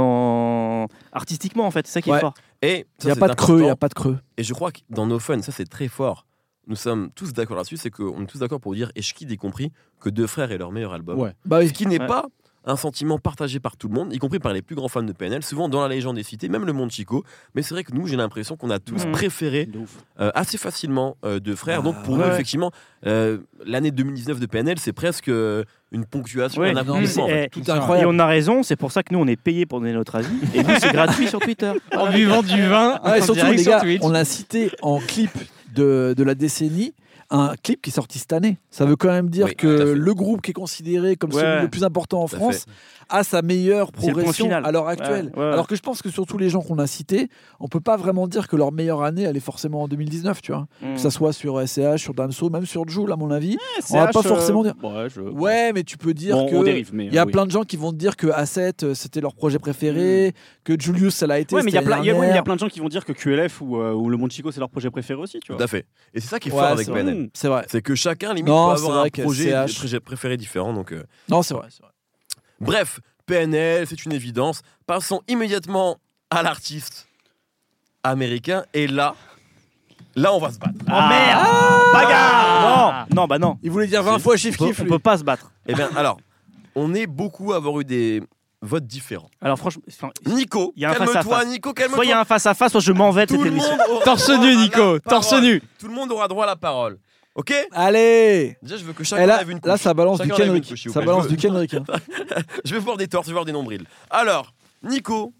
dans artistiquement en fait, c'est ça qui Ouais. est fort. Et ça, Il n'y a c'est pas de creux, il n'y a important. pas de creux. Et je crois que dans No Fun, ça c'est très fort. Nous sommes tous d'accord là-dessus, c'est qu'on est tous d'accord pour dire, et Schkid y compris, que Deux Frères est leur meilleur album. Ouais. Bah oui. Ce qui n'est Ouais. pas un sentiment partagé par tout le monde, y compris par les plus grands fans de PNL, souvent dans la légende des cités, même le monde Chico. Mais c'est vrai que nous, j'ai l'impression qu'on a tous Mhm. préféré De ouf. euh, assez facilement euh, de frères. Donc pour Ah, nous, ouais. effectivement, euh, l'année 2019 de PNL, c'est presque euh, une ponctuation, Ouais, un non, applaudissement. en mais fait. c'est- Tout est Et Et incroyable. on a raison, c'est pour ça que nous on est payé pour donner notre avis. Et nous c'est gratuit sur Twitter. En buvant du vin, Ah, et surtout, direct les gars, sur Twitch. on a cité en clip de, de la décennie un clip qui est sorti cette année. Ça veut quand même dire Oui, que tout à fait. le groupe qui est considéré comme Ouais. celui le plus important en Tout à France a sa meilleure C'est le point progression final. à l'heure actuelle. Ouais, ouais. Alors que je pense que sur tous les gens qu'on a cités, on peut pas vraiment dire que leur meilleure année, elle est forcément en 2019, tu vois. Mm. Que ça soit sur SCH, sur Damso, même sur Joule, à mon avis. on va pas euh, forcément dire... Ouais, je- Euh, Ouais, mais tu peux dire Bon, que... on dérive, mais. Il y a oui. plein de gens qui vont te dire que A7 euh, c'était leur projet préféré, que Julius ça l'a été. Ouais, mais il y, a c'était plein- il y a- ouais, l'année mais il y a dernière. plein de gens qui vont dire que QLF ou, euh, ou Le Monde Chico, c'est leur projet préféré aussi, tu Tout vois. Bah, à fait. Et c'est ça qui est Ouais, fort avec c'est vrai. PNL. C'est c'est que chacun limite Non, peut c'est avoir un vrai que projet SCH. pré- préféré différent. Donc, euh, Non, c'est vrai. c'est vrai. bref, PNL, c'est une évidence. Passons immédiatement à l'artiste américain. Et là, là, on va se Oh, battre. Ah, merde Bagarre Non, non, bah non. Il voulait dire 20 Si. fois chiffre On kiff. peut, on lui. peut pas se battre. Eh bien, alors, on est beaucoup à avoir eu des votes différents. Alors franchement, enfin, Nico, Il y a un face à calme-toi, face. Nico, soit il y calme-toi. a un face à face, soit je m'en vais de Tout cette le émission. monde aura Torse droit à nu, la Nico, torse parole. nu. Tout le monde aura droit à la parole. Ok Allez Déjà, je veux que Et chacun là, lève une couche. là, ça balance Chacun du lève une Kenrick. couche, s'il vous Ça plaît. balance Je du veux- Kenrick. hein. Je vais voir des torses, je vais voir des nombrils. Alors, Nico,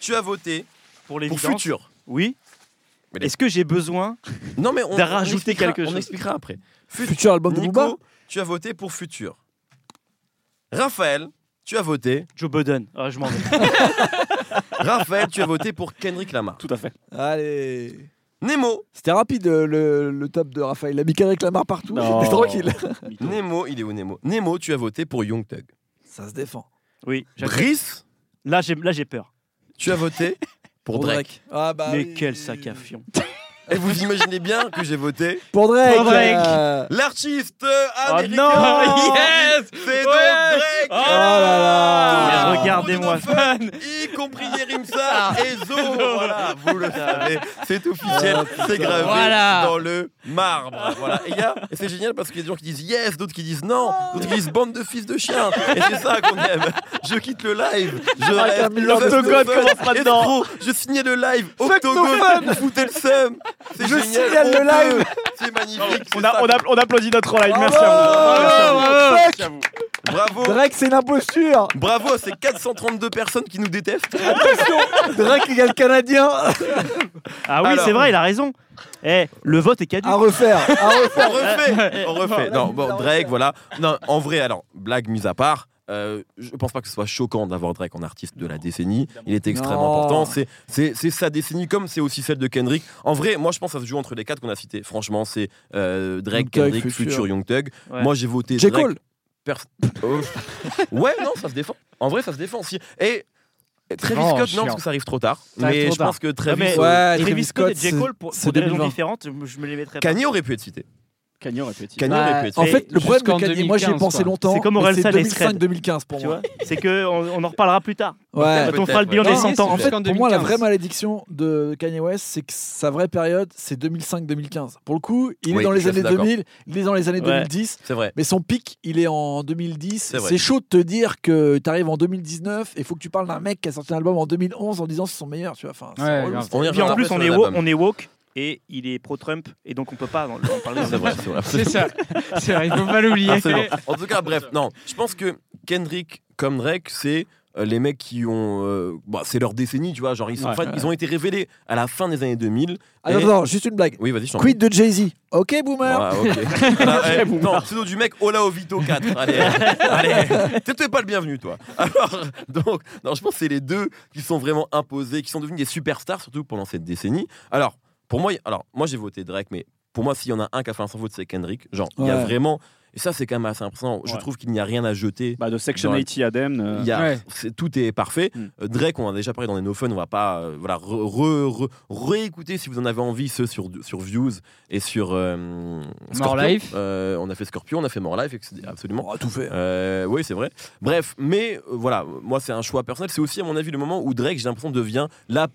tu as voté Pour pour l'évidence. Futur. Oui. Mais les- Est-ce que j'ai besoin Non, mais on, D'en on rajouter expliquera- quelque On chose. expliquera après. Futur. Futur album de Booba Nico, tu as voté pour Futur. Raphaël, tu as voté. Joe Budden Ah, Je m'en vais. Raphaël, tu as voté pour Kendrick Lamar. Tout à fait. Allez Nemo, C'était rapide euh, le, le top de Raphaël. Il a mis Kenrick Lamar partout. C'était tranquille. Nemo, il est où Nemo Nemo, tu as voté pour Young Thug. Ça se défend. Oui. j'accepte. Brice, Là, j'ai là, j'ai peur. tu as voté pour Pour Drake. Ah bah Mais oui. quel sac à fion. Et vous imaginez bien que j'ai voté Pour Drake. Pour Drake. euh, l'artiste Oh américain. non Yes C'est donc Ouais. Drake. Oh là Mais là regardez-moi Rudolph y compris Yerimsa et Zo. Voilà, vous le savez, c'est officiel, c'est gravé Voilà. dans le marbre. Voilà. Et, il y a- et c'est génial parce qu'il y a des gens qui disent yes, d'autres qui disent non, d'autres qui disent bande de fils de chien. Et c'est ça qu'on aime. Je quitte le live. Je rêve. un milliard de Octogone secondes, commence pas dedans. escroc. Je signais le live. Octogone, vous foutez le seum. C'est Je génial. signale on le peut. live. C'est magnifique. On, c'est a, ça on, a- on applaudit notre live. Bravo Merci à vous. Bravo. Merci à vous. Bravo. Drake, c'est une imposture. Bravo à ces 432 personnes qui nous détestent. Attention Drake égale Canadien. Ah oui, Alors. c'est vrai, il a raison. Eh, le vote est caduc. À refaire. À on refaire. refait, on refait. Voilà, Non, bon, on Drake, refait. voilà. Non, en vrai, alors, blague mise à part. euh, je pense pas que ce soit choquant d'avoir Drake en artiste de la décennie. Il était extrêmement Non. important. C'est- C'est c'est sa décennie comme c'est aussi celle de Kendrick. En vrai, moi je pense que ça se joue entre les quatre qu'on a cités. Franchement, c'est euh, Drake, Young Thug, Kendrick, Future. Future, Young Thug. Ouais. Moi j'ai voté J. Drake. Cole. Pers- Oh. ouais, non, ça se défend. En vrai, ça se défend aussi. Et Travis Oh, Scott, non, chiant. parce que ça arrive trop tard. Ça arrive mais trop je tard. pense que Ouais, Travis. mais euh, Ouais, Travis Travis Scott et Scott, J. Cole, pour, c'est pour des raisons 2020. différentes, je me les mettrais pas. Kanye aurait pu être cité. Cagnon aurait pu être- Kanye Bah, aurait pu être En cité. Et fait, le problème de jusqu'en Kanye, moi j'y ai 2015, pensé quoi. longtemps. C'est comme mais Orelsan et Shred. 2005-2015 pour Tu moi. vois C'est que on, on en reparlera plus tard. Ouais. Quand on peut-être, fera le bilan ouais. des Non, 100 ans. En fait, Jusqu'en pour moi, la 2015. vraie malédiction de Kanye West, c'est que sa vraie période, c'est 2005-2015. Pour le coup, il Oui, est dans je les suis années d'accord. 2000, il est dans les années Ouais. 2010, C'est vrai. mais son pic, il est en 2010. C'est vrai. C'est chaud de te dire que tu arrives en 2019 et faut que tu parles d'un mec qui a sorti un album en 2011 en disant c'est son meilleur, tu vois. Enfin, c'est Ouais, relou. grave. On y Et puis en reviendra plus, sur on est, l'album. woke, on est woke et il est pro-Trump et donc on peut pas en en parler. C'est vrai, c'est vrai. C'est ça. C'est vrai, il faut pas l'oublier. Absolument. En tout cas, bref, non. Je pense que Kendrick comme Drake, c'est euh, les mecs qui ont. euh, bah, c'est leur décennie, tu vois. Genre, ils, sont, Ouais. fans- ils ont été révélés à la fin des années 2000. Attends, Et- attends, juste une blague. Oui, vas-y, je t'en prie. Quid de Jay-Z Ok, boomer Ah, ok. Ah, eh, non, pseudo du mec Ola Ovito 4. Allez, allez. T'es- T'es pas le bienvenu, toi. Alors, donc, non, je pense que c'est les deux qui sont vraiment imposés, qui sont devenus des superstars, surtout pendant cette décennie. Alors, pour moi, y- alors, moi j'ai voté Drake, mais pour moi, s'il y en a un qui a fait un sans faute, c'est Kendrick. Genre, il y a Ouais. vraiment. Et ça, c'est quand même assez impressionnant. Je Ouais. trouve qu'il n'y a rien à jeter Bah, de Section Ouais. 80 Adem. Hein. euh, Il y a- Ouais. c'est- tout est parfait. Mm. Euh, Drake, on en a déjà parlé dans les No Fun, on va pas euh, voilà, re- re- re- réécouter si vous en avez envie ceux sur, sur Views et sur euh, Scorpion. Life. Euh, on a fait Scorpion, on a fait More Life, etc. absolument. Oh, tout fait. Euh, oui, c'est vrai. Bref, mais euh, voilà, moi c'est un choix personnel. C'est aussi à mon avis le moment où Drake, j'ai l'impression, devient la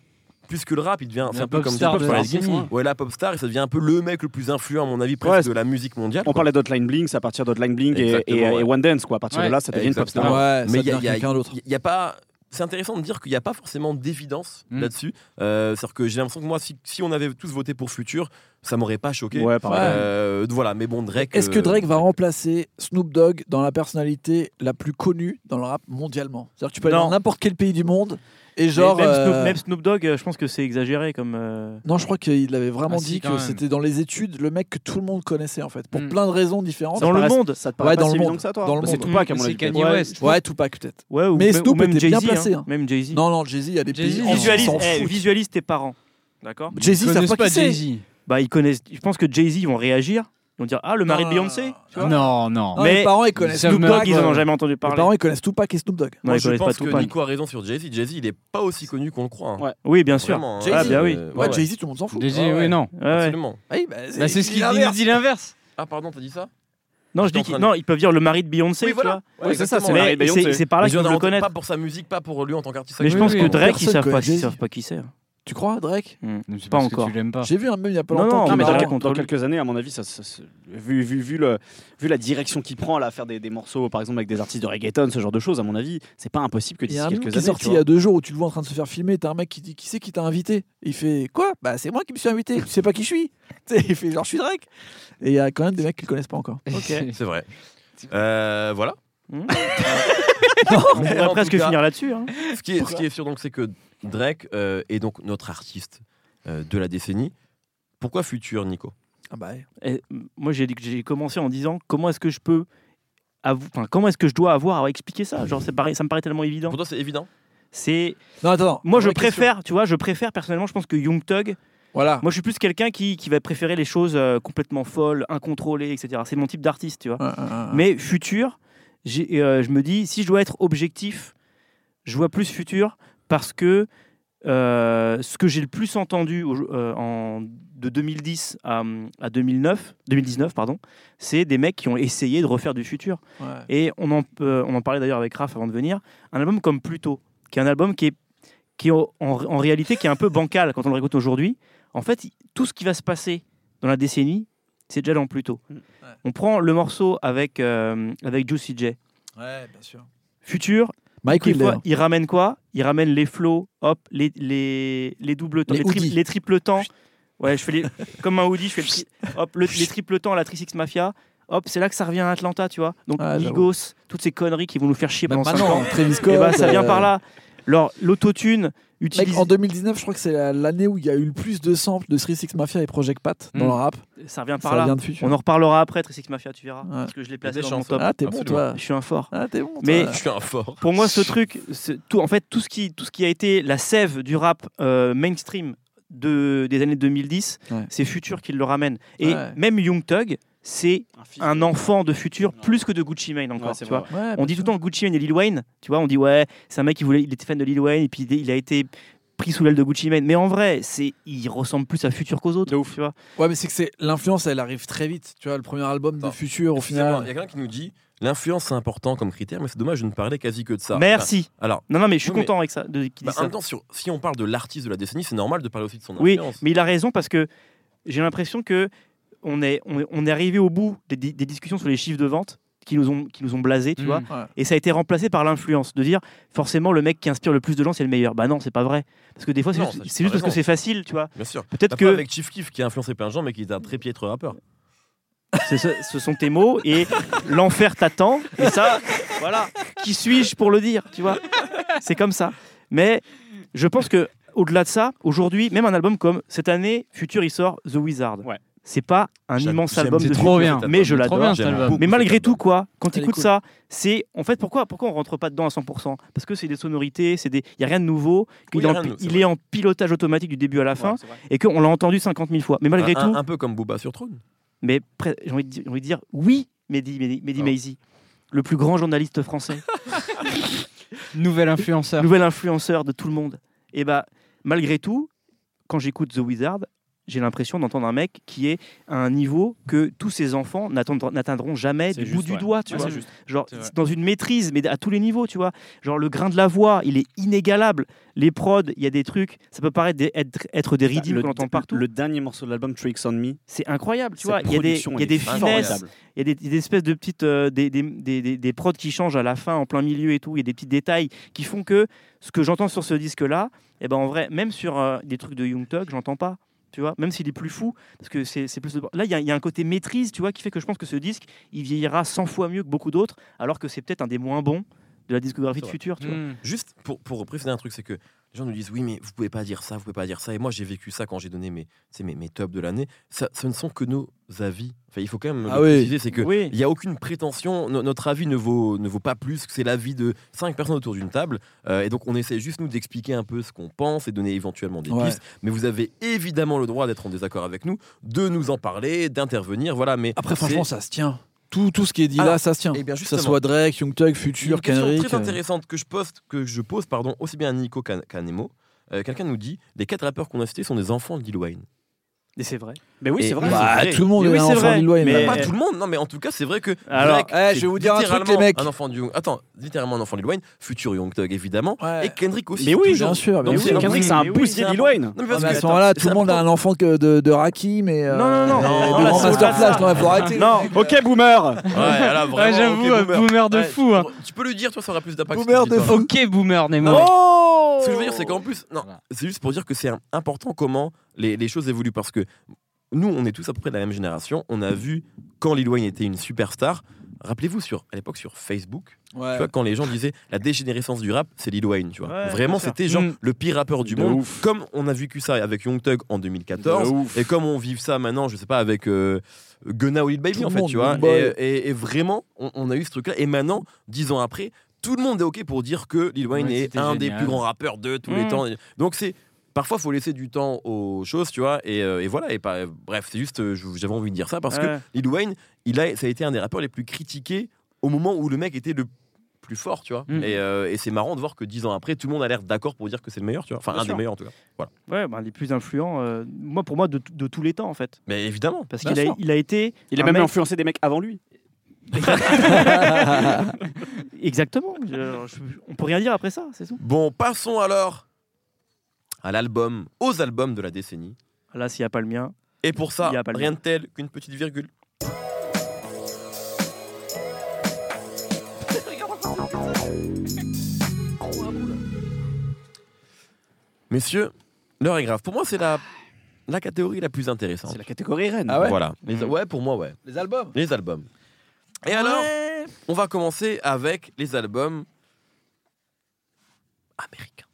puisque le rap, il devient. C'est La un peu pop comme star Tupac, de par la exemple. décennie. Ouais, la pop star, et ça devient un peu le mec le plus influent, à mon avis, presque Ouais, de la musique mondiale. On quoi. parlait d'Hotline Bling, c'est à partir d'Hotline Bling et, et, Exactement, ouais. et One Dance, quoi. À partir Ouais, de là, ça devient une pop exactement. star. Ouais, Mais ça il y a- il devient y a- quelqu'un d'autre. Il y a pas. C'est intéressant de dire qu'il n'y a pas forcément d'évidence Mm. là-dessus. Euh, C'est-à-dire que j'ai l'impression que moi, si, si on avait tous voté pour Futur, ça m'aurait pas choqué. Ouais, pareil. Euh, voilà, mais bon, Drake. Est-ce que euh, Drake va remplacer Snoop Dogg dans la personnalité la plus connue dans le rap mondialement C'est-à-dire que tu peux aller Non. dans n'importe quel pays du monde et genre. même, Snoop, euh, même Snoop Dogg, euh, je pense que c'est exagéré comme. euh, Non, je crois qu'il avait vraiment Ah, si, dit quand que même. c'était dans les études le mec que tout le monde connaissait en fait, pour Mm. plein de raisons différentes. Dans le paraît- monde Ça te paraît Ouais, pas dans si le évident monde. que ça, toi hein. Bah, Dans le C'est monde. Tupac, à mon C'est avis. Kanye Ouais. West. Ouais, Tupac peut-être. Ouais, ou, Mais même- ou Snoop même était Jay-Z. bien hein, placé, hein. Même Jay-Z. Non, non, Jay-Z, il y a des pays. Jay-Z, on Visualise, s'en eh, fout. visualise tes parents. D'accord Jay-Z, Ils ils savent connaissent pas pas qui c'est. Jay-Z. Bah, ils connaissent. Je pense que Jay-Z, ils vont réagir. Ils vont dire Ah, le mari de Non, Beyoncé tu vois Non, non. Non, Mais les parents, ils ils connaissent savent Snoop même Snoop Dogg. Dogg, ils en ont Ouais. jamais entendu Les parler. parents, ils connaissent Tupac et Snoop Dogg. Non, moi, ils je connaissent pas pense que Tupac. Nico a raison sur Jay-Z. Jay-Z, il est pas aussi connu qu'on le croit. hein. Ouais. Oui, bien sûr. Vraiment, hein. Jay-Z, Ah, bien oui. Euh, Ouais, ouais, Jay-Z, tout le monde s'en fout. Jay-Z, Ouais, ouais. oui, non. Ouais, ouais. Absolument. Ah oui, bah, Bah, c'est ce qu'il dit, l'inverse. il dit l'inverse. Ah, pardon, t'as dit ça Non, je J'étais dis en train qu'ils de- non, ils peuvent dire le mari de Beyoncé, Oui, tu voilà. vois. Ouais, c'est ça, exactement. c'est Mais- mari de Mais Beyoncé. c'est c'est par là mais qu'ils je vont le le connaître. Pas pour sa musique, pas pour lui en tant qu'artiste. Mais je Oui, pense oui, que on- Drake, ils personne savent pas, connaît ils Jay-Z. savent pas qui c'est. Tu crois, Drake C'est parce que encore. Tu l'aimes pas. J'ai vu un même il y a pas Non, longtemps. non, qui Non, mais mais m'a dans, Drake, marqué. dans on trouve- quelques années, à mon avis, ça, ça- ça- vu, vu, vu, le, vu la direction qu'il prend là, à faire des, des morceaux, par exemple, avec des artistes de reggaeton, ce genre de choses, à mon avis, c'est pas impossible que Il d'ici y a un quelques mec années. qui est sorti tu il y vois. a deux jours où tu le vois en train de se faire filmer. T'as un mec qui dit Qui c'est qui t'a invité Il fait Quoi Bah, c'est moi qui me suis invité. Tu sais pas qui je suis Tu sais, Il fait Genre, je suis Drake. Et il y a quand même des mecs qui le connaissent pas encore. Ok. C'est vrai. Euh, voilà. Hmm. On On va presque finir là-dessus. hein. ce qui est, ce qui est sûr donc c'est que Drake euh, est donc notre artiste euh, de la décennie. Pourquoi futur Nico Ah bah, ouais. Et, euh, moi, j'ai dit que j'ai commencé en disant comment est-ce que je peux, avou- enfin, comment est-ce que je dois avoir à expliquer ça Genre, c'est pareil- ça me paraît tellement évident. Pour toi c'est évident C'est, Non, attends. attends. moi, je Vraie question. préfère, tu vois, je préfère personnellement. Je pense que Young Thug. Voilà. Moi, je suis plus quelqu'un qui, qui va préférer les choses euh, complètement folles, incontrôlées, etc. C'est mon type d'artiste, tu vois. Ouais, ouais, ouais. Mais futur, j'ai- euh, je me dis, si je dois être objectif, je vois plus futur parce que euh, ce que j'ai le plus entendu au- euh, en, de 2010 à, à 2009, 2019, pardon, c'est des mecs qui ont essayé de refaire du futur. Ouais. Et on en, euh, on en parlait d'ailleurs avec Raph avant de venir, un album comme Pluto, qui est un album qui est, qui est en, en réalité qui est un peu bancal quand on le réécoute aujourd'hui. En fait, il- tout ce qui va se passer dans la décennie, c'est déjà dans Pluto. On prend le morceau avec, euh, avec Juicy J. Ouais, bien sûr. Futur, Mike des fois, Wheeler. il ramène quoi Il ramène les flots, hop, les, les, les doubles temps, Les les, tri- hoodies. les triples temps. Ouais, je fais les, comme un hoodie, je fais le tri- hop, le- les triples temps à la 36 Mafia. Hop, c'est là que ça revient à Atlanta, tu vois. Donc, Ah, j'avoue. Migos, toutes ces conneries qui vont nous faire chier Bah, pendant 5 maintenant, ans. Travis Scott. Et bah, ça vient euh, par là. Alors, l'autotune Mec, utilise. en 2019, je crois que c'est la- l'année où il y a eu le plus de samples de 36 Mafia et Project Pat dans Mm. le rap. Ça revient par Ça là. vient de futur. On en reparlera après, 36 Mafia, tu verras. Ouais. Parce que je l'ai placé Des dans mon chances. top. Ah, t'es bon, Absolument. toi. Je suis un fort. Ah, t'es bon. toi. Mais- Je suis un fort. Pour moi, ce truc, ce- tout, en fait, tout ce, qui, tout ce qui a été la sève du rap euh, mainstream de, des années 2010, Ouais. c'est Futur qui le ramène. Et Ouais. même Young Thug, c'est fils un de- enfant de Futur Ouais. plus que de Gucci Mane encore. Ouais, c'est tu vrai, vois. ouais. Ouais, On bien dit tout sûr. le temps Gucci Mane et Lil Wayne. Tu vois, on dit ouais, c'est un mec qui voulait, il était fan de Lil Wayne et puis il- il a été pris sous l'aile de Gucci Mane. Mais en vrai, c'est, il ressemble plus à Futur qu'aux autres. De ouf. tu vois. Ouais, mais c'est que c'est l'influence, elle arrive très vite. Tu vois, le premier album de Attends, Futur, au Excusez-moi, Il y final. a quelqu'un qui nous dit l'influence c'est important comme critère mais c'est dommage je ne parlais quasi que de ça. Merci. Bah, alors Non, non, mais je suis Oui, mais- content avec ça. De, qu'il bah, dise en ça. même temps sur- si on parle de l'artiste de la décennie c'est normal de parler aussi de son Oui, influence. mais il a raison parce que j'ai l'impression que on est, on, on est arrivé au bout des, des discussions sur les chiffres de vente qui nous ont, qui nous ont blasés, tu Mmh, Mm. vois. Ouais. Et ça a été remplacé par l'influence, de dire forcément le mec qui inspire le plus de gens c'est le meilleur. Bah non, c'est pas vrai. Parce que des fois c'est Non, juste, ça, j'ai c'est pas juste parce que raison. c'est facile, tu vois. Bien sûr. Peut-être Après, que avec Chief Keef qui a influencé plein de gens mais qui est un très piètre rappeur. ce, ce- ce sont tes mots et l'enfer t'attend. Et ça, voilà, qui suis-je pour le dire, tu vois C'est comme ça. Mais je pense que au-delà de ça, aujourd'hui, même un album comme cette année, Futur, il sort The Wizard. Ouais. C'est pas un J'aime- immense j'aime- album c'est de trop Futur, bien. mais je C'est trop l'adore. bien, cet J'aime album. beaucoup Mais cet malgré tout, album. quoi, quand tu Elle est écoutes cool. ça, c'est. En fait, pourquoi, pourquoi on rentre pas dedans à 100% Parce que c'est des sonorités, c'est des. Il n'y a rien de nouveau, qu'il Oui, y a est en- rien de nouveau, c'est il vrai. est en pilotage automatique du début à la fin, Ouais, c'est vrai. et qu'on l'a entendu 50 000 fois. Mais malgré un, un- tout, un peu comme Booba sur Trône. mais pre- j'ai envie, de dire- j'ai envie de dire oui, Mehdi, Mehdi, Mehdi Ah. Oh. Maizi, le plus grand journaliste français, Nouvel Ah. influenceur. Eh ben, nouvel influenceur de tout le monde. Et bah, malgré tout, quand j'écoute The Wizard, j'ai l'impression d'entendre un mec qui est à un niveau que tous ses enfants n'attendront- n'atteindront jamais C'est du bout juste, du ouais. doigt, tu Ouais, vois. c'est juste. Genre, C'est vrai. c'est dans une maîtrise, mais à tous les niveaux, tu vois. Genre, le grain de la voix, il est inégalable. Les prods, il y a des trucs, ça peut paraître des- être, être des Bah, riddim qu'on entend partout. Le dernier morceau de l'album, Tricks on Me, C'est incroyable, tu Cette vois. Il y a des, production, il y a elle des est finesses, formidable. il y a des, des espèces de petites. euh, des, des, des, des- des prods qui changent à la fin, en plein milieu et tout. Il y a des petits détails qui font que ce que j'entends sur ce disque-là, eh ben en vrai, même sur euh, des trucs de Young Thug, j'entends pas. Tu vois, même s'il est plus fou, parce que c'est c'est plus. de- Là, il y, a- il y a un côté maîtrise, tu vois, qui fait que je pense que ce disque, il vieillira 100 fois mieux que beaucoup d'autres, alors que c'est peut-être un des moins bons de la discographie de C'est vrai. futur, tu Mmh. vois. Mm. Juste pour, pour préciser un truc, c'est que les gens nous disent oui, mais vous pouvez pas dire ça, vous pouvez pas dire ça. Et moi, j'ai vécu ça quand j'ai donné mes, tu sais, mes, mes tops de l'année. Ça, ce ne sont que nos avis. Enfin, il faut quand même Ah le oui. préciser, c'est que Oui. il n'y a aucune prétention. No- notre avis ne vaut, ne vaut pas plus que c'est l'avis de cinq personnes autour d'une table. Euh, et donc, on essaie juste, nous, d'expliquer un peu ce qu'on pense et donner éventuellement des Ouais. pistes. Mais vous avez évidemment le droit d'être en désaccord avec nous, de nous en parler, d'intervenir. Voilà, mais Après, c'est- franchement, ça se tient. Tout, tout ce qui est dit Alors, là, ça se tient. eh bien, que ça justement. soit Drake, Young Thug, J'ai une Future, question Kendrick. euh, très intéressante que je poste, que je pose pardon, aussi bien à Nico qu'à qu'à Nemo. Euh, Quelqu'un nous dit les quatre rappeurs qu'on a cités sont des enfants de Lil Wayne. Et c'est vrai. Mais oui, Et- c'est vrai. Bah, Ah, tout le monde Mais oui, est un c'est enfant de vrai, Lil Wayne. mais- là. Pas tout le monde, non, mais en tout cas, c'est vrai que. Alors, Drake, eh, je c'est vais vous dire un truc, les littéralement mecs. Un enfant du. Attends, littéralement un enfant de Lil Wayne, futur Young Thug évidemment, Ouais. et Kendrick aussi. Mais oui, toujours. Bien sûr. Donc, bien Mais sûr. oui, Kendrick, c'est un Mais oui, c'est bousier un- Lil Wayne. Non, mais Ah, parce mais à que- ce moment-là, c'est tout le monde a un enfant que de, de Rakim mais euh, Non, non, non, non, de là, Grand c'est Master au-delà de Flash. ça. Non, mais faut arrêter. Non, Ok, boomer Ouais, là, Ouais, vraiment, j'avoue, ok, euh, boomer. boomer de Ouais, fou. hein. Tu peux le dire, toi, ça aura plus d'impact. Boomer de dis-toi. fou. Ok, boomer, Nemo. Ce que je veux dire, c'est qu'en plus, non, Voilà. c'est juste pour dire que c'est un- important comment les, les choses évoluent parce que nous, on est tous à peu près de la même génération. On a vu quand Lil Wayne était une superstar. Rappelez-vous sur à l'époque sur Facebook, Ouais. tu vois quand les gens disaient la dégénérescence du rap, c'est Lil Wayne, tu vois. Ouais, Vraiment, bien sûr. c'était genre Mm. le pire rappeur du De monde. ouf. Comme on a vécu ça avec Young Thug en 2014 De ouf. et comme on vit ça maintenant, je sais pas avec euh, Gunna ou Lil Baby Tout en le fait, monde, tu vois. Lil Et, Boy. et- et vraiment, on, on a eu ce truc-là. Et maintenant, dix ans après, tout le monde est ok pour dire que Lil Wayne Ouais, est c'était un des génial. plus grands rappeurs de tous les Mm. temps. Donc c'est Parfois, faut laisser du temps aux choses, tu vois, et, euh, et voilà. Et pas- bref, c'est juste, euh, je- j'avais envie de dire ça parce que Ouais. Lil Wayne, il a, ça a été un des rappeurs les plus critiqués au moment où le mec était le plus fort, tu vois. Mm. Et, euh, et c'est marrant de voir que dix ans après, tout le monde a l'air d'accord pour dire que c'est le meilleur, tu vois. Enfin, Bien un sûr. des meilleurs en tout cas. Ouais, bah, les plus influents, euh, moi, pour moi, de, t- de tous les temps, en fait. Mais évidemment, Parce Bien qu'il a, sûr. il a été. Il a un même mec- influencé des mecs avant lui. Exactement. Je- je- on peut rien dire après ça, c'est tout. Bon, passons alors à l'album, aux albums de la décennie. Là, s'il n'y a pas le mien. Et pour ça, Il y a pas le rien mien. de tel qu'une petite virgule. Messieurs, l'heure est grave. Pour moi, c'est la, la catégorie la plus intéressante. C'est la catégorie reine. Ah ouais Voilà. Les- Mm. ouais, pour moi, ouais. Les albums. Les albums. Et alors, on va commencer avec les albums américains.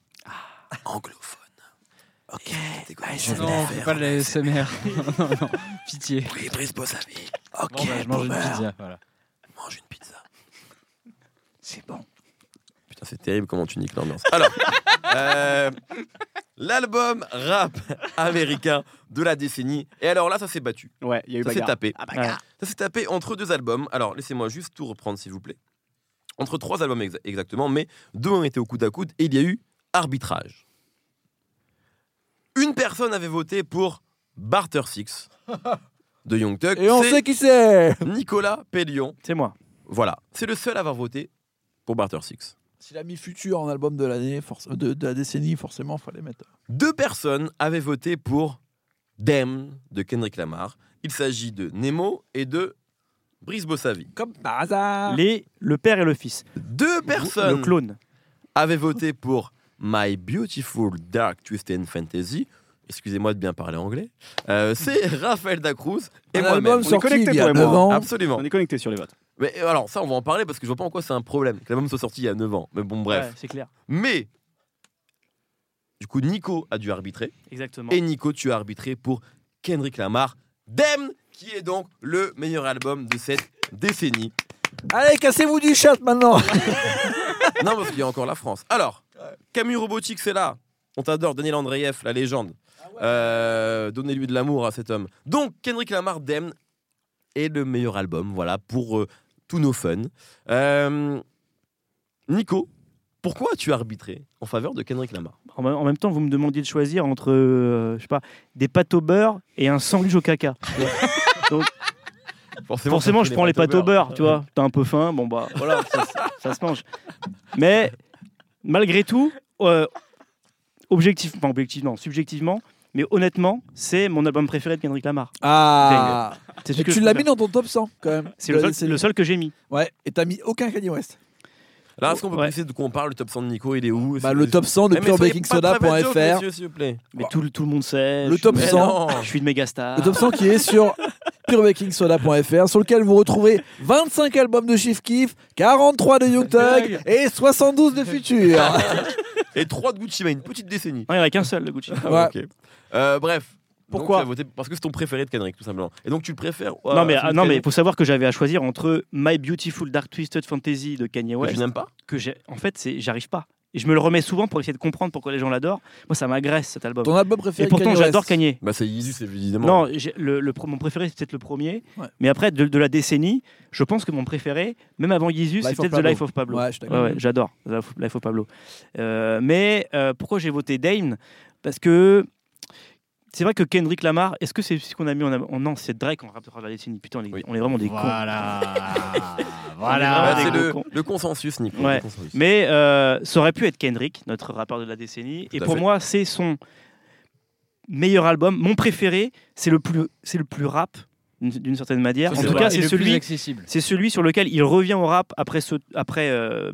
Anglophones. Ok. Non, faut pas le SMR. Non, non, Pitié. Oui, Brice Bossavi. Bon, bah, je mange une pizza. Voilà. Mange une pizza. C'est bon. Putain, c'est terrible comment tu niques l'ambiance. Alors, euh, l'album rap américain de la décennie. Et alors là, ça s'est battu. Ouais, il y a eu Ça s'est bagarre. tapé. Ah, bagarre. Ça s'est tapé entre deux albums. Alors, laissez-moi juste tout reprendre, s'il vous plaît. Entre trois albums exa- exactement, mais deux ont été au coude à coude et il y a eu arbitrage. Une personne avait voté pour Barter Six de Young Tuck. Et on C'est sait qui c'est. Nicolas Pellion. C'est moi. Voilà, c'est le seul à avoir voté pour Barter Six. S'il a mis Future en album de l'année, force- de, de la décennie, forcément, fallait mettre. euh, Deux personnes avaient voté pour Damn de Kendrick Lamar. Il s'agit de Nemo et de Brice Bossavi. Comme par hasard. Les, le père et le fils. Deux personnes Le clone. avait voté pour My Beautiful Dark Twisted Fantasy. Excusez-moi de bien parler anglais. Euh, c'est Raphaël Dacruz et Un moi-même. album est sorti connectés, il y a toi et 9 moi. ans. Absolument. On est connecté sur les votes. Mais euh, alors, ça, on va en parler parce que je vois pas en quoi c'est un problème. Que l'album soit sorti il y a 9 ans. Mais bon, bref. Ouais, c'est clair. Mais, du coup, Nico a dû arbitrer. Exactement. Et Nico, tu as arbitré pour Kendrick Lamar, Damn, qui est donc le meilleur album de cette décennie. Allez, cassez-vous du chat maintenant. Non, parce qu'il y a encore la France. Alors, Camus Robotique, c'est là. On t'adore, Daniel Andreev, la légende. Euh, Donnez-lui de l'amour à cet homme. Donc, Kendrick Lamar, Damn, est le meilleur album, voilà, pour euh, tous nos fun. Euh, Nico, Pourquoi as-tu arbitré en faveur de Kendrick Lamar En même- en même temps, vous me demandiez de choisir entre, euh, je sais pas, des pâtes au beurre et un sandwich au caca. Forcément, Forcément, ça je fait prends des les pâtes au beurre, tu vois. T'as un peu faim, bon bah voilà, ça, se- ça se mange. Mais malgré tout, euh, objectif, enfin, objectivement, subjectivement, mais honnêtement, c'est mon album préféré de Kendrick Lamar. Ah C'est celui Et que Tu je l'as mis préfère. dans ton top 100 quand même. C'est le seul- C'est- le seul que j'ai mis. Ouais, et t'as mis aucun Kanye West. Là, est-ce qu'on peut Ouais. préciser de quoi on parle Le top 100 de Nico, il est où Eh, Bah, le top 100 de purebakingsoda.fr. Monsieur, s'il vous plaît. Mais tout, le- tout le monde sait. Oh. Le je top suis- 100. Je suis une méga star. Le top 100 qui est sur purebakingsoda.fr, sur lequel vous retrouvez 25 albums de Chief Keef, 43 de Young Thug et 72 de Future. Ah, Et 3 de Gucci Mane, une petite décennie. Non, il n'y en a qu'un seul, le Gucci. Ouais. Ok. Euh, bref. Pourquoi Donc, t'as voté Parce que c'est ton préféré de Kendrick, tout simplement. Et donc tu le préfères euh, à non, mais celui ah, de non, mais Kendrick faut savoir que j'avais à choisir entre My Beautiful Dark Twisted Fantasy de Kanye que West. tu n'aimes pas que j'ai en fait c'est j'arrive pas et je me le remets souvent pour essayer de comprendre pourquoi les gens l'adorent moi ça m'agresse cet album Ton album préféré et pourtant Kanye j'adore West. Kanye Bah, c'est Yeezy, c'est évidemment. non j'ai- le, le pro- mon préféré c'est peut-être le premier Ouais. mais après de, de la décennie je pense que mon préféré même avant Yeezus Life c'est of peut-être The Pablo. Life of Pablo Ouais, je suis Ouais, d'accord. ouais, j'adore Life of- Life of Pablo. Euh, mais euh, pourquoi j'ai voté Dame Parce que c'est vrai que Kendrick Lamar, est-ce que c'est ce qu'on a mis en. en- Non, c'est Drake en rapport à la décennie. Putain, on est, Oui. on est vraiment des cons. Voilà. Bah, Voilà. c'est ah, des le, cons. le consensus, Nico. Ouais. le consensus. Mais euh, ça aurait pu être Kendrick, notre rappeur de la décennie. Tout et à pour fait. moi, c'est son meilleur album. Mon préféré, c'est le plus, c'est le plus rap, d'une- d'une certaine manière. Ça, en c'est tout vrai. cas, Et c'est le plus celui, accessible. c'est celui sur lequel il revient au rap après, ce, après euh,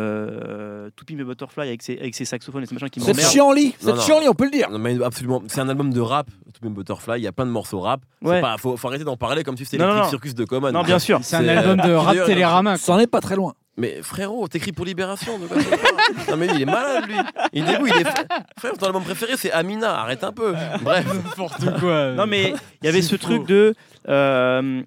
euh, To Pimp a Butterfly avec ses, avec ses saxophones et ce machin qui Cette m'emmerde. chienlit, Non, cette non. chienlit, on peut le dire. Non, mais absolument. C'est un album de rap, tout même Butterfly. Il y a plein de morceaux rap. C'est Ouais. Pas, faut, faut arrêter d'en parler comme si c'était Non, non, le non. circus de Common. Non, bien sûr. C'est un C'est- album de rap D'ailleurs, Ah, Télérama. quoi. Ça n'est pas très loin. Mais frérot, t'écris pour Libération. De quoi tu parles non, mais lui, il est malade, lui. Il est où il est... Frère, ton album préféré, c'est Amina. Arrête un peu. Bref. N'importe quoi. Non, mais il y avait ce C'est truc faux. de. euh,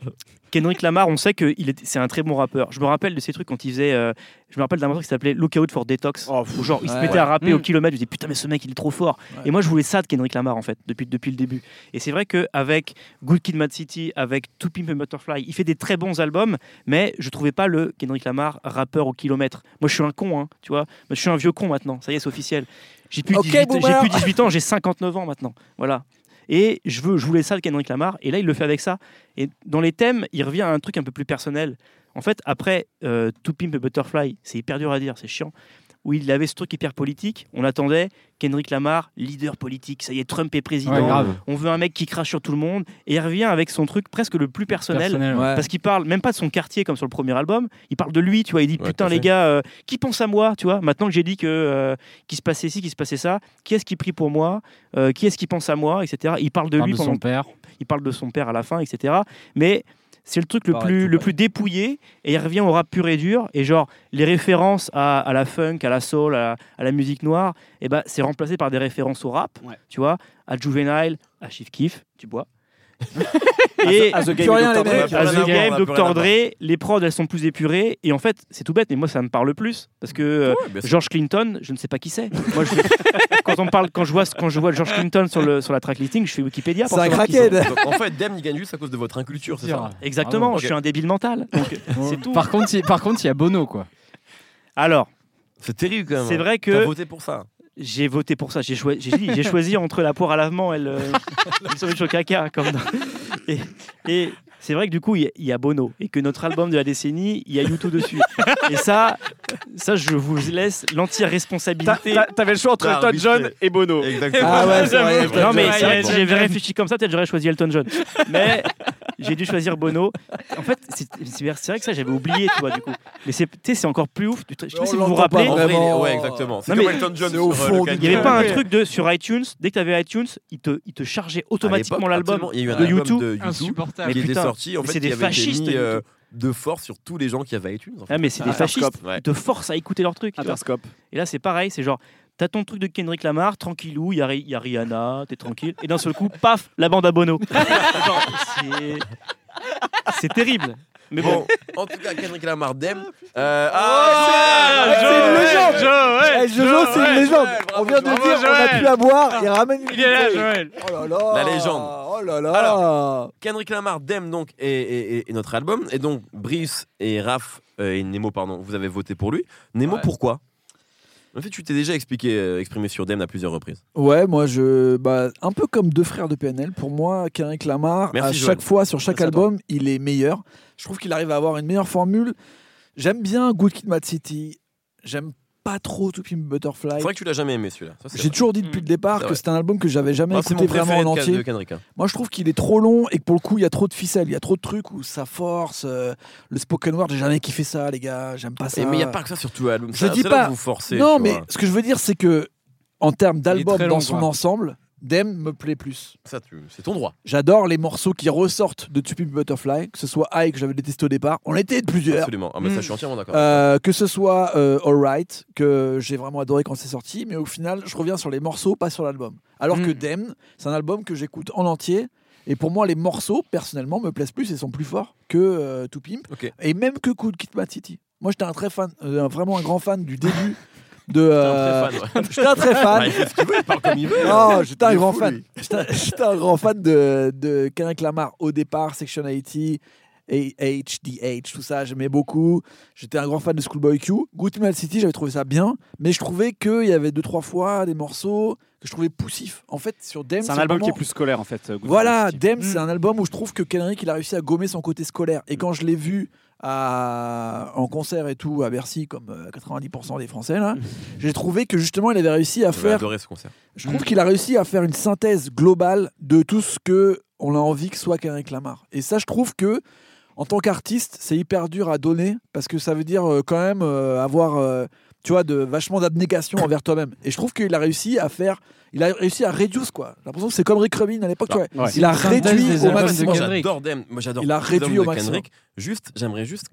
Kendrick Lamar, on sait que il est- c'est un très bon rappeur. Je me rappelle de ces trucs quand il faisait. euh, je me rappelle d'un morceau qui s'appelait Lookout for Detox. où genre, il se Ouais. mettait à rapper Mm. au kilomètre. Je disais putain, mais ce mec, il est trop fort. Ouais. Et moi, je voulais ça de Kendrick Lamar, en fait, depuis, depuis le début. Et c'est vrai qu'avec Good Kid Mad City, avec To Pimp and Butterfly, il fait des très bons albums, mais je trouvais pas le Kendrick Lamar rappeur au kilomètre. Moi, je suis un con, hein, tu vois. Moi, je suis un vieux con maintenant. Ça y est, c'est officiel. J'ai plus, Ok, 18 j'ai boomer. plus 18 ans, j'ai 59 ans maintenant. Voilà. Et je, veux, je voulais ça de Kendrick Lamar, et là il le fait avec ça. Et dans les thèmes, il revient à un truc un peu plus personnel. En fait, après euh, To Pimp et Butterfly, c'est hyper dur à dire, c'est chiant, où il avait ce truc hyper politique, on attendait Kendrick Lamar, leader politique, ça y est, Trump est président, Ouais, grave. on veut un mec qui crache sur tout le monde, et il revient avec son truc presque le plus personnel. Personnel. Ouais. Parce qu'il parle même pas de son quartier comme sur le premier album, il parle de lui, tu vois, il dit Ouais, tout putain à les fait. gars, euh, qui pense à moi, tu vois, maintenant que j'ai dit que euh, qu'il se passait ci, qu'il se passait ça, qui est-ce qui prie pour moi, Euh, qui est-ce qui pense à moi, etc. Il parle de Parle lui de pendant son père. il parle de son père à la fin, etc. Mais c'est le truc le Pareil, plus, tout le pareil. plus dépouillé et il revient au rap pur et dur. Et genre, les références à, à la funk, à la soul, à, la- à la musique noire, et ben c'est remplacé par des références au rap, Ouais. tu vois, à Juvenile, à Chief Keef, tu bois. et À The Game Plus rien, et les Dr. Dre. mecs. Plus à rien à voir, The Game, on a plus rien à Dr. Dre, les prods elles sont plus épurées. Et en fait, c'est tout bête, mais moi ça me parle plus parce que. euh, Ouais, bien sûr. George Clinton, je ne sais pas qui c'est. Moi, je- quand on parle, quand je vois, quand je vois George Clinton sur le sur la tracklisting, je fais Wikipédia. pour C'est un savoir qui crackhead. Donc, en fait, Dem, il gagne juste à cause de votre inculture, c'est ça Exactement, Ah ouais. je suis un débile mental. Donc, c'est tout. Par contre, il- par contre, il y a Bono quoi. Alors, C'est terrible quand même. c'est vrai T'as que voté pour ça. j'ai voté pour ça. J'ai choi- j'ai dit- j'ai choisi entre la poire à lavement et le, et le sandwich au caca. Comme dans- Et, et c'est vrai que du coup, il y a- il y, a Bono et que notre album de la décennie, il y a YouTube dessus. Et ça, ça, je vous laisse l'entière T'a- responsabilité. t'a- T'avais le choix entre T'as Elton arbitré. John et Bono. Exactement. Ah ouais, c'est vrai, Non, mais Ouais, c'est vrai ouais, que si j'avais réfléchi comme ça, peut-être j'aurais choisi Elton John. Mais j'ai dû choisir Bono. En fait, c'est c'est vrai c'est vrai que ça, j'avais oublié, tu vois, du coup. Mais c'est tu sais, c'est encore plus ouf. Je sais pas On si vous vous l'entend pas rappelez, En vrai, il est- Vraiment. ouais, exactement. C'est Non, comme mais Elton John c'est au sur, euh, le fond du- Kanye. Il n'y avait pas un Ouais. truc de sur iTunes, dès que tu avais iTunes, il te, il te chargeait automatiquement À l'époque, l'album. absolument, Il y a eu un de album U2. de U2 Insupportable. Mais qui était putain, sorti. En mais fait, c'est qui des avait été fascistes, mis euh, U2. de force sur tous les gens qui avaient iTunes. en fait. Ah, mais c'est des fascistes, Ouais. ils te forcent à écouter leurs trucs. tu vois. Interscope. Et là, c'est pareil, c'est genre, t'as ton truc de Kendrick Lamar, tranquillou, il y a, Ri- y a Rihanna, t'es tranquille, et d'un seul coup, paf, la bande à Bono. Genre, c'est- c'est terrible. Mais bon, Bon, en tout cas, Kendrick Lamar Dem. Euh, ah, c'est Joël, une Joël, légende. Eh, Jojo, c'est une légende. Joël, bravo, On vient de Joël. dire, on a plus à boire, il ramène une bouteille. Joël. Oh là La là. légende. Oh là là. Kendrick Lamar Dem donc et, et- et- et notre album. Et donc Brice et Raph euh, et Nemo pardon, vous avez voté pour lui. Nemo pourquoi En fait, tu t'es déjà expliqué, euh, exprimé sur Dem à plusieurs reprises. Ouais, moi, je, bah, un peu comme deux frères de PNL. Pour moi, Kendrick Lamar, Merci, à Joël. chaque fois, sur chaque Merci à toi. album, il est meilleur. Je trouve qu'il arrive à avoir une meilleure formule. J'aime bien Good Kid, Mad City. J'aime pas trop To Pimp a Butterfly. C'est vrai que tu l'as jamais aimé celui-là. Ça, c'est Ah, J'ai vrai. toujours dit depuis le départ C'est que vrai. c'est un album que j'avais jamais Ah, c'est écouté mon préféré vraiment en de Ken- entier. de Kendrick. hein. Moi, je trouve qu'il est trop long et que pour le coup, il y a trop de ficelles, il y a trop de trucs où ça force. euh, le spoken word, j'ai jamais kiffé ça, les gars. J'aime pas ça. Et mais il n'y a pas que ça sur tout l'album. Je Ça- dis c'est là pas- que vous forcez. Non, tu mais vois. ce que je veux dire, c'est que en termes d'album très dans long, son quoi. ensemble, Dem me plaît plus. Ça, tu- c'est ton droit. J'adore les morceaux qui ressortent de Tupi Butterfly, que ce soit High que j'avais détesté au départ. On était de plusieurs. Absolument. Ah, mais ça, Mm. je suis entièrement d'accord. Euh, que ce soit euh, Alright, que j'ai vraiment adoré quand c'est sorti, mais au final, je reviens sur les morceaux, pas sur l'album. Alors que Hmm. Mm. Dem, c'est un album que j'écoute en entier, et pour moi, les morceaux, personnellement, me plaisent plus et sont plus forts que euh, To Pimp, Ok. et même que Good Kid Mad City. Moi, j'étais un très fan, euh, vraiment un grand fan du début de. euh, T'es un très fan, ouais. J'étais un très fan. Bah, il fait ce qu'il veut, il parle comme il veut. euh, Non, j'étais Il un est grand fou, fan. lui. J'étais un- j'étais un grand fan de, de Kendrick Lamar au départ, Section 80, AH, DH, tout ça, j'aimais beaucoup. J'étais un grand fan de Schoolboy Q. Good Mad City, j'avais trouvé ça bien, mais je trouvais qu'il y avait deux, trois fois des morceaux que je trouvais poussifs. En fait, sur Dem, C'est un album qui est vraiment- plus scolaire en fait. euh, Good Voilà, Kid, Mad City. Dem, c'est un album où je trouve que Kendrick, il a réussi à gommer son côté scolaire. Et quand je l'ai vu à- en concert et tout, à Bercy, comme euh, 90% des Français, Hmm. là, j'ai trouvé que justement, il avait réussi à Eh J'avais faire adoré ce concert. je Mm. trouve qu'il a réussi à faire une synthèse globale de tout ce que on a envie que soit Kendrick Lamar. Et ça, je trouve que en tant qu'artiste, c'est hyper dur à donner parce que ça veut dire euh, quand même euh, avoir, euh, tu vois, de vachement d'abnégation envers toi-même. Et je trouve qu'il a réussi à faire, il a réussi à réduire quoi. J'ai l'impression que c'est comme Rick Rubin à Bah, l'époque, tu vois. Ouais. il a C'est une synthèse réduit des au albums de maximum. Kendrick. J'adore Dem. Moi, j'adore. Il a les réduit albums au de maximum. Kendrick. Juste, j'aimerais juste.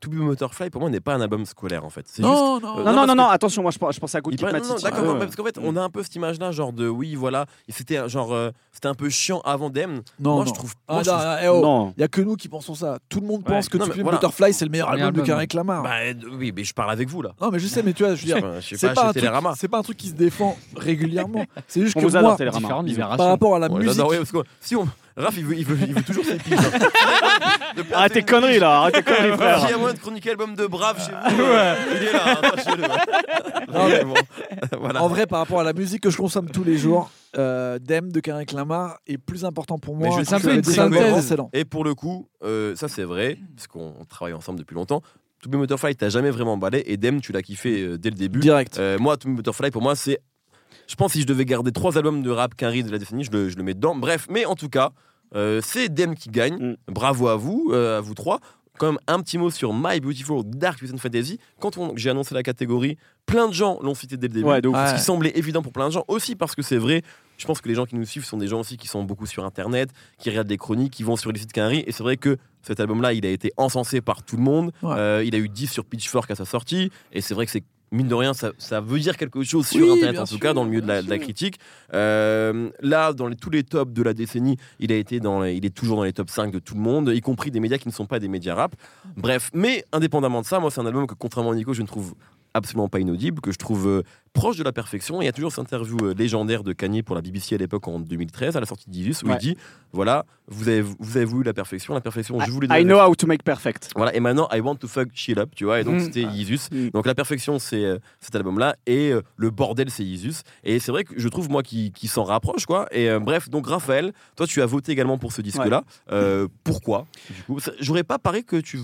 To Be Motorfly, pour moi, n'est pas un album scolaire en fait. C'est juste Non, non. euh, Non, non, non, non, parce non, attention, moi je pense- je pensais à Good Il Kid paraît- Mad non, non, City. d'accord, Ouais, non, ouais. parce qu'en fait, on a un peu cette image-là, genre de oui, voilà, et c'était un- genre, euh, c'était un peu chiant avant Dem. non, moi, non. je trouve. Ah, moi, je non, trouve- ah, eh oh. Non. Il y a que nous qui pensons ça. Tout le monde Ouais. pense que Non, Tu mais Pimp voilà. Butterfly c'est le meilleur Meilleur album de album. Kendrick Lamar. Bah, euh, oui, mais je parle avec vous là. Non, mais je sais, mais tu vois, je veux dire, Je suis C'est pas, pas, chez un truc, Télérama. c'est pas un truc qui se défend régulièrement. C'est juste On que vous moi, adore, Télérama. Différentes par libérations. rapport à la Ouais, musique, j'adore, ouais, parce que si on. Raph, il veut, il veut, il veut toujours ses piges. hein. Depuis- Arrête Ah, tes conneries là, arrête tes conneries frère. S'il y a moyen de chroniquer l'album de Brave chez vous, euh, il est là, hein, sachez-le. Non, mais- Vraiment. Voilà. en vrai, par rapport à la musique que je consomme tous les jours, euh, Dem de Kendrick Lamar est plus important pour moi. Mais je que trouve que la c'est synthèse, une cohérence. c'est lent. Et pour le coup, euh, ça c'est vrai, parce qu'on travaille ensemble depuis longtemps. To Be Motorfly, t'as jamais vraiment emballé, et Dem, tu l'as kiffé euh, dès le début. Direct. Euh, moi, To Be Butterfly, pour moi, c'est. Je pense que si je devais garder trois albums de rap qu'un riz de la décennie, je le, je le mets dedans. Bref, mais en tout cas, euh, c'est Dem qui gagne. Mm. Bravo à vous, euh, à vous trois. Quand même un petit mot sur My Beautiful Dark Twisted Fantasy. Quand on- j'ai annoncé la catégorie, plein de gens l'ont cité dès le début. Ouais, de ouf. Ce qui semblait évident pour plein de gens. Aussi parce que c'est vrai, je pense que les gens qui nous suivent sont des gens aussi qui sont beaucoup sur Internet, qui regardent des chroniques, qui vont sur les sites Canary. Et c'est vrai que cet album-là, il a été encensé par tout le monde. Ouais. Euh, il a eu 10 sur Pitchfork à sa sortie. Et c'est vrai que c'est mine de rien, ça, ça veut dire quelque chose sur Oui, Internet, bien en tout sûr, cas, dans le milieu de la, bien de la sûr. critique. Euh, là, dans les- tous les tops de la décennie, il, a été dans les- il est toujours dans les top 5 de tout le monde, y compris des médias qui ne sont pas des médias rap. Bref, mais indépendamment de ça, moi, c'est un album que, contrairement à Nico, je ne trouve absolument pas inaudible, que je trouve euh, proche de la perfection. Il y a toujours cette interview euh, légendaire de Kanye pour la BBC à l'époque en 2013, à la sortie d'Illus, où Ouais. il dit, voilà, vous avez, vous avez voulu la perfection, la perfection, je voulais I know how to make perfect. voilà, et maintenant, I want to fuck Chill Up, tu vois, et donc Mm. c'était Isus. Mm. Donc la perfection, c'est euh, cet album-là, et euh, le bordel, c'est Isus. Et c'est vrai que je trouve, moi, qui, qui s'en rapproche, quoi. Et euh, bref, donc Raphaël, toi, tu as voté également pour ce disque-là. Euh, pourquoi du coup Ça- J'aurais pas parié que tu.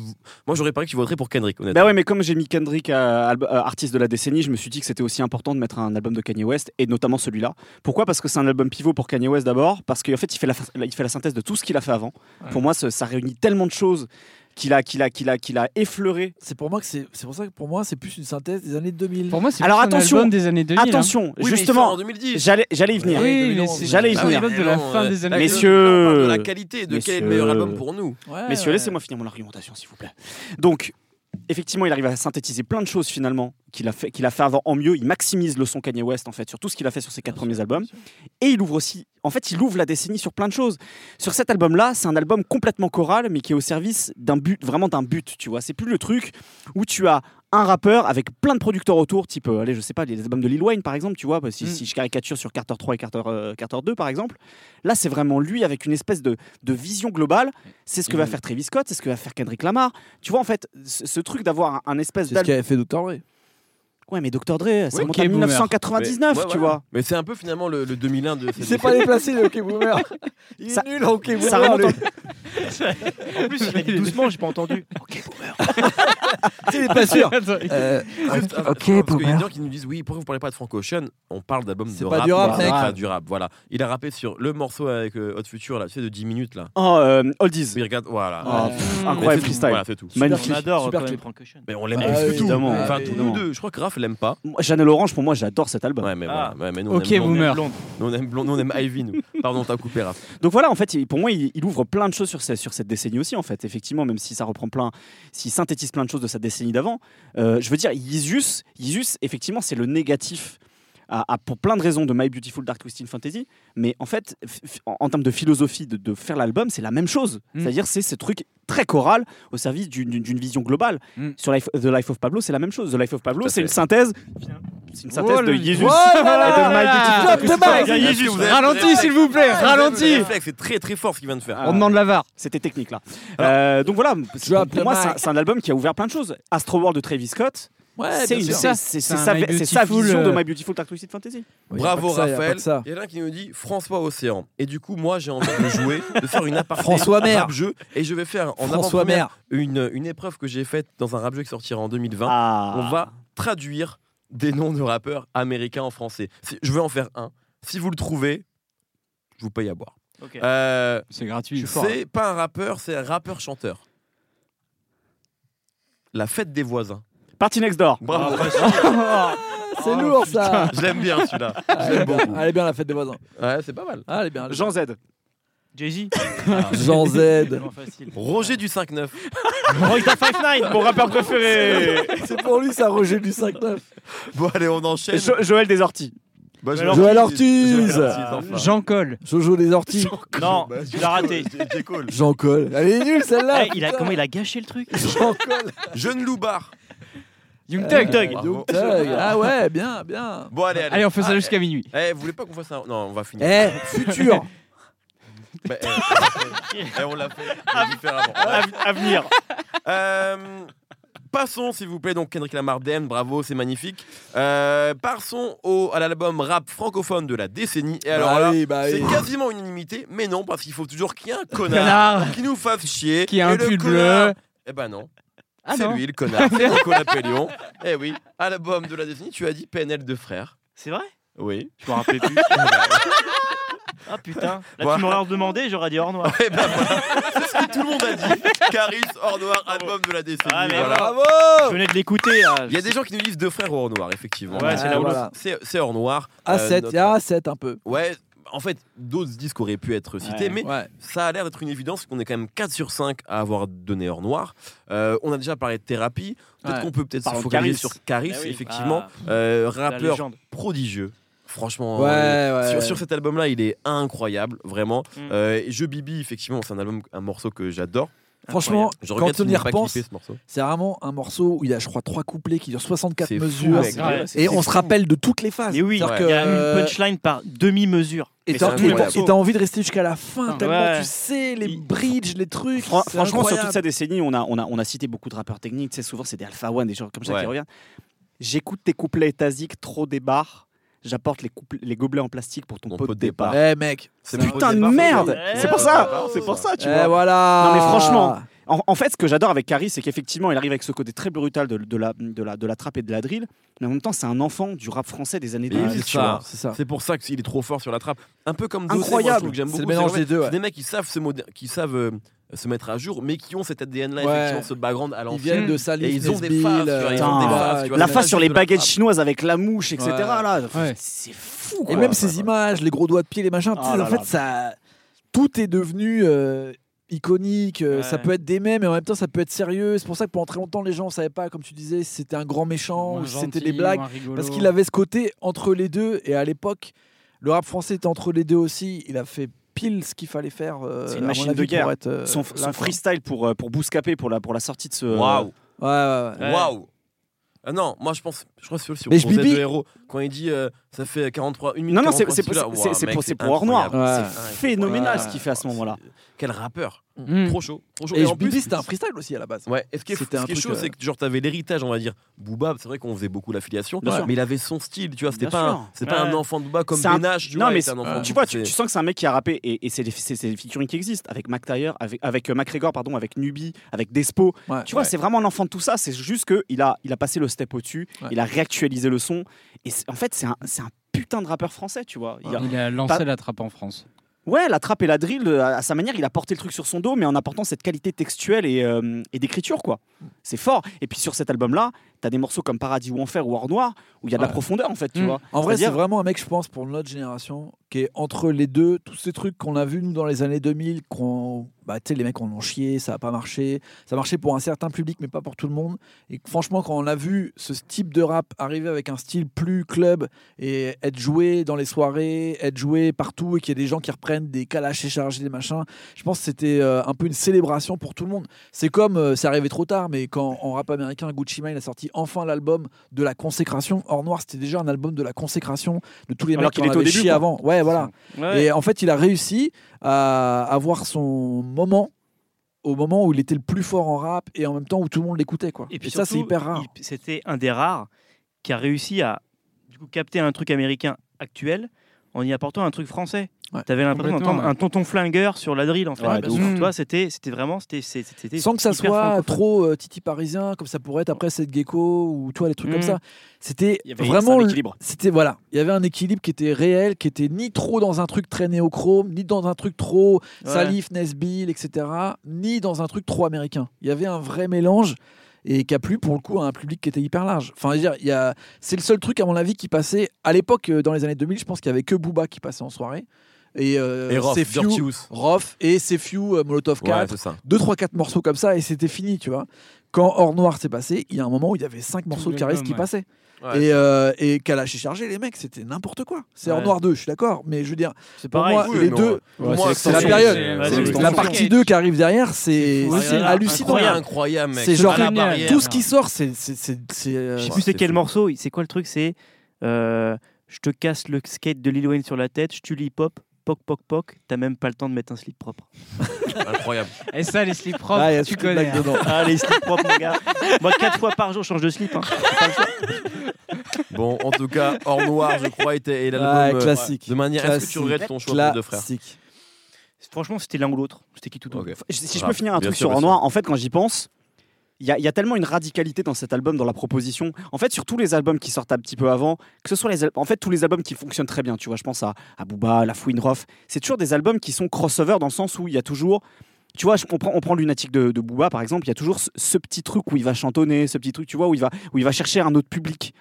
Moi, j'aurais parié que tu voterais pour Kendrick, honnêtement. Bah ouais, mais comme j'ai mis Kendrick euh, alb- euh, artiste de la décennie, je me suis dit que c'était aussi important de mettre un album de Kanye West et notamment celui-là. Pourquoi Parce que c'est un album pivot pour Kanye West d'abord, parce qu'en fait il fait, la, fa- il fait la synthèse de tout ce qu'il a fait avant. Pour moi, ça, ça réunit tellement de choses qu'il a, qu'il a, qu'il a, qu'il a effleuré. C'est pour moi que c'est, c'est pour ça que pour moi, c'est plus une synthèse des années 2000. Pour moi, c'est Alors, plus un attention, album des années 2000. hein. Attention, Oui, mais il sort en justement, 2010. j'allais j'allais y venir. Oui, mais c'est- J'allais y c'est venir. l'album de la non, fin euh, des là, années Messieurs, on parle de la qualité, de quel est le meilleur messieurs. album pour nous. Ouais, Messieurs, ouais. laissez-moi finir mon argumentation, s'il vous plaît. Donc, effectivement, il arrive à synthétiser plein de choses, finalement, qu'il a, fait- qu'il a fait avant en mieux. Il maximise le son Kanye West, en fait, sur tout ce qu'il a fait sur ses quatre premiers albums. Et il ouvre aussi. En fait, il ouvre la décennie sur plein de choses. Sur cet album-là, c'est un album complètement choral, mais qui est au service d'un but, vraiment d'un but, tu vois. C'est plus le truc où tu as un rappeur avec plein de producteurs autour, type, euh, allez, je sais pas, les albums de Lil Wayne, par exemple, tu vois, bah, si, Mm. si je caricature sur Carter 3 et Carter, euh, Carter 2, par exemple. Là, c'est vraiment lui avec une espèce de, de vision globale. C'est ce que Et va le- faire Travis Scott, c'est ce que va faire Kendrick Lamar. Tu vois, en fait, ce, ce truc d'avoir un, un espèce C'est ce d'al- qu'avait fait Dr. Dre. Ouais, mais Dr. Dre, ça Oui, remonte à ok, boomer. 1999, Mais- ouais, tu voilà. vois. Mais c'est un peu finalement le, le 2001 de. Il s'est pas déplacé, le hockey boomer. Il est Ça- nul, le hockey ça boomer. remonte lui. En plus, il a dit doucement, j'ai pas entendu. Ok, Il est pas sûr. Euh, ok, Ah, parce qu'il y a des gens qui nous disent oui, pourquoi vous parlez pas de Frank Ocean On parle d'album de C'est rap. pas du rap, voilà, mec. c'est pas du rap, voilà. Il a rappé sur le morceau avec euh, Hot Future, là, tu sais, de 10 minutes, là. Oh, euh, Oldies. Oui, regarde, voilà. Ah, Ouais. pff, Mais Mais incroyable c'est tout, freestyle. Voilà, c'est tout. Super On Magnifique. clip, adore super quand même clip. Frank Ocean. Mais on l'aime Ah, tous, oui, tout. évidemment. Enfin, Ah, tous évidemment. nous deux. Je crois que Raph l'aime pas. Moi, Jeanne Orange, pour moi, j'adore cet album. Ouais, mais Ah. voilà. Ouais, mais nous, on Ok, aime- nous, on aime- boomer. Blonde. nous, on aime Blond, nous, on aime Ivy, nous. Pardon, t'as coupé, Raph. Donc voilà, en fait, il- pour moi, il, il ouvre plein de choses sur, ce- sur cette décennie aussi, en fait. Effectivement, même si ça reprend plein, s'il synthétise plein de choses de sa décennie d'avant, euh, je veux dire, Isus, Isus effectivement, c'est le négatif. À, à- pour plein de raisons de My Beautiful Dark Twisted Fantasy, mais en fait, f- f- en, en termes de philosophie de, de faire l'album, c'est la même chose. Mm. C'est-à-dire, c'est ce truc très choral au service d'une- d'une d'une vision globale. Mm. Sur Life- The Life of Pablo, c'est la même chose. The Life of Pablo, Tout à c'est fait. une synthèse, c'est une synthèse Oh de le- Isus. Oh là là, Et de My Beautiful Dark Twisted Clap de Fantasy. Est-ce que vous avez- Ralentis, s'il vous plaît, Vous avez- vous avez ralentis. réflexe, C'est très très fort ce qu'il vient de faire. On demande la VAR. C'était technique là. Euh, donc voilà, pour, Drop pour the moi mic. c'est un- c'est un album qui a ouvert plein de choses. Astro World de Travis Scott, Ouais, c'est bien une- sûr. c'est- c'est- c'est un sa, My c'est sa Beautiful, vision de euh, My Beautiful Dark Twisted Fantasy. Oui, y a Bravo pas que ça, y a pas Raphaël. que ça. Il y en a un qui nous dit François Océan. Et du coup, moi, j'ai envie de jouer, de faire une aparté François Maire. rap jeu. Et je vais faire en François avant-première Maire. une, une épreuve que j'ai faite dans un rap jeu qui sortira en 2020. Ah. On va traduire des noms de rappeurs américains en français. Si- je vais en faire un. Si vous le trouvez, je vous paye à boire. Ok. Euh, C'est gratuit. hein. c'est pas un rappeur, c'est un rappeur-chanteur. La fête des voisins. Party Next Door. Bravo. C'est lourd, ça. Je l'aime bien celui-là. Ah, Elle est J'aime bien- beaucoup. elle est bien, la fête des voisins. Ouais, c'est pas mal. Ah, elle est bien. elle est Jean Z. Jay-Z. bien. Jean Z. Tellement facile. Roger du 5-9. Royda 59, mon rappeur préféré. C'est pour lui, ça, Roger du 5-9. Bon, allez, on enchaîne. Jo- Joël des orties Bah, Joël Joël Joël Ortiz, Ortiz. enfin. Bah, Jean Cole. Jojo les orties. Non, tu l'as raté. Jean Cole. Elle est nulle, celle-là. Eh, il a, comment il a gâché le truc Jean Cole. Jeune Loubar. Young Euh, Thug. Young euh, Thug. Ah ouais, bien, bien. Bon, allez, allez. Allez, on fait Ah, ça jusqu'à minuit. Eh, vous voulez pas qu'on fasse un. Non, on va finir. Eh, futur. Bah, eh, on l'a fait. Eh, on l'a fait mais différemment. Ouais. à venir. Euh, passons, s'il vous plaît, donc Kendrick Lamar DM, bravo, c'est magnifique. Euh, passons au, à l'album rap francophone de la décennie. Et alors Bah là, oui, bah c'est oui. quasiment une unanimité, mais non, parce qu'il faut toujours qu'il y ait un connard Connard. qui nous fasse chier. Qui a un Et le pull connard- bleu. Eh ben non. Ah c'est non. lui le connard, c'est Nicolas Pellion. Eh oui, album de la décennie, tu as dit PNL de frère. C'est vrai Oui. Je me rappelais plus. ah putain. Là, Voilà. tu m'aurais redemandé, j'aurais dit hors noir. Eh ben voilà, c'est ce que tout le monde a dit. Caris, Or Noir, album de la décennie. Ah, mais voilà. Bravo. Je venais de l'écouter. euh, là. Il y a des gens qui nous disent deux frères au Or Noir, effectivement. Ouais, c'est Ah, la houleuse. voilà. C'est c'est Or Noir. euh, A7, il y a A7 un peu. Ouais, en fait, d'autres disques auraient pu être cités, Ouais. mais Ouais. ça a l'air d'être une évidence qu'on est quand même 4 sur 5 à avoir donné Or Noir. Euh, on a déjà parlé de thérapie. Peut-être Ouais. qu'on peut peut-être se Parlons de focaliser Caris. sur Caris, Bah oui. effectivement. Euh, La rappeur légende. prodigieux. Franchement, Ouais, euh, Oh, ouais. Sur, sur cet album-là, il est incroyable, vraiment. Mm. Euh, et Je Bibi, effectivement, c'est un album, un morceau que j'adore. Franchement, Je regrette quand on qu'il y n'ait pas repense, clippé ce morceau. c'est vraiment un morceau où il y a, je crois, trois couplets qui durent 64 C'est fou, mesures. mec. Ouais. et on se rappelle de toutes les phases. Mais oui, C'est-à-dire ouais. que, il y a une euh, punchline par demi-mesure. Et Mais t'as c'est et t'as- incroyable. et t'as envie de rester jusqu'à la fin, Ah, tellement ouais. tu sais les Il- bridges, les trucs. Fran- c'est franchement, sur incroyable. toute sa décennie, on a, on, a, on a cité beaucoup de rappeurs techniques. Tu sais, souvent, c'est des Alpha One, des gens comme ça Ouais. qui reviennent. J'écoute tes couplets tasiques, trop des barres. J'apporte les, couple- les gobelets en plastique pour ton Mon pot de pot de départ. départ. Eh mec, C'est Putain un de départ, merde. ouais. C'est pour un ça, départ, c'est pour ça, tu eh, vois. voilà. Ah, Non, mais franchement, En, en fait, ce que j'adore avec Carrie, c'est qu'effectivement, il arrive avec ce côté très brutal de, de la, de, la, de la trappe et de la drill, mais en même temps, c'est un enfant du rap français des années Mais il 2000. existe tu ça. vois. c'est ça. C'est pour ça qu'il est trop fort sur la trappe. Un peu comme Dossé, moi, Incroyable. je trouve que j'aime C'est beaucoup. le mélange vrai, des deux, C'est des mecs qui savent se, modè- qui savent, euh, se mettre à jour, mais qui ont cet ADN-là, Ouais. effectivement, ce background à Ils l'ancienne. viennent de Salif, Et ils ont des Nesbill, phases, tu euh, vois, ils ont des phases, tu vois, La c'est face sur les de la baguettes trappe. chinoises avec la mouche, etc. Ouais. Là, Ouais. c'est fou. Et Quoi. même ouais, ces ouais. images, les gros doigts de pied, les machins, tu Ah sais, là en là. fait, ça, tout est devenu euh, iconique. euh, Ça Ouais. peut être des mèmes, mais en même temps, ça peut être sérieux. C'est pour ça que pendant très longtemps, les gens ne savaient pas, comme tu disais, si c'était un grand méchant ou si c'était des blagues. Parce qu'il avait ce côté entre les deux. Et à l'époque, le rap français était entre les deux aussi. Il a fait pile ce qu'il fallait faire. euh, C'est une à mon machine avis, de guerre. pour être, euh, son, là, son freestyle pour, euh, pour Bouscapé, pour la, pour la sortie de ce. euh, Waouh! quoi. Ouais, ouais, ouais. Ouais. Waouh! Ah non, moi je pense, je crois que c'est sur Mais le je bibi. de héros E quand il dit euh, ça fait 43 une minute. Non, non, c'est 43, c'est- c'est- celui-là. Waouh, c'est- c'est mec, pour, c'est pour Or incroyable. Noir. Ouais. C'est phénoménal ce qu'il fait à ce moment-là. Quel rappeur! Hmm. Mm. Trop chaud. Trop chaud. Et, Et en Bibi, plus, c'était un freestyle aussi à la base. Ouais, et ce qui est, fou- C'était ce un qui est truc, chaud, euh, c'est que genre t'avais l'héritage, on va dire, Booba, c'est vrai qu'on faisait beaucoup l'affiliation, Bien sûr. mais il avait son style, tu vois, c'était Bien pas, sûr. un- c'était pas Ouais. un enfant de Booba comme C'est un- Benage, tu non, vois, mais était un enfant de tu Booba, vois, tu, c'est- tu sens que c'est un mec qui a rappé et, et c'est des, c'est- c'est des featuring qui existent avec Mac Taylor, avec, avec euh, McGregor, pardon, avec Nubi, avec Despo. Ouais. Tu vois, c'est vraiment un enfant de tout ça. C'est juste qu'il a, il a passé le step au-dessus, Ouais. il a réactualisé le son. Et c'est- en fait, c'est un, c'est un putain de rappeur français, tu vois. Il a- Il a lancé Pas- la trappe en France. ouais, la trappe et la drill, euh, à, à sa manière, il a porté le truc sur son dos, mais en apportant cette qualité textuelle et, euh, et d'écriture, quoi. C'est fort. Et puis sur cet album-là, t'as des morceaux comme Paradis ou Enfer ou Or Noir, où il y a de la Ouais. profondeur, en fait, tu Mm. vois. En vrai, c'est C'est-à-dire- vraiment un mec, je pense, pour notre génération, qui est entre les deux, tous ces trucs qu'on a vus, nous, dans les années 2000, qu'on, bah, tu sais, les mecs, on en chié, ça n'a pas marché. Ça marchait pour un certain public, mais pas pour tout le monde. Et que, franchement, quand on a vu ce type de rap arriver avec un style plus club et être joué dans les soirées, être joué partout, et qu'il y ait des gens qui reprennent des calachets chargés, des machins, je pense que c'était euh, un peu une célébration pour tout le monde. C'est comme, euh, c'est arrivé trop tard, mais quand en rap américain, Gucci Mane a sorti enfin l'album de la consécration. Or Noir, c'était déjà un album de la consécration de tous les Alors mecs qui qu'il en était au avaient début, chié quoi. avant. Ouais, voilà. Ouais. Et en fait, il a réussi à avoir son moment au moment où il était le plus fort en rap et en même temps où tout le monde l'écoutait quoi. Et puis ça c'est surtout, hyper rare. il- C'était un des rares qui a réussi à du coup, capter un truc américain actuel en y apportant un truc français. Ouais. T'avais l'impression Complètement, d'entendre ouais. un tonton flingueur sur la drill en fait. Ouais, de Donc, ouf. tu vois, c'était c'était vraiment c'était c'est- c'était Sans que ça hyper soit francophone. trop euh, titi parisien comme ça pourrait être après cette gecko ou toi les trucs comme Mm. ça. C'était Il y avait vraiment c'est un le- équilibre. c'était voilà, il y avait un équilibre qui était réel, qui était ni trop dans un truc très néochrome, ni dans un truc trop Ouais. Salif, Nesbill, etc., ni dans un truc trop américain. Il y avait un vrai mélange et qui a plu pour le coup à un public qui était hyper large. Enfin, je veux dire, il y a... c'est le seul truc à mon avis qui passait à l'époque euh, dans les années 2000. Je pense qu'il y avait que Booba qui passait en soirée et, euh, Et Rof, c'est Few- Dirty Youth. Rof et c'est Few, euh, Molotov 4 Ouais, c'est ça. deux trois quatre morceaux comme ça et c'était fini tu vois quand Or Noir s'est passé il y a un moment où il y avait cinq morceaux de Caris l'album, qui ouais. passaient Ouais. et, euh, et Kalash et Chargé les mecs c'était n'importe quoi c'est Or Ouais. Noir 2 je suis d'accord mais je veux dire C'est pour pareil. moi Oui, les non, deux pour Ouais, moi, c'est c'est- la période. Ouais, c'est c'est- l'extension. la partie 2 qui arrive derrière c'est fou, c'est c'est hallucinant Incroyable, incroyable, mec. C'est genre- À la barrière. tout ce qui sort c'est c'est- c'est- c'est, euh, Je sais Ouais, plus c'est c'est quel fou. morceau. C'est quoi le truc C'est euh, je te casse le skate de Lil Wayne sur la tête, je tue l'hip hop, poc poc poc. T'as même pas le temps de mettre un slip propre. Incroyable. Et ça, les slips propres, ah, il y a tu toutes les blagues connais. hein. dedans. Ah les slips propres, mon gars. Moi quatre fois par jour, je change de slip. hein. Bon, en tout cas, Or Noir, je crois, était et l'album. Ouais, euh, classique. De manière. Est-ce que tu Classique. regrettes ton choix de frère Classique. Franchement, c'était l'un ou l'autre. C'était qui tout doux. Ok. Si si je Rap, peux finir un bien truc sûr, sur bien En Noir, en fait, quand j'y pense, il y, a- il y a tellement une radicalité dans cet album, dans la proposition. En fait, sur tous les albums qui sortent un petit peu avant, que ce soit les, al- en fait tous les albums qui fonctionnent très bien. Tu vois, je pense à, à Booba, La Fouine Rough. C'est toujours des albums qui sont crossover dans le sens où il y a toujours. Tu vois, je- on prend, on prend Lunatique de, de Booba par exemple, il y a toujours ce, ce petit truc où il va chantonner, ce petit truc, tu vois, où il va, où il va chercher un autre public.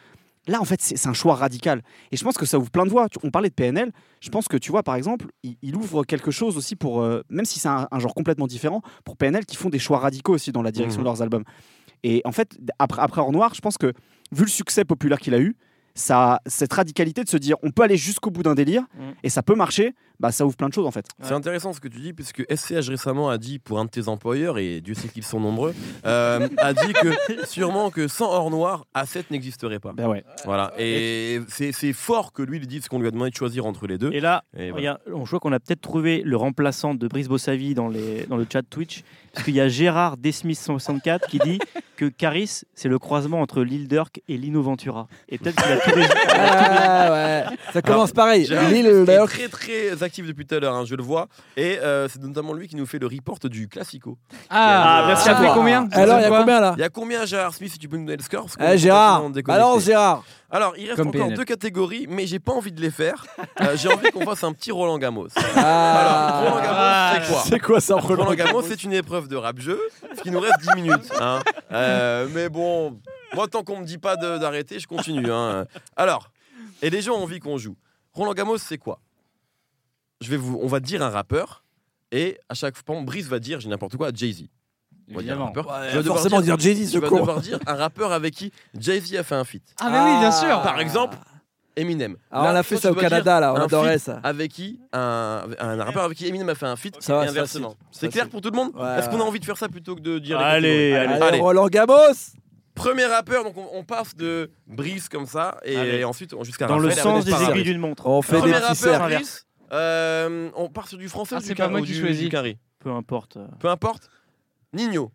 Là, en fait, c'est c'est un choix radical. Et je pense que ça ouvre plein de voies. Tu- On parlait de PNL. Je pense que, tu vois, par exemple, il, il ouvre quelque chose aussi pour, euh, même si c'est un, un genre complètement différent, pour PNL qui font des choix radicaux aussi dans la direction Mhm. de leurs albums. Et en fait, d- après, après Or Noir, je pense que, vu le succès populaire qu'il a eu, ça, cette radicalité de se dire on peut aller jusqu'au bout d'un délire Mhm. et ça peut marcher, bah, ça ouvre plein de choses en fait. C'est intéressant ce que tu dis, puisque SCH récemment a dit pour un de tes employeurs, et Dieu sait qu'ils sont nombreux, euh, a dit que sûrement que sans Or Noir, A7 n'existerait pas. Ben ouais. Voilà. Et c'est c'est fort que lui lui dise qu'on lui a demandé de choisir entre les deux. Et là, Et voilà. regarde, on voit qu'on a peut-être trouvé le remplaçant de Brice Bossavi dans, les, dans le chat Twitch. Parce qu'il y a Gérard Desmith64 qui dit que Caris, c'est le croisement entre Lil Durk et Lino Ventura. Et peut-être qu'il a tout résumé. Ah, ouais. Ça commence pareil. Gérard, Il Lille, est d'ailleurs, très très actif depuis tout à l'heure, hein, je le vois. Et euh, c'est notamment lui qui nous fait le report du Classico. Ah, Ah, merci ça à fait toi. combien Ça Alors, il y fait a quoi combien là Il y a combien Gérard Smith si tu peux nous donner le score parce qu'on Ah. Eh, est Gérard complètement déconnecté. Alors Gérard Alors, il reste Comme encore PNL. deux catégories, mais j'ai pas envie de les faire. Euh, j'ai envie qu'on fasse un petit Roland Gamos. Ah. Alors, Roland Gamos, Oh, c'est quoi C'est quoi ça, Roland Roland Gamos, c'est une épreuve de rap-jeu, ce qui nous reste 10 minutes. hein. Euh, mais bon, moi, tant qu'on me dit pas de- d'arrêter, je continue. hein. Alors, et les gens ont envie qu'on joue. Roland Gamos, c'est quoi je vais vous, On va dire un rappeur, et à chaque fois, Brice va dire, j'ai n'importe quoi, Jay-Z. On va dire un Évidemment. rappeur. Ouais, Je vais devoir forcément dire Jay-Z, ce Tu vas con. devoir dire un rappeur avec qui Jay-Z a fait un feat. Ah, mais oui, bien sûr. Par exemple, Eminem. Alors, Là, Ah, on a fait toi, ça tu au dois dire Canada, là, on un adorait feat ça. Avec qui un, un rappeur avec qui Eminem a fait un feat Ça va, et c'est inversement. facile. C'est C'est clair facile. pour tout le monde Ouais, Est-ce qu'on a ouais. envie de faire ça plutôt que de dire les Allez, catégories allez. Allez, Roland Gamos Premier rappeur, donc on, on passe de Brice comme ça et, Allez. et ensuite on- jusqu'à Dans le Raphaël avec sens des des parades. aiguilles d'une montre. On fait Premier des petits rappeur, cercles. Brice. Euh, on part sur du français Ah, ou du c'est pas car- moi ou qui du- choisis. du carré peu importe. Peu importe. Nino.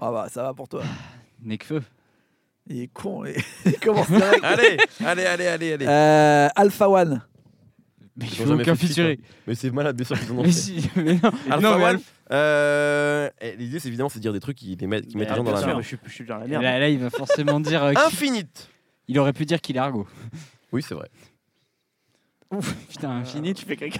Ah bah, ça va pour toi. Nekfeu. Il est con. les- Il commence direct. Allez, allez, allez, allez, allez. Euh, Alpha One. Ils Mais il ont faut jamais aucun fait de featuring. Mais c'est malade, bien sûr qu'ils en ont fait. Mais si, mais non. Alpha Non, mais One, euh, eh, L'idée, c'est évidemment, c'est de dire des trucs qui, les mettent, qui mettent les gens dans Bien la sûr, merde. Je suis- je suis dans la Là, merde. là, il va forcément dire. euh, qu'il- Infinite. Il aurait pu dire qu'il est argot. Oui, c'est vrai. Putain, infinite. Tu fais caca.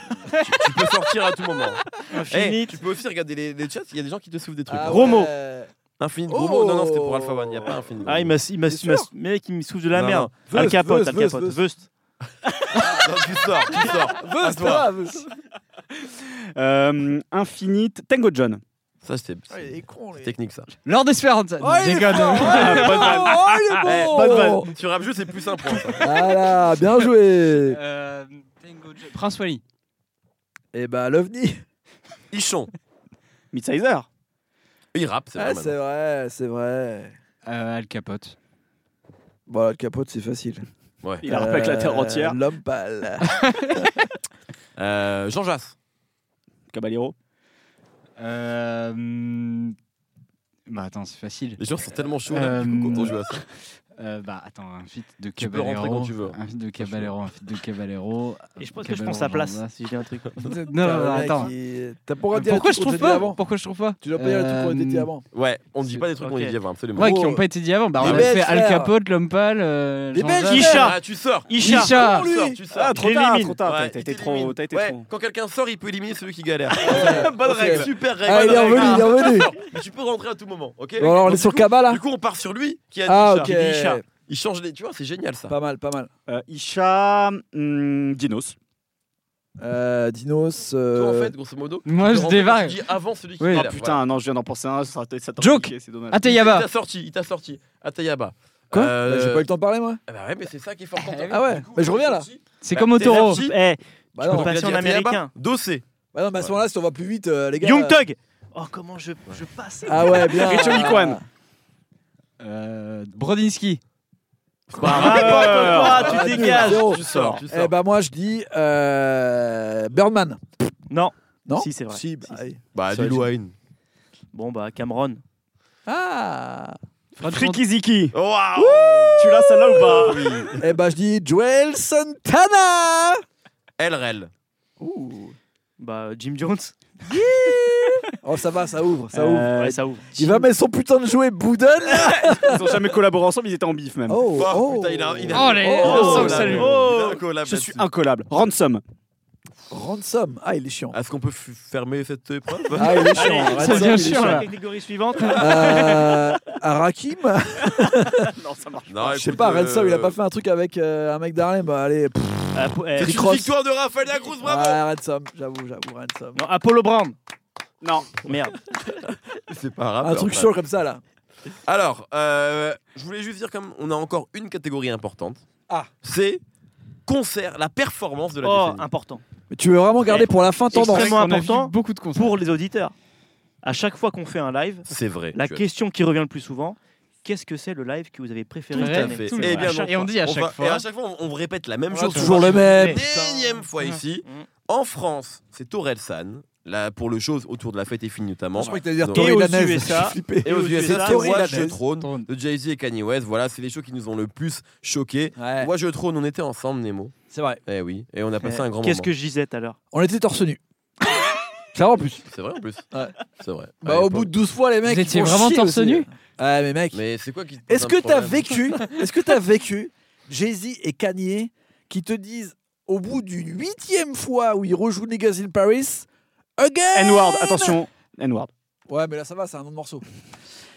tu peux sortir à tout moment. Eh, Infinite. tu peux aussi regarder les, les chats, il y a des gens qui te soufflent des trucs. Ah hein. Gros mot. ouais. Infinite Oh. gros mot, non, non, c'était pour Alpha One, il n'y a pas Infinite. Ah, il m'a, il m'a, il m'a- mec, il me souffle de la Non, merde. non. Al Veust, Capote, Veust, Al Veust, Capote, Veust. Veust. Non, tu sors, tu sors. Veut, c'est toi. pas grave. Euh, Infinite Tango John. Ça, c'était Ah, Il est con. c'est les- technique, ça. Lord Esperanza. Oh, il est Déconne. fort. Ouais, il est bon. Oh, il est Eh, bon. bonne vanne. Sur Abjeu, c'est plus un point. ça. Voilà, bien joué. Euh, Tango Jo- Prince Wally. Et bah, l'OVNI. Ichon. Midsizer. Il rappe, c'est Ah, vrai. c'est maintenant. vrai, c'est vrai. Euh, Al Capote. Bon, le capote, c'est facile. Ouais. Il a rappelé avec la terre Euh, entière. L'homme pâle. Euh, Jean Jass. Caballero. Euh, hum, Bah attends, c'est facile. Les gens sont tellement chauds là, Euh, du coup, quand on joue à ça. Euh, bah attends, un feat de Tu peux rentrer Caballero. quand tu veux. Un feat de Caballero, un feat de Caballero. Et je pense que je Caballero, prends sa place Jean-Jacques. si je dis un truc. Non, non, non, attends. T'as pas dit Pourquoi je trouve pas Pourquoi je trouve pas Tu dois pas dire les trucs qu'on a dit Euh, avant. Ouais, on ne dit C'est- pas des trucs qu'on ok. y dit avant, absolument. Ouais, Gros, qui n'ont pas été dit avant. Bah, les on a bêtes, fait Al frère. Capote, l'homme pâle. euh, Les Jean-Jacques. bêtes, Isha. Ah, tu sors. Isha. Isha. Tu sors, tu sors. Ah, trop tard, j'élimine. trop tard. Ouais, t'as il été t'élimine. trop. T'as été Ouais, trop. Quand quelqu'un sort, il peut éliminer celui qui galère. Bonne Bonne règle, super règle. Ah, il est bonne règle. revenu, il est revenu. Mais tu peux rentrer à tout moment, ok Bon, alors, on Donc, est du sur coup- Kaba là Du coup, on part sur lui qui a Ah, dit ok. Isha. Il dit Isha. Il change les. Tu vois, c'est génial ça. Pas mal, pas mal. Euh, Isha. hum, Dinos. Euh, Dinos. euh, Toi, en fait, grosso modo. Moi, tu je rentres, débarque. Tu dis avant celui qui Oui. galère. Ah putain, non, je viens d'en penser un. Ça t'a- ça t'a Joke. piqué, C'est dommage. Il Ateyaba. t'a sorti, il t'a sorti. Atayaba. Quoi Euh, Bah, J'ai pas eu le temps de parler moi ah Bah ouais, mais c'est ça qui est fort quand Ah ouais, mais je reviens, là. C'est Bah, comme au t'es taureau. gentil. Eh, Bah peux non, pas- bah Passion américain. Dossé. non, mais à ce moment-là, si on va plus vite, euh, les gars. Eh, Young Thug. Oh, comment je je passe. Ah ouais, bien. Ah, Richo Miquan. Euh, Brodinski. Ah, Ah, tu nul, dégages. zéro. Tu sors, tu Eh sors. bah, moi je dis. Euh, Birdman. Non. Non Si, c'est vrai. Si, bah, Si, allez. Bah, ça, Lil je- Wayne. Bon, bah, Cameron. Ah Freaky Ziki. Oh, Waouh Oh. Tu l'as celle-là ou pas Eh bah, je dis Joel Santana LRL. Ouh. Bah, Jim Jones. Oh, ça va, ça ouvre, ça ouvre. Ouais, Euh, ça ouvre. Il va mettre son putain de jouet Boudon là Ils ont jamais collaboré ensemble, ils étaient en bif même. Oh, Oh, putain, il a- il a- Oh, les- Oh, Vincent, là, salut. Oh, Je suis incollable. Ransom. Ransom Ah, il est chiant. Est-ce qu'on peut f- fermer cette épreuve Ah, il est chiant. Allez, Ransom, c'est bien il est sûr, chiant. là. La catégorie suivante. Euh, Rakim Non, ça marche. Non, Je sais écoute, pas, euh, Ransom, il a pas fait un truc avec euh, un mec d'Harlem Bah, allez, pff, Ah, pour- eh, C'est Rick une Ross. victoire de Raphaël Lacrosse, ouais, bravo Ransom, j'avoue, j'avoue, Ransom. Non, Apollo Brown. Non. Merde. C'est pas grave. Ah, Un truc chaud comme ça là. Alors, euh, je voulais juste dire comme on a encore une catégorie importante. Ah. C'est concert, la performance de la Oh, décennie. important. Mais tu veux vraiment garder pour la fin tendance Extrêmement On a vu important. Beaucoup de concerts. Pour les auditeurs, à chaque fois qu'on fait un live, C'est vrai. la tu as- question qui revient le plus souvent, qu'est-ce que c'est le live que vous avez préféré Tout cette à année fait. Tout le Eh monde. bien, À chaque Et on dit à On chaque va- fois. Et à chaque fois, on, on répète la même Ouais, chose. c'est Toujours le même. Une énième fois ici. Mm. En France, c'est Torelsan. Là, pour le chose autour de la fête est finie notamment. Je crois que t'allais dire Non. Tory Et aux Lanez, j'ai USA. flippé. Et aux USA, USA, c'est Tory Watch Lanez. the Throne de Jay-Z et Kanye West. Voilà, c'est les shows qui nous ont le plus choqués. Ouais, Watch the Throne, on était ensemble, Nemo. c'est vrai. Eh oui, et on a passé un grand Qu'est-ce moment. que je disais tout à l'heure On était torse nu. Ça va en plus. C'est vrai en plus. Ouais. C'est vrai. Bah, au bout de 12 fois, les mecs. Vous ils étiez font vraiment chier torse aussi. nu Ouais, mais mec. Mais c'est quoi qui te pose Est-ce un que t'as problème vécu Est-ce que t'as vécu Jay-Z et Kanye qui te disent au bout d'une huitième fois où ils rejouent Niggas in Paris Again N-Word, attention. N-Word. Ouais, mais là ça va, c'est un nom de morceau.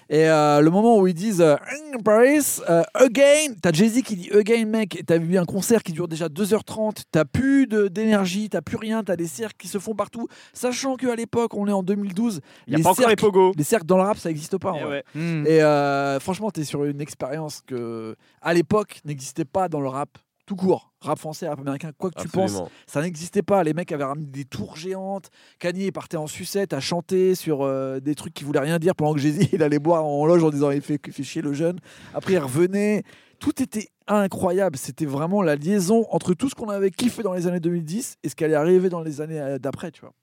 Et euh, le moment où ils disent euh, In Paris, euh, Again, t'as Jay-Z qui dit Again, mec, et t'as vu un concert qui dure déjà 2h30, t'as plus de- d'énergie, t'as plus rien, t'as des cercles qui se font partout, sachant qu'à l'époque, on est en 2012, Il n'y a pas encore les cercles, pogos. les cercles dans le rap ça n'existe pas. en Eh vrai. ouais. Hmm. Mm. Et euh, franchement, tu es sur une expérience que, à l'époque, n'existait pas dans le rap tout court. Rap français, rap américain, quoi que tu penses, Absolument. ça n'existait pas. Les mecs avaient ramené des tours géantes. Kanye partait en sucette à chanter sur euh, des trucs qui voulaient rien dire pendant que Jay-Z il allait boire en loge en disant il fait, il fait chier le jeune. Après, il revenait. Tout était incroyable. C'était vraiment la liaison entre tout ce qu'on avait kiffé dans les années 2010 et ce qui allait arriver dans les années euh, d'après, tu vois.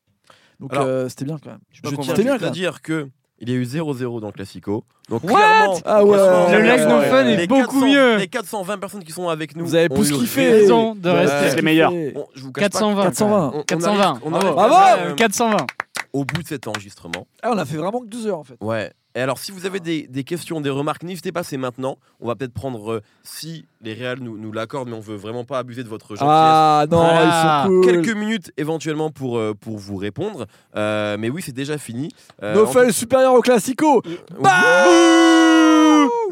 Donc Alors, euh, c'était bien quand même. Je Je tiens tiens bien juste à quand même. dire que il y a eu 0-0 dans le Classico. Donc What clairement, Ah ouais. clairement, Le Live No Fun les est beaucoup 400 mieux. Les 420 personnes qui sont avec nous. Vous avez ont plus eu kiffé. raison. Raison de Ouais. rester. C'est les meilleurs. On- je vous cache pas 420. qu'on- on arrive- 420. 420. on arrive Bravo. quand même, euh, 420. Au bout de cet enregistrement. Ah, on a fait vraiment que deux heures en fait. Ouais. Et alors, si vous avez des, des questions, des remarques, n'hésitez pas, c'est maintenant. On va peut-être prendre, euh, si les Real nous, nous l'accordent, mais on veut vraiment pas abuser de votre gentillesse. Ah non, Ah. ils sont cool. Quelques minutes éventuellement pour, euh, pour vous répondre. Euh, mais oui, c'est déjà fini. Euh, No en- Fun supérieur au classico. Bah,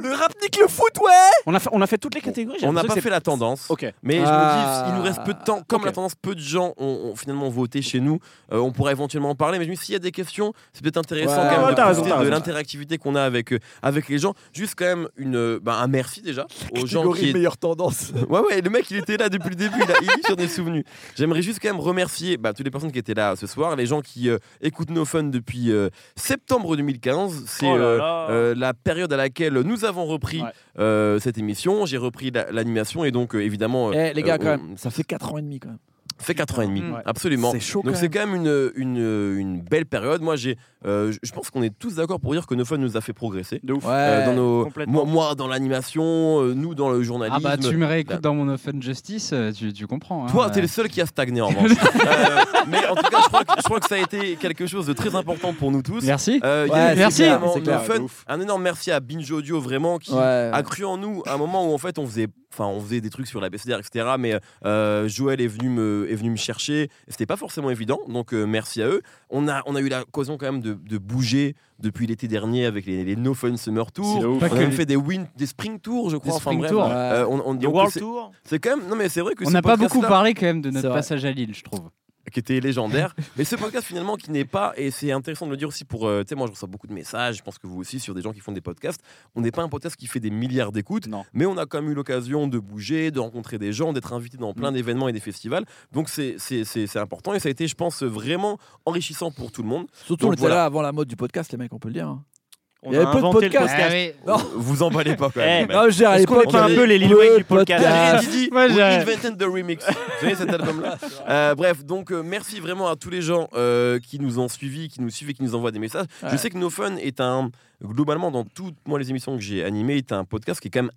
Le rap nique le foot, ouais On a fait, on a fait toutes les catégories. j'ai On n'a l'impression pas que fait la tendance. c'est- Ok. Mais Ah. je me dis, il nous reste peu de temps. Comme Ok. la tendance, peu de gens ont, ont finalement voté chez nous. euh, on pourrait éventuellement en parler. Mais je me dis, s'il y a des questions, c'est peut-être intéressant Ouais. quand même Ouais, de, t'as raison, profiter t'as de raison. l'interactivité qu'on a avec, euh, avec les gens. Juste quand même une, euh, bah, un merci déjà aux gens Catégorie qui. est- meilleure tendance. Ouais, ouais, le mec, il était là depuis le début. Il, a, il s'en est souvenu. J'aimerais juste quand même remercier bah, toutes les personnes qui étaient là ce soir, les gens qui euh, écoutent nos fun depuis euh, septembre 2015. C'est Oh là euh, là. euh, la période à laquelle nous avons repris euh, cette émission. J'ai repris la- l'animation et donc, euh, évidemment. euh, Eh les gars, euh, quand on- même, ça fait 4 ans et demi quand même. fait 4 ans et demi, Mm. Ouais. absolument. C'est chaud Donc quand c'est même. quand même une, une, une belle période. Moi, j'ai, euh, je- je pense qu'on est tous d'accord pour dire que No Fun nous a fait progresser. Euh, dans nos, complètement. moi, moi, dans l'animation, euh, nous dans le journalisme. Ah bah tu me Bah. réécoutes hein, dans mon Open Justice, euh, tu, tu comprends. hein. Toi, t'es Euh, le seul qui a stagné en revanche. Euh, mais en tout cas, je crois, que, je crois que ça a été quelque chose de très important pour nous tous. Merci. Euh, il y Ouais, a eu c'est Merci. clair, évidemment c'est No clair. Fun. Un énorme merci à Binge Audio vraiment qui Ouais. a cru en nous à un moment où en fait on faisait enfin on faisait des trucs sur la BCDR etc mais euh, Joël est venu me est venu me chercher c'était pas forcément évident donc euh, merci à eux on a on a eu l'occasion quand même de, de bouger depuis l'été dernier avec les, les No Fun Summer Tour on Pas a que même les- fait des win des spring tours je crois enfin, spring bref. tours. Euh, on, on- Des donc, World c'est- Tour c'est quand même non mais c'est vrai que On ce n'a pas podcast-là- beaucoup parlé quand même de C'est notre vrai. passage à Lille, je trouve. qui était légendaire. Mais ce podcast finalement qui n'est pas, et c'est intéressant de le dire aussi pour, euh, tu sais, moi je reçois beaucoup de messages, je pense que vous aussi sur des gens qui font des podcasts, on n'est pas un podcast qui fait des milliards d'écoutes, Non. mais on a quand même eu l'occasion de bouger, de rencontrer des gens, d'être invité dans plein d'événements et des festivals. Donc c'est c'est- c'est- c'est important et ça a été, je pense, vraiment enrichissant pour tout le monde. Surtout, on Donc, était voilà. là avant la mode du podcast, les mecs, on peut le dire. hein. On Il y avait a peu de inventé le podcasts. Ah podcast. Non. Vous emballez pas quand même. les mecs. Non, je veux dire, à Est-ce qu'on l'époque, n'est pas on un est- peu les Lil Wayne du podcast Derrière Didi, Ah. Moi, ou j'ai- une vingtaine de remix. Vous voyez cet album-là Euh, Bref, donc euh, merci vraiment à tous les gens euh, qui nous ont suivis, qui nous suivent et qui nous envoient des messages. Je Ouais. sais que No Fun est un, globalement, dans toutes moi, les émissions que j'ai animées, est un podcast qui est quand même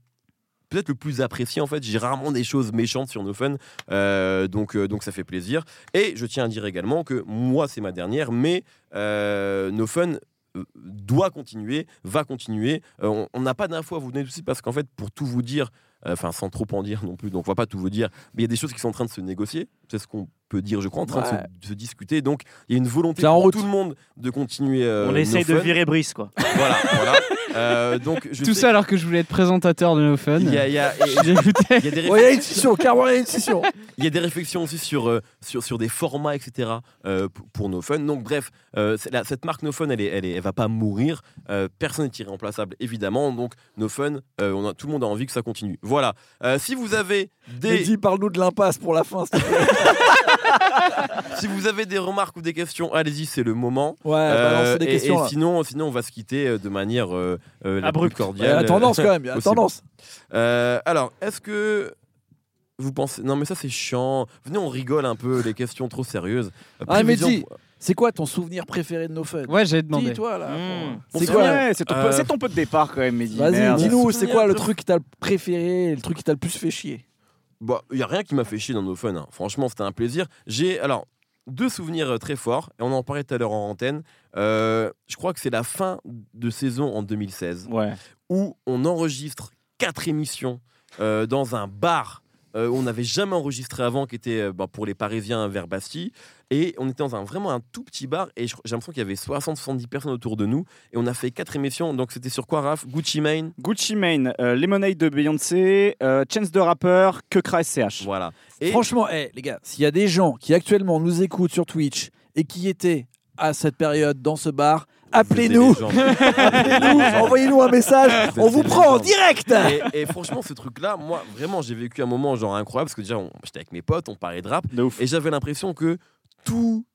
peut-être le plus apprécié en fait. J'ai rarement des choses méchantes sur No Fun, euh, donc, euh, donc ça fait plaisir. Et je tiens à dire également que moi, c'est ma dernière, mais euh, No Fun euh, doit continuer, va continuer. Euh, on- on n'a pas d'infos à vous donner tout de suite parce qu'en fait, pour tout vous dire, euh, enfin sans trop en dire non plus, donc on va pas tout vous dire, mais il y a des choses qui sont en train de se négocier, c'est ce qu'on peut dire, je crois, en train de se- Ouais. de se, discuter. Donc il y a une volonté C'est en pour route. tout le monde de continuer. euh, On No essaye de Fun. virer Brice, quoi. Voilà, voilà. Euh, donc je Tout sais- ça alors que je voulais être présentateur de No Fun. Il y a, il y a- et- J'ai écouté. il y a des Ouais, il y a une scission, carrément, il y a une scission. il y a des réflexions aussi sur, euh, sur, sur des formats, etc. euh, p- pour nos fun. Donc bref, euh, c'est- la- cette marque No Fun, elle, est, elle, est- elle va pas mourir. Euh, personne n'est irremplaçable, évidemment. Donc No Fun, euh, on a, tout le monde a envie que ça continue. Voilà. Euh, si vous avez des... Mehdi, parle-nous de l'impasse pour la fin. s'il te plaît. Si vous avez des remarques ou des questions, allez-y, c'est le moment. Ouais, balance Euh, Ah, bah, des et- questions. et là. sinon, sinon, on va se quitter euh, de manière euh, euh, la plus Abrupte. Ouais, cordiale. la tendance, quand même, il y a la possible. tendance. Euh, alors, est-ce que vous pensez Non, mais ça c'est chiant. Venez, on rigole un peu les questions trop sérieuses. Euh, Ah, mais prévision- dis, c'est quoi ton souvenir préféré de nos fun Ouais, j'avais demandé. Dis-toi là. Mm. pour- On C'est s'en quoi vient. Ouais, c'est ton, Euh, peu- c'est ton peu de départ quand même, Mehdi. Vas-y, Merde. dis-nous, c'est souvenir quoi le de- truc qui t'a le préféré, le truc qui t'a le plus fait chier Bah, il y a rien qui m'a fait chier dans nos fun. hein. Franchement, c'était un plaisir. J'ai alors deux souvenirs euh, très forts et on en parlait tout à l'heure en antenne. Euh, je crois que c'est la fin de saison en 2016 Ouais. où on enregistre quatre émissions euh, dans un bar. euh, où on n'avait jamais enregistré avant, qui était euh, bah, pour les Parisiens vers Bastille. Et on était dans un, vraiment un tout petit bar. Et je- j'ai l'impression qu'il y avait 60-70 personnes autour de nous. Et on a fait quatre émissions. Donc c'était sur quoi, Raph Gucci Mane Gucci Mane, euh, Lemonade de Beyoncé, euh, Chance de Rapper, Kekra SCH. Voilà. Et- Franchement, eh, les gars, s'il y a des gens qui actuellement nous écoutent sur Twitch et qui étaient à cette période dans ce bar, appelez-nous, Vous êtes des légendes. appelez-nous, envoyez-nous un message, Vous êtes on vous des prend en légendes. direct et, et franchement, ce truc-là, moi, vraiment, j'ai vécu un moment genre incroyable parce que déjà, on- j'étais avec mes potes, on parlait de rap, De ouf. et j'avais l'impression que tout,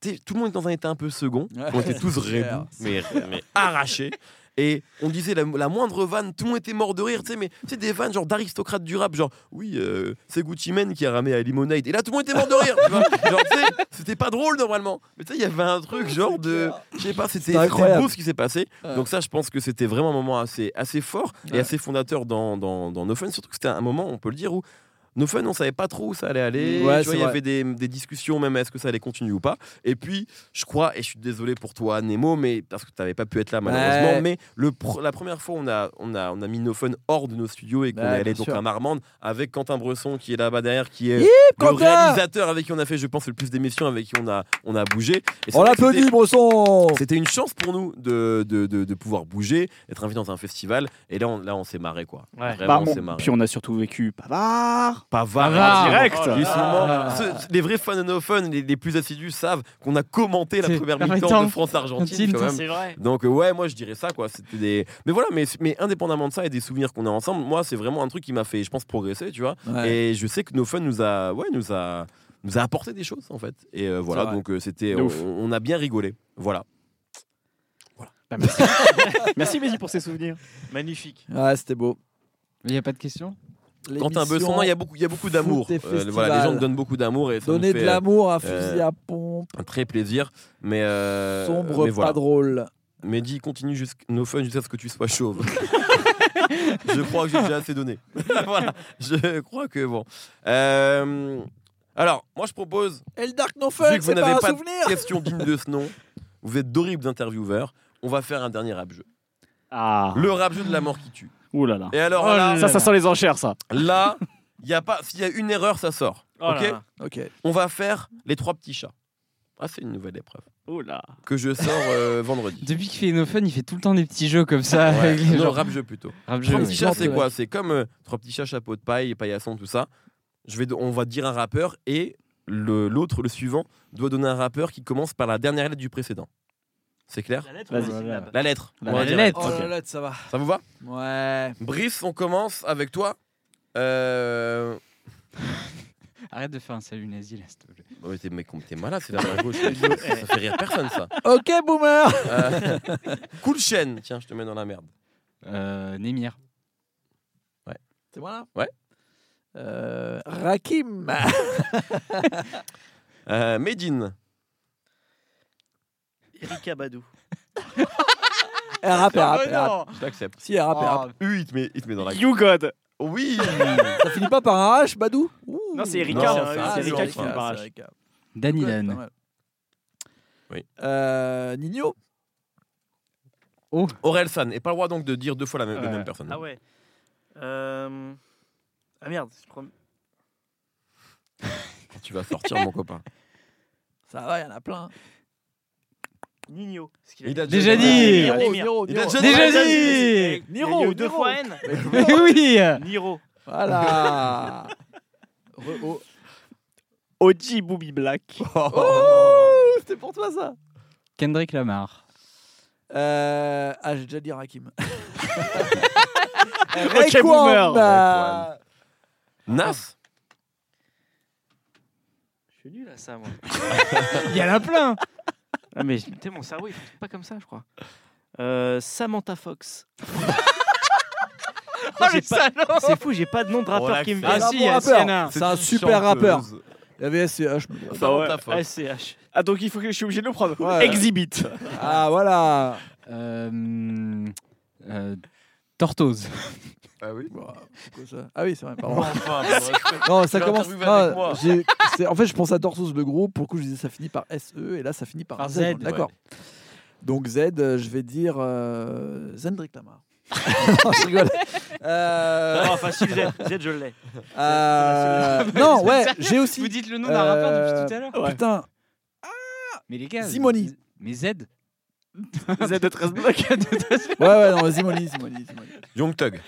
t'sais, tout le monde était dans un état un peu second. Ouais. On était tous C'est clair. rébous, mais, mais arrachés. Et on disait la, la moindre vanne, tout le monde était mort de rire, tu sais, mais c'est des vannes genre d'aristocrates du rap, genre oui, euh, c'est Gucci Mane qui a ramé à Limonade. Et là, tout le monde était mort de rire. tu vois. Genre, tu sais, c'était pas drôle normalement. Mais tu sais, il y avait un truc genre de. Je sais pas, c'était C'est incroyable. c'était beau ce qui s'est passé. Ouais. Donc, ça, je pense que c'était vraiment un moment assez, assez fort et Ouais. assez fondateur dans, dans, dans No Fun. Surtout que c'était un moment, on peut le dire, où. No Fun, on savait pas trop où ça allait aller. Ouais, Tu vois, c'est il y vrai. avait des, des discussions, même est-ce que ça allait continuer ou pas. Et puis, je crois, et je suis désolé pour toi, Nemo, mais parce que tu n'avais pas pu être là malheureusement, Ouais. mais le pr- la première fois, on a, on, a, on a mis nos fun hors de nos studios et qu'on Ouais, est allé bien donc sûr. à Marmande avec Quentin Bresson qui est là-bas derrière, qui est Yip, le Quentin réalisateur avec qui on a fait, je pense, le plus d'émissions, avec qui on a, on a bougé. Et c'est On vrai que l'applaudit, c'était- Bresson C'était une chance pour nous de, de, de, de pouvoir bouger, être invité dans un festival. Et là, on, là, on s'est marré, quoi. Ouais. Vraiment, Bah, on bon, s'est marré. puis on a surtout vécu Pavard. Pavard, oh, Pavard. en Direct. Ils sont Ah. morts. Ce- ce- les vrais fans de No Fun, les, les plus assidus savent qu'on a commenté la C'est- première Ah, mais mi-temps attends. de France-Argentine Argentine, quand même. C'est vrai. Donc euh, ouais, moi je dirais ça quoi. C'était des. Mais voilà, mais, mais indépendamment de ça et des souvenirs qu'on a ensemble, moi c'est vraiment un truc qui m'a fait, je pense, progresser, tu vois. Ouais. Et je sais que No Fun nous a, ouais, nous a, nous a apporté des choses en fait. Et euh, voilà, vrai. donc euh, c'était, De on, ouf. on a bien rigolé. Voilà. Merci Mehdi pour ces souvenirs. Magnifique. Ouais, c'était beau. Il n'y a pas de question Quentin Besson, non, il y a beaucoup, il y a beaucoup d'amour. foot des Euh, voilà, les gens festivals. nous donnent beaucoup d'amour et ça nous Donner fait de l'amour à euh, fusil à pompe, un très plaisir. Mais euh, sombre, mais voilà. pas drôle. Mehdi, continue jusqu'à No Fun jusqu'à ce que tu sois chauve. je crois que j'ai déjà assez donné. voilà, je crois que bon. Euh, alors, moi je propose, Et le Dark No Vu Fun, que vous c'est pas n'avez un pas de- souvenir question digne de ce nom. Vous êtes d'horribles intervieweurs. On va faire un dernier rap jeu. Ah. Le rap jeu de la mort qui tue. Ouh là là. Et alors Oh là, là Ça, ça sent les enchères, ça. là, il y a pas, s'il y a une erreur, ça sort. Oh ok là là. Ok. On va faire les trois petits chats. Ah, c'est une nouvelle épreuve Ouh là. que je sors euh, vendredi. Depuis qu'il fait No Fun, il fait tout le temps des petits jeux comme ça. Ouais. avec les Non, gens. rap jeu plutôt. Rap jeu, Trois ouais. petits chats, Plante, c'est ouais. quoi C'est comme euh, trois petits chats chapeau de paille, paillasson, tout ça. Je vais, do- on va dire un rappeur et le- l'autre, le, suivant, doit donner un rappeur qui commence par la dernière lettre du précédent. C'est clair La lettre Vas-y. ou la syllabe La lettre. La on va dire lettre. Oh Ok. là là, ça va. Ça vous va Ouais. Brice, on commence avec toi. Euh... Arrête de faire un salut nazi là, s'il te plaît. oh, mais t'es, mec, t'es malade, c'est la main gauche. ça fait rire personne, ça. Ok, boomer Euh... Cool chaîne. Tiens, je te mets dans la merde. Euh, Némir. C'est moi là Ouais. Euh, Rakim. Euh, Medine. Erika Badou. Elle rappe, elle rappe, elle rappe. non Je t'accepte. Si, elle Ah. rappe, elle rappe. U, il te met, il te met dans la You God. Oui Ça finit pas par un H, Badou Ouh. Non, c'est Erika. Non, c'est c'est un- c'est Erika, Erika qui fait c'est le c'est barrage. Erika. Danny Ouais, pas Lane. mal. Oui. Euh, Nino Aurel San. Et pas le droit donc de dire deux fois la même, le Ouais. même personne. Ah ouais. Euh... Ah merde, je prends... Tu vas sortir, mon copain. Ça va, il y en a plein. Nino. ce qu'il Il a Déjà dit. Niro, Niro, Niro, Niro. Il a déjà Niro. Déjà Ouais, dit. eh, Niro, il y a eu deux Niro. fois N. Mais oui Niro. Voilà. Re- oh. OG Booby Black. Oh, C'était pour toi ça Kendrick Lamar. Euh, ah, j'ai déjà dit Rakim. Ok, boomer. Rekwamba. Nas Je suis nul à ça, moi. Il y en a plein Ah mais tu sais, mon cerveau, il fonctionne pas comme ça, je crois. Euh, Samantha Fox. J'ai pas- C'est fou, j'ai pas de nom de Oh, la rappeur qui me fête. Ah, vient. si, il y a- il y en a C'est un super rappeur. Il y avait SCH. Ça ouais. SCH. Ah, donc il faut que je suis obligé de le prendre. Ouais. Exhibit. Ah, voilà. euh, euh, Tortoise. Ah oui Wow, quoi, ça Ah oui, c'est vrai, pardon. Enfin, bon, respect. Non, ça Tu commence. l'interviews avec non, moi. j'ai- c'est- en fait, je pense à Tortoise le groupe. Pour le coup, je disais ça finit par SE et là, ça finit par Par Z. Z, D'accord. Donc Z, euh, je vais dire euh, Zendrick Lamar. non, je rigole. Euh, Non, facile, Z, Z, je l'ai. euh, non, ouais, j'ai aussi. Vous dites le nom d'un d'un rappeur rappeur Euh, depuis tout à l'heure Putain, Mais les gars. Zimoni. Mais Z Z de 13 blocs. ouais, ouais, non, Zimoni, Zimoni, Zimoni. Young Thug.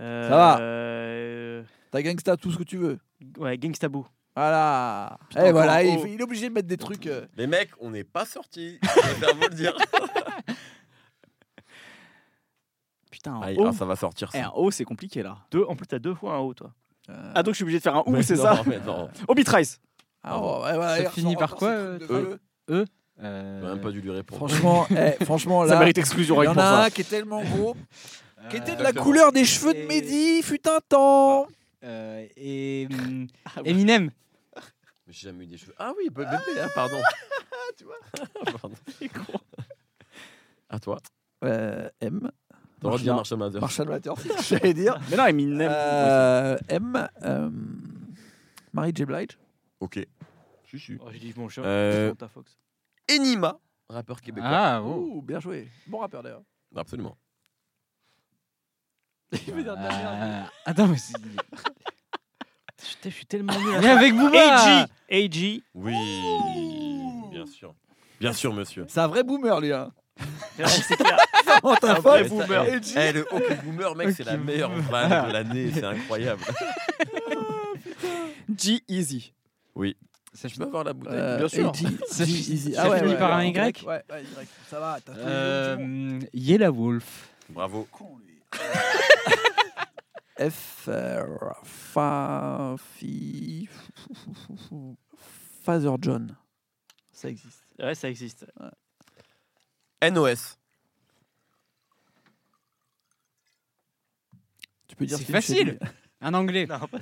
Euh, va. euh, T'as gangsta tout ce que tu veux. Ouais, Gangstaboo. Voilà. Putain, et voilà, encore il, haut. il est obligé de mettre des trucs. euh, Les mecs, on n'est pas sortis. Je préfère vous le dire. Putain, un Aïe, O. oh, ah, ça va sortir Eh, ça. un O, c'est compliqué là. Deux, en plus, t'as deux fois un haut, toi. euh, Ah, donc je suis obligé de faire un O, Mais c'est non, ça mais non. Obi Trice. ah, ouais, ouais, ouais, Ça il finit ressort par encore quoi, ce truc euh, de E feu. Euh, même pas dû lui répondre. Franchement, eh, franchement là, Ça mérite exclusion il y rien en que pour a ça. un qui est tellement gros, euh, qui était de la Exactement. couleur des cheveux de Et- Mehdi, fut un temps. euh, et hum, Eminem. Mais J'ai jamais eu des cheveux. Ah oui, bébé, ah, pardon. tu vois Pardon. À toi. Euh, M, T'auras bien Marshall Mathers. Marshall Mathers, j'allais dire. Mais non, Eminem. Euh, M, euh, Mary J. Blige. Ok. Si, si. Oh, j'ai dit mon chat. Euh, Fox. Enima, rappeur québécois. Ah, oh. Ouh, bien joué. Bon rappeur d'ailleurs. Ah. Absolument. Euh, Attends, mais c'est. Putain, je suis tellement nul. Mais avec Booba AG AG Oui, bien sûr. Bien sûr, monsieur. C'est un vrai boomer, lui. Hein. C'est clair. Oh, t'as Ah, pas- mais ça, eh, Et G. eh, le OK Boomer, mec, c'est la meilleure vanne de l'année. C'est incroyable. G-Easy. Ça Tu peux avoir la bouteille Euh, Bien sûr. et G, Ça G, fi- easy. ça Ah ouais, finit ouais, par un ouais, Y direct, Ouais, ouais, direct. Ça va, t'as tous les Euh, autres, hum, Yella Wolf. Bravo. c'est bon, lui. F. euh, fa. Fi. Father John. Ça existe. Ouais, ça existe. NOS. Tu peux dire C'est Steve Shelley. Un anglais. Non, pas.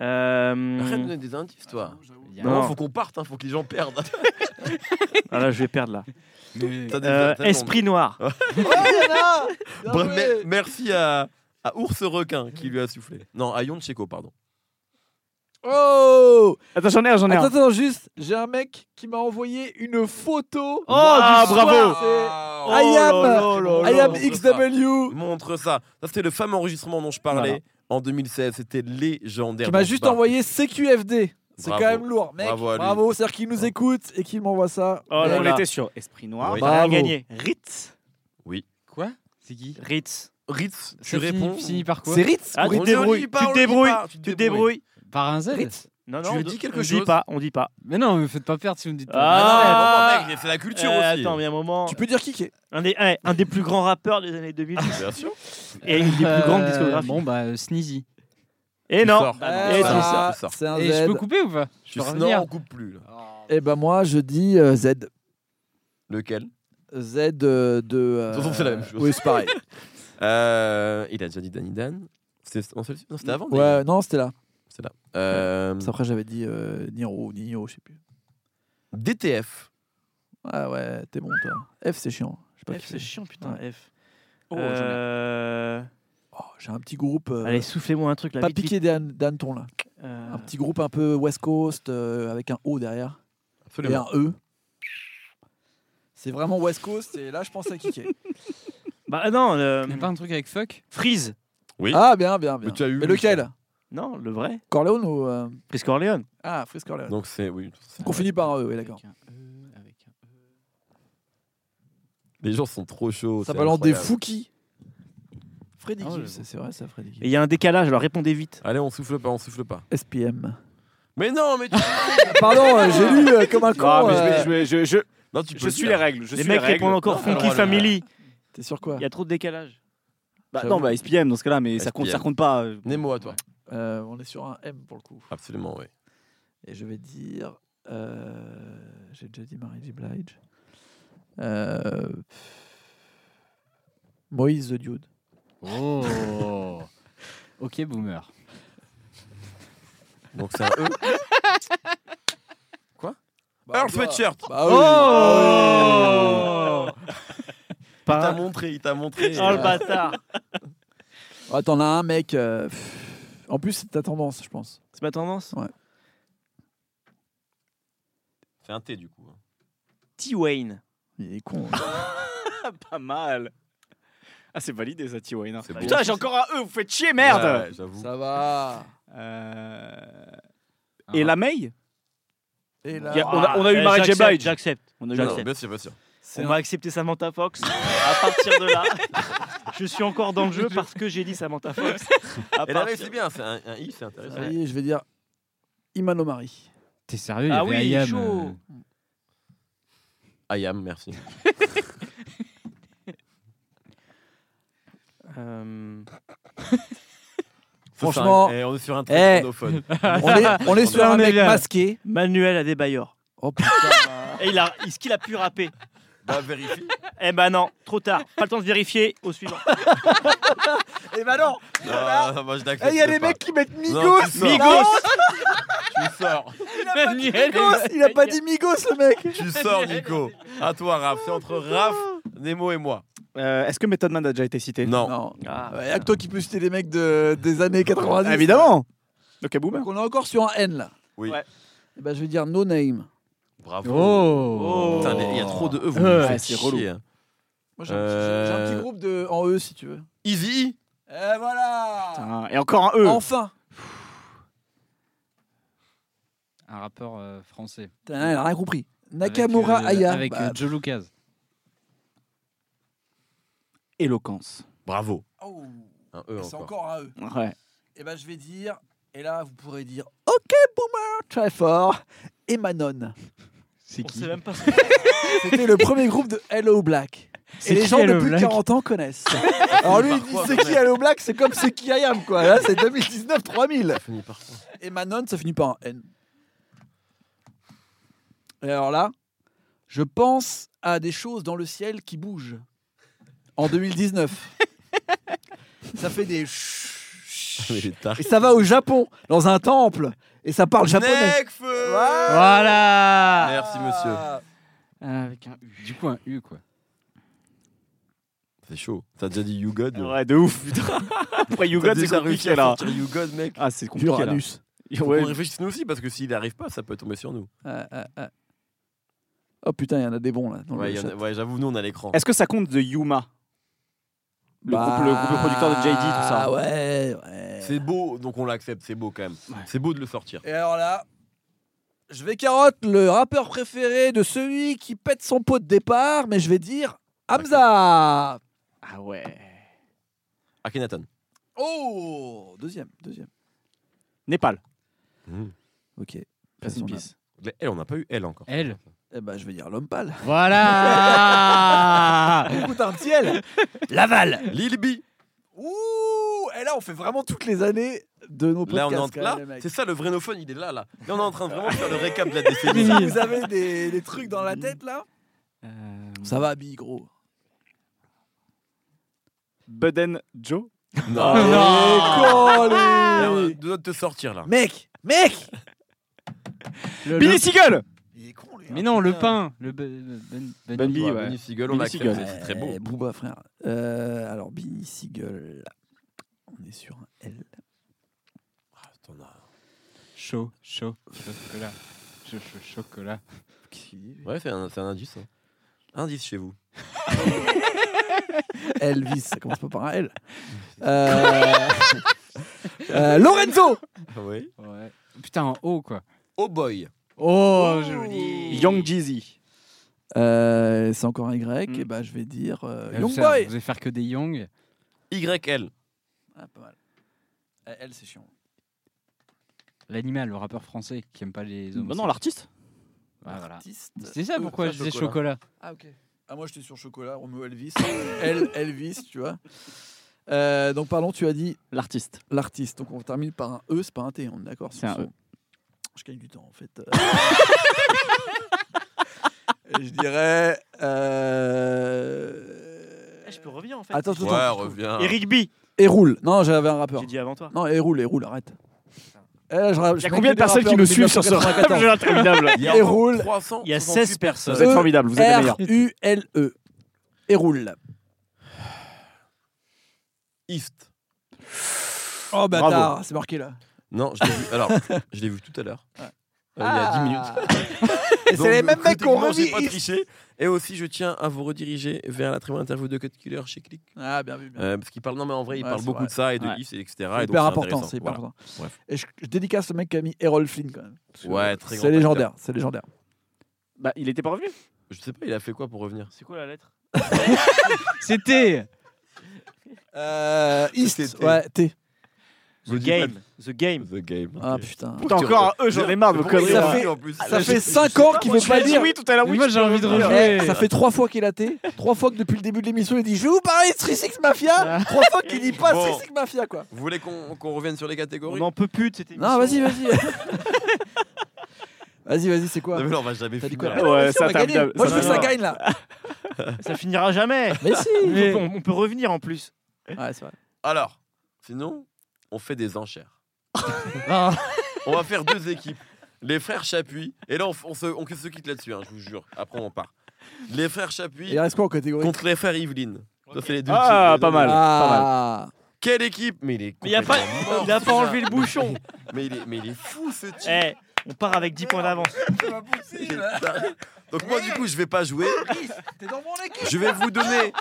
Euh, Arrête de donner des indices, toi. Il y a- Non. Non, faut qu'on parte, hein, faut que les gens perdent. ah là, je vais perdre là. mais- T'as des- Euh, t'as- esprit noir. Bon, me- merci à, à Ours Requin qui lui a soufflé. Non, à Yon Checo, pardon. Oh Attends, j'en ai un, j'en ai Attends, un. attends, juste, j'ai un mec qui m'a envoyé une photo. Oh, Ah, du bravo. Ah, I am- Oh là I là, am montre XW Montre ça. Ça, c'était le fameux enregistrement dont je Voilà. parlais en 2016. C'était légendaire. bah, qui m'a Dans juste ce bar. envoyé CQFD. C'est quand Bravo. même lourd, mec. Bravo Bravo, à lui. c'est-à-dire qu'il nous écoute et qu'il m'envoie ça. Oh là on là. était sur Esprit Noir. Oui. Rien Bravo. gagné. Ritz. Quoi C'est qui Ritz. Ritz, tu Ça finit- réponds. finit par quoi C'est Ritz Ah, On tu te dit, on débrouilles. dit Tu pas, on te dit débrouilles. pas, Tu te débrouilles. Par un Z Non, Tu non, lui on- dis quelque on chose Dit pas, on dit pas. Mais non, me faites pas perdre si vous me dites pas. Ah, Ah, non, mais bon, mec, c'est la culture Euh, aussi. Attends, mais un moment. Tu peux dire qui c'est Un des, ouais, un des plus grands rappeurs des années 2000 Bien sûr. et une des plus grandes Euh, discographies. Bon, bah, euh, Sneezy. et non, Bah non, Ah, non, ça, Et voilà, ça, ça. Ah, c'est un Et Eh, je peux Z. couper ou pas Je Tu peux sais, revenir non, on coupe plus. là. Et ben moi, je dis euh, Z. Lequel Z euh, de. euh, De toute façon, c'est la même chose. Oui, c'est pareil. Euh, Il a déjà dit Danny Dan. C'était non, celui- non, c'était avant. Danny ouais, non, c'était là. C'est là. Euh, Parce qu'après, j'avais dit euh, Niro ou Nino, je sais plus. DTF. Ah ouais, t'es bon, toi. F, c'est chiant. Je sais pas F, qui c'est chiant, putain, F. Oh, j'en ai. Euh, Oh, j'ai un petit groupe. euh, Allez, soufflez-moi un truc là. pas vite, vite. piqué d'un d'un ton, là. Euh, Un petit groupe un peu West Coast euh, avec un O derrière et un E. C'est vraiment West Coast et là je pense à Kiké. Bah non, euh, Y'a pas un truc avec fuck Freeze. ah bien bien bien. Mais tu as eu Mais lequel Non, le vrai. Corleone ou euh, Freeze Corleone. ah Frisk Corleone. Donc c'est oui. Donc on finit par un E, oui d'accord. Avec un E, avec un- Les gens sont trop chauds. Ça c'est balance des incroyable. Fouki. Freddy Ah, Gibbs, ouais, c'est c'est vrai ça Freddy Et Gibbs. il y a un décalage, alors répondez vite. Allez, on souffle pas, on souffle pas. SPM. Mais non, mais tu. Pardon, euh, j'ai lu euh, comme un con. Non, mais je, euh, vais- je vais- je- je- non, tu peux je le suis dire. les règles. Je les suis mecs les règles. répondent encore Non, Funky alors là, Family. T'es sûr quoi Il y a trop de décalage. Bah, non, bah SPM dans ce cas-là, mais ça compte, ça SPM. compte pas. euh. Nemo à toi. Euh, On est sur un M pour le coup. Absolument, oui. Et je vais dire. euh, J'ai déjà dit Mary J. Blige. Euh, Moïse the Dude. Oh Ok, boomer. Donc c'est un E. Earl Sweatshirt. Bah oui. Oh Il t'a Pas montré, il t'a montré. Euh, Oh le bâtard Ah, T'en as un mec. euh, pff, En plus, c'est ta tendance, je pense. C'est ma tendance C'est un T du coup. T-Wayne. Il est con. Pas mal. Ah, c'est validé ça, T-Wayne. hein. C'est Putain, beau. j'ai encore un E, vous faites chier, merde Ouais, J'avoue. Ça va. Euh, Ah. Et la May Et Il y a- on a- on a eu Mary J. Eh, j'accepte, Blige. J'accepte. On a eu Non, la- non, bien sûr, bien sûr. On m'a accepté Samantha Fox. à partir de là, je suis encore dans le jeu parce que j'ai dit Samantha Fox. À Et là, partir- c'est bien, c'est un, un I, c'est intéressant. Ça y est, je vais dire Imano Mari. T'es sérieux Ah Il y avait I oui, am, chaud. euh, I am, merci. Euh, Franchement, Ça, c'est un- eh, on est sur un truc eh. chronophone. On est, on est sur Là, un on est mec bien. masqué. Manuel Adebayor. Oh putain. Et il a, est-ce qu'il a pu rapper Bah, vérifie. Eh ben non, trop tard. Pas le temps de vérifier. Au suivant. Et bah non Ah, moi, je Eh, l'accepte Il y a des pas. mecs qui mettent Non, Migos tu sors. Migos. Tu sors. Daniel. Migos Il a pas dit Migos, le mec Tu sors, Nico. À toi, Raph. C'est entre Raph, Nemo et moi. Euh, Est-ce que Method Man a déjà été cité Non. Non. Ah, Ouais, y a que toi qui peux citer les mecs de, des années 90. Ah, Ah, Évidemment Le Kaboomer Donc on est encore sur un N là. Oui. Ouais. Eh ben, je vais dire no name. Bravo. Oh, Putain, les- il y a trop de E. Vous Ouais, me faites c'est chier. relou. hein. Moi j'ai un, petit- j'ai un petit groupe de, en E si tu veux. Easy. E. Et voilà Putain, Et encore un E Enfin Un rappeur euh, français. Putain, Elle a rien compris. Nakamura Avec, euh, Aya. Avec Bah, euh, Joe Lucas. Éloquence. Bravo. oh, Un E c'est encore. encore un E. Ouais. Et ben je vais dire, et là vous pourrez dire Ok Boomer Très fort Et Manon. C'est on qui sait même pas. C'était le premier groupe de Hello Black. Et C'est les qui, gens de Hello plus de Black 40 ans connaissent. Alors lui, il Par dit quoi, c'est quand qui Hello Black C'est comme c'est qui I am quoi. Là, c'est 2019-3000. Ça finit par quoi Et Manon, ça finit par un N. Et alors là, je pense à des choses dans le ciel qui bougent. En 2019. ça fait des... Mais les tarés. Et ça va au Japon, dans un temple. Et ça parle japonais. Necfeu Voilà Merci, monsieur. Avec un U. Du coup, un U, quoi. C'est chaud. T'as déjà dit You God Ouais, de ouf, putain. Après YouGod, c'est compliqué là. You God, mec. Ah, c'est compliqué là. Uranus. Ouais. Ouais. On réfléchit nous aussi parce que s'il n'arrive pas, ça peut tomber sur nous. Ah, Euh, ah, ah. Oh putain, il y en a des bons là. Dans Ouais, le y en chat. a- ouais, j'avoue, nous on a l'écran. Est-ce que ça compte The Yuma le, groupe, le groupe producteur de JD, tout ça. Ah Bah, ouais, ouais. C'est beau, donc on l'accepte. C'est beau quand même. C'est beau de le sortir. Et alors là, je vais carotte le rappeur préféré de celui qui pète son pot de départ, mais je vais dire Hamza. Ah ouais. Akhenaton. Oh, deuxième, deuxième. Népal. Ok. Rest in peace. Les- Elle, on n'a pas eu elle encore. Elle. Eh ben, je vais dire l'homme pâle. Ah. Voilà Écoute un petit L. Laval. Lil B. Ouh, et là, on fait vraiment toutes les années de nos Là, podcasts. on est en quand là. même, les mecs. C'est ça le vrénophone, il est là, là. Là, on est en train de vraiment faire le récap de la décennie. Si vous avez des, des trucs dans la tête là Euh, Mm. Ça va, Bille, gros. Buden Joe. Ah. Non. Oh, les Là, on cons, doit te sortir là. lui. Mec, mec. Le- Billy le- Seagull Il est con, lui. hein. Mais non, le pain Le be- le ben, ben- Ben Bee, Ouais, ouais. Benny Siegel, on Benny l'accepte, Siegel. C'est très beau. Eh, Booba, frère. Euh, alors, Billy Seagull. On est sur un L. Ah, Attends, là. Chaud, chaud, chocolat. Chaud, chaud, chocolat. Qu'est-ce qu'il dit, lui Ouais, c'est un, c'est un indice. hein. Indice chez vous. Elvis, ça commence pas par un L. Euh, euh, Lorenzo Oui. Ouais. Putain, en haut, quoi. Oh boy. Oh, joli. Young Jeezy. Euh, C'est encore un Y. Hmm. Mm. Et bah, je vais dire euh, Vous Young allez- Boy. Vous allez faire que des Young. YL. Ah, pas mal. Euh, L, c'est chiant. L'animal, le rappeur français qui aime pas les hommes. Bah non, l'artiste. Ouais, voilà. Artiste. C'est ça pourquoi ça, je disais chocolat. chocolat. Ah ok. Ah moi j'étais sur chocolat, Romeo Elvis. El, Elvis, tu vois. Euh, donc pardon, tu as dit L'artiste. l'artiste. Donc on termine par un E, c'est pas un T, on est d'accord C'est un sur E. son- Je gagne du temps en fait. Euh, Et je dirais... Euh... Eh, Je peux revenir en fait. Attends, attends, Ouais, attends. reviens. Eric B. Et roule. Non, j'avais un rappeur. J'ai dit avant toi. Non, et roule, et roule, arrête. Euh, je ra- Il y je a mets combien que de des personnes qui rappeurs nous de suivent sur ce Ah, rap 1994. jeu interminable Il y a Et encore roule. 300, Il y a 16 personnes. Vous êtes formidables, vous êtes les meilleurs. R-U-L-E. E. Et roule. East. Oh Bravo. bâtard, c'est marqué là. Non, je l'ai vu. Alors, je l'ai vu tout à l'heure. Ouais. Ah. Euh, il y a 10 minutes. Et c'est les mêmes mecs qu'on remis. pas remis. triché. Et aussi, je tiens à vous rediriger vers la très bonne interview de Cut Killer chez Click. Ah, bien vu. Bien. vu. Euh, parce qu'il parle, non, mais en vrai, il Ouais, parle c'est beaucoup vrai. de ça et de Ouais. Ifs, et etc. c'est et donc, hyper important. intéressant. C'est hyper Voilà. important. Bref. Et je, je dédicace ce mec qui a mis Errol Flynn quand même. Parce que Ouais, très grand C'est légendaire. C'est légendaire. Bah, il était pas revenu. Je sais pas, il a fait quoi pour revenir C'est quoi la lettre C'était Euh, East. C'était- Ouais, T. The Game. The Game. The Game. Ah putain. Putain, encore un E, j'en ai marre de vos conneries. ça là. fait- Ah, en plus. Ça Je- fait je- 5 ans qu'il veut Tu pas l'as dit dire. oui tout à l'heure, oui. Moi tu j'ai peux envie de revenir. rejouer. Eh, ça fait 3 fois qu'il a T. 3 fois que depuis le début de l'émission, il dit Je vais vous parler de 36 Mafia. 3 fois qu'il dit pas Bon. 36 Mafia quoi. Vous voulez qu'on qu'on revienne sur les Ah, On catégories n'en peut plus de cette émission. Non, vas-y, vas-y. Vas-y, vas-y, c'est quoi Non, mais là, on va jamais T'as dit finir. quoi là. Mais non, Ouais, mais si, ça, on va t'as- gagner. t'as- Moi, je ça, veux que ça non. gagne là. Ah, Ça finira jamais. Mais si. On peut- On, peut revenir en plus. Ouais, c'est vrai. Alors, sinon, on fait des enchères. on va faire deux équipes. Les frères Chapuis. Et là, on, f- on se, on se quitte là-dessus, hein, je vous jure. Après, on part. Les frères Il Chapuis reste quoi en catégorie contre les frères Yveline. Ça, c'est les deux Ah, types. pas mal. Ah, Quelle équipe Mais il est. Mais il a pas, complètement mort, il a ce pas gars. enlevé le bouchon. Mais il est, mais il est fou ce type. Eh, on part avec 10 points d'avance. Il est taré. Donc, moi, du coup, je vais pas jouer. T'es dans mon équipe Je vais vous donner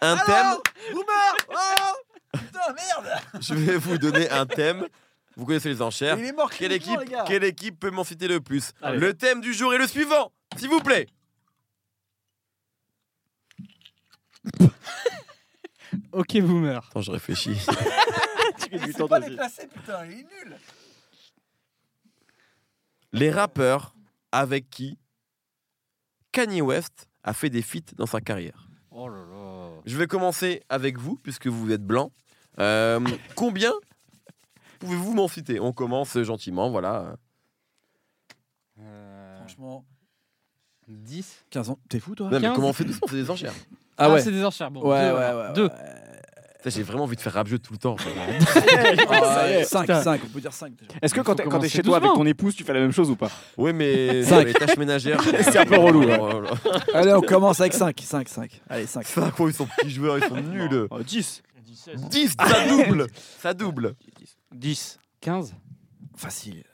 un thème. Boomer Oh Putain, merde Je vais vous donner un thème. Vous connaissez les enchères. Il est mort Quelle équipe, les gars quelle équipe peut m'en citer le plus Allez. Le thème du jour est le suivant, s'il vous plaît. Ok, boomer. Attends, je réfléchis. C'est pas les classer, putain, il est nul Les rappeurs avec qui Kanye West a fait des feats dans sa carrière. Oh là là. Je vais commencer avec vous, puisque vous êtes blanc. Euh, combien pouvez-vous m'en citer On commence gentiment, voilà. Euh, Franchement, 10 15 ans, t'es fou toi Non, mais 15. comment on fait doucement, C'est des enchères. Ah ouais c'est des enchères. Bon, Ouais, deux, ouais, alors. ouais, Deux. Ça, J'ai vraiment envie de faire rap jeu tout le temps. quoi. Ah, 5, 5, Euh, on peut dire 5 déjà. Est-ce que quand Faut t'es quand t'es commencer chez toi avec doucement. ton épouse, tu fais la même chose ou pas Oui, mais Cinq. les tâches ménagères. C'est un peu relou, ouais. Oh là là. Allez, on commence avec 5, 5, 5. Allez, 5. Cinq, oh, ils sont petits joueurs, ils sont nuls. Oh, 10 10, ça double. Ça double. 10. 15 Facile.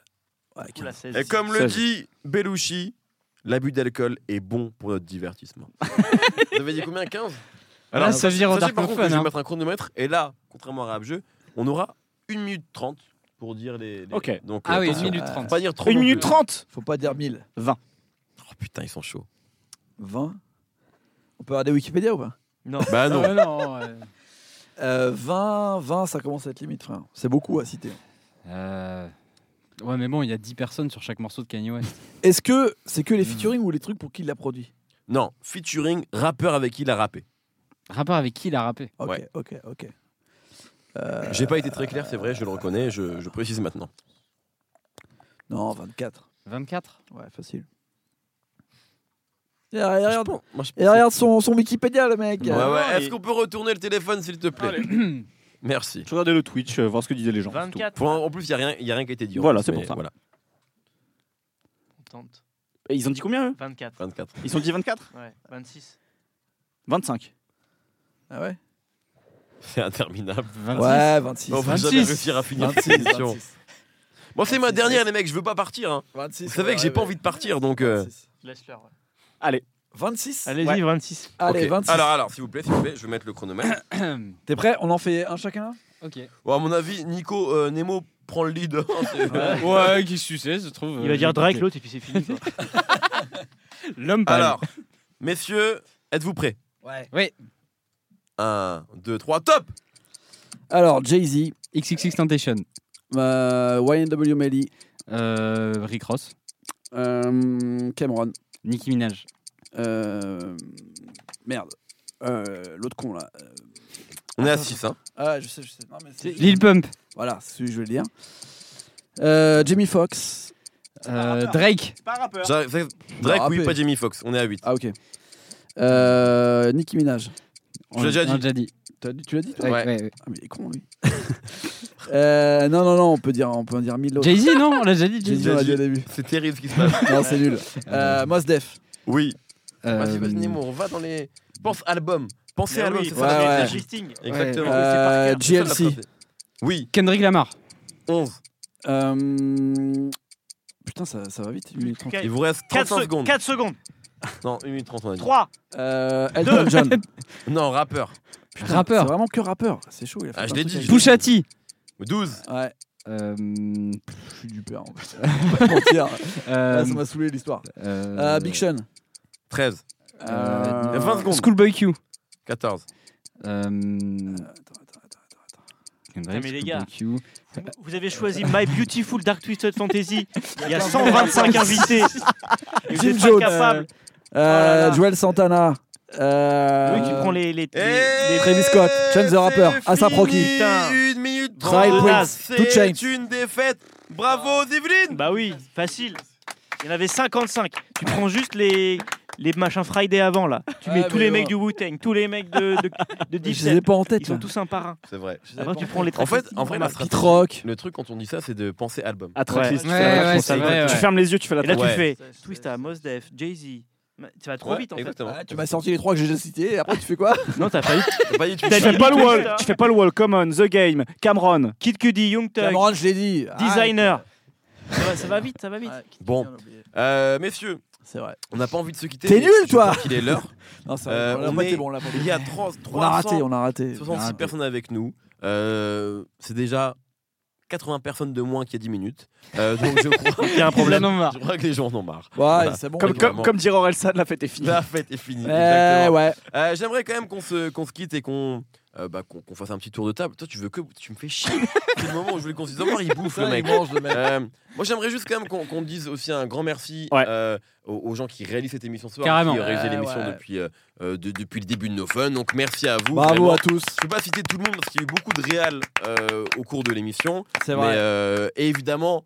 Ouais, Oula, 15. 16. Et comme le Seize. dit Bellucci, l'abus d'alcool est bon pour notre divertissement. Vous avez dit combien 15 Là, Ah, ça vire en sachez par contre que darkophone, je vais hein. mettre un chronomètre et là, contrairement à Rap Jeu, on aura 1 minute 30 pour dire les. les- Ok. Donc, Ah oui, attention. 1 minute Faut 30. Pas dire trop. 1 non minute plus. 30 Faut pas dire 1000. Oh putain, ils sont chauds. 20. On peut regarder Wikipédia ou pas Bah non. Ah Ouais, non, ouais. euh, 20, 20, ça commence à être limite, frère. C'est beaucoup à citer. Euh, Ouais, mais bon, il y a 10 personnes sur chaque morceau de Kanye West. Est-ce que c'est que les featuring ou les trucs pour qui il l'a produit Non, featuring, rappeur avec qui il a rappé. Rapport avec qui il a rappé Ok, Ouais. ok, ok. J'ai pas été très clair, c'est vrai, je le reconnais, je, je précise maintenant. Non, 24. 24 Ouais, facile. Et Je regarde, pense- moi, je et regarde son, son Wikipédia, le mec. Ouais, ouais. allez. Est-ce qu'on peut retourner le téléphone, s'il te plaît Merci. Je regardais le Twitch, euh, voir ce que disaient les gens. c'est tout. 24. Pour- en plus, il n'y a, rien- y a rien qui a été dit. en Voilà, plus, c'est pour mais ça. Voilà, Contente. Et ils ont dit combien eux 24. 24. Ils ont dit 24 Ouais, 26. 25. Ah ouais C'est interminable. 26 Ouais, 26. On va jamais 26. réussir à finir cette 26, émission. 26. Bon, c'est ma 26. dernière, les mecs, je veux pas partir. hein. 26, Vous savez ouais, que j'ai pas ouais. envie de partir, donc. euh, 26. Laisse-leur. ouais. 26 Allez-y, Ouais. 26. Allez, ok. 26. Alors, alors, s'il vous plaît, s'il vous plaît, je vais mettre le chronomètre. T'es prêt On en fait un chacun ok. Bon, à mon avis, Nico euh, Nemo prend le lead. C'est- Ouais, qui se sais, je trouve. euh, Il va dire Drake, l'autre, et puis c'est fini. quoi. L'homme pas. alors, messieurs, êtes-vous prêts Ouais. 1, 2, 3, top hein. Alors, Jay-Z, XXX Tentation. euh, YNW Melly, Euh, Rick Ross. euh, Cameron, Nicki Minaj. euh, merde, euh, l'autre con là. Euh, On est à 6, hein. Ah, je sais, je sais. Non, mais c'est- Lil Pump. Voilà, c'est celui que je veux dire. Euh, Jamie Foxx. Euh, Drake. C'est pas un rappeur. J'arrive- Drake, Ah, oui, rappé. pas Jamie Foxx, on est à 8. Ah, ok. Euh, Nicki Minaj. Je l'ai déjà On l'a dit. T'as dit- tu l'as dit toi Ouais, Ouais. ouais, ouais. Ah, mais il est con lui. Euh, non, non, non, on peut dire, on peut en dire mille autres. Jay-Z, non On l'a déjà dit, Jay-Z. Jay-Z, on l'a dit au début. C'est terrible ce qui se passe. Non, c'est nul. Euh, Mos Def. Oui. Euh, Vas-y, vas-y, Nemo, on va dans les. Pense album. Pensez Mais album, Ah oui, c'est ouais, ça la ouais. méthodologie. Listing. Exactement. Ouais. Euh, C'est ça, la GLC. frappe. Oui, Kendrick Lamar. 11. Euh, Putain, ça, ça va vite. une minute trente. Il vous reste 35 secondes. 4 secondes. Non, 1 minute 30, on a dit. 3. Euh, Elton John. Non, rappeur. Putain, Rappeur. C'est vraiment que rappeur. C'est chaud. Il a fait Ah, je plein l'ai de dit, trucs Pusha avec- T. 12. Ouais, Euh, je suis du père. En fait. Je vais pas mentir. euh, Là, ça m'a saoulé l'histoire. euh, Euh, Big Sean. 13. Euh, 20 secondes. Schoolboy Q. 14. Euh, Attends, attends, attends, attends, attends. Kendrick, mais les gars. Schoolboy Q. Vous avez choisi My Beautiful Dark Twisted Fantasy. Il y a 125 invités. Et vous Jim êtes pas Jones. capable. là Oh Euh, là. Joel Santana. Euh, Eh Lui qui prend les. les, les, Et les- Travis Scott, Chance the c'est Rapper, Asap fini. Rocky. Putain. 1 minute Dry 30. Prince, Two Chainz. C'est une défaite. Bravo, Zivlin. Bah oui, Bah facile. Il y en avait 55. Tu prends juste les, les machins Friday avant, là. Tu Ah, mets tous mais les ouais. mecs du Wu-Tang, tous les mecs de, de, de Je Deep les ai Set. pas en tête. Ils sont là. tous un par un. C'est vrai. Je les ai Après, pas tu en prends les En fait, tracklist. en vrai, la tête. Pete stratégie- Rock. le truc quand on dit ça, c'est de penser album. À tracklist, Ouais. tu fais la Ouais, ouais, responsabilité. c'est vrai, Tu ouais. fermes les yeux, tu fais la Et là, tracklist. tu Ouais. fais Twista, Mos Def, Jay-Z. Ma- Tu vas trop Ouais, vite, en fait. exactement. Ah, tu m'as sorti les trois que j'ai déjà cités. Et après, tu fais quoi Non, t'as pas eu. T'as pas dit tu T'as fais Tu fais pas le Twista. wall, tu fais pas le wall, Common, The Game, Cameron. Kid Cudi, Young Thug, Cameron, je l'ai dit. Ah, Designer. Ça va- Ça va vite, ça va vite. ouais, Bon. bien oublié. Euh, messieurs, C'est vrai. on n'a pas envie de se quitter. T'es mais nul, je toi crois qu'il est l'heure. Non, c'est Euh, vrai. on l'a on pas est- été bon, on l'a pas été. Il y a 3, On a raté, on a raté. 66 personnes avec nous. Euh, c'est déjà 80 personnes de moins qu'il y a 10 minutes. Euh, donc je crois, Il y a un problème. Ils en ont marre. je crois que les gens en ont marre. Ouais, c'est bon. Comme, Oui, comme, vraiment. comme dirait Orelsan, la fête est finie. La fête est finie. Eh exactement. ouais. Euh, J'aimerais quand même qu'on se, qu'on se quitte et qu'on euh, bah, qu'on qu'on fasse un petit tour de table. Toi, tu veux que. Tu me fais chier. C'est le moment où je voulais qu'on se dise au revoir, il bouffe le Ça, il mec. mange le mec. Euh, moi, j'aimerais juste quand même qu'on qu'on dise aussi un grand merci Ouais. euh, aux, aux gens qui réalisent cette émission ce soir, Carrément. qui ont réalisé Ouais, l'émission Eh ouais. depuis, euh, euh, de- depuis le début de nos fun. Donc, merci à vous. Bravo vraiment. à tous. Je peux pas citer tout le monde parce qu'il y a eu beaucoup de réals euh, au cours de l'émission. C'est Mais vrai. euh, et évidemment,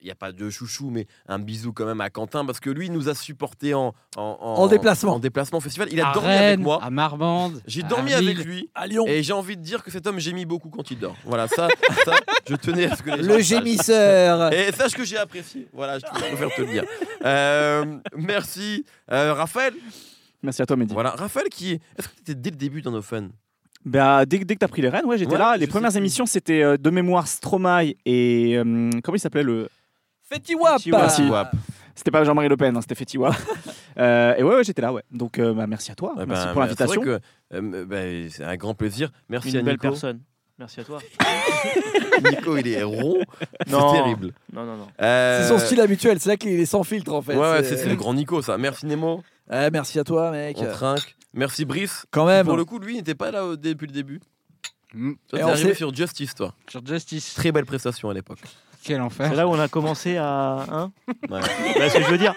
il n'y a pas de chouchou, mais un bisou quand même à Quentin parce que lui nous a supporté en, en, En déplacement. En déplacement au festival. Il a à dormi Rennes, avec moi. À Marmande. J'ai à dormi Lille. avec lui. À Lyon. Et j'ai envie de dire que cet homme gémit beaucoup quand il dort. Voilà, ça, ça je tenais à ce que les gens Le sachent. gémisseur. Et sache que j'ai apprécié. Voilà, je préfère te le dire. Euh, merci, Euh, Raphaël. Merci à toi, Mehdi. Voilà, Raphaël qui est. Est-ce que tu étais dès le début dans nos fun Bah, dès, que- dès que t'as pris les rênes, ouais, j'étais Ouais, là. je Les sais premières plus. émissions, c'était euh, de mémoire Stromae et. euh, comment il s'appelait le. Fetty Wap. Fetty Wap. Merci. Wap. C'était pas Jean-Marie Le Pen, hein, c'était Fetiwa. euh, et ouais, ouais, j'étais là, ouais. Donc, euh, bah, merci à toi. Ouais, merci ben, pour ben, c'est vrai l'invitation. que, euh, ben, C'est un grand plaisir. Merci à Une belle Nico. personne. Merci à toi. Nico, il est rond. C'est Non. terrible. Non, non, non. Euh, C'est son style habituel, c'est là qu'il est sans filtre en fait. Ouais, ouais, c'est c'est le grand Nico, ça. Merci Nemo. Ouais, merci à toi, mec. On trinque. Merci Brice. Quand même. Pour le coup, lui, il n'était pas là au- depuis le début. Mm. Toi, Et t'es on arrivé s'est- sur Justice, toi. Sur Justice. Très belle prestation à l'époque. Quel C'est enfer. là où on a commencé à. Hein Ouais. Bah, ce que je veux dire.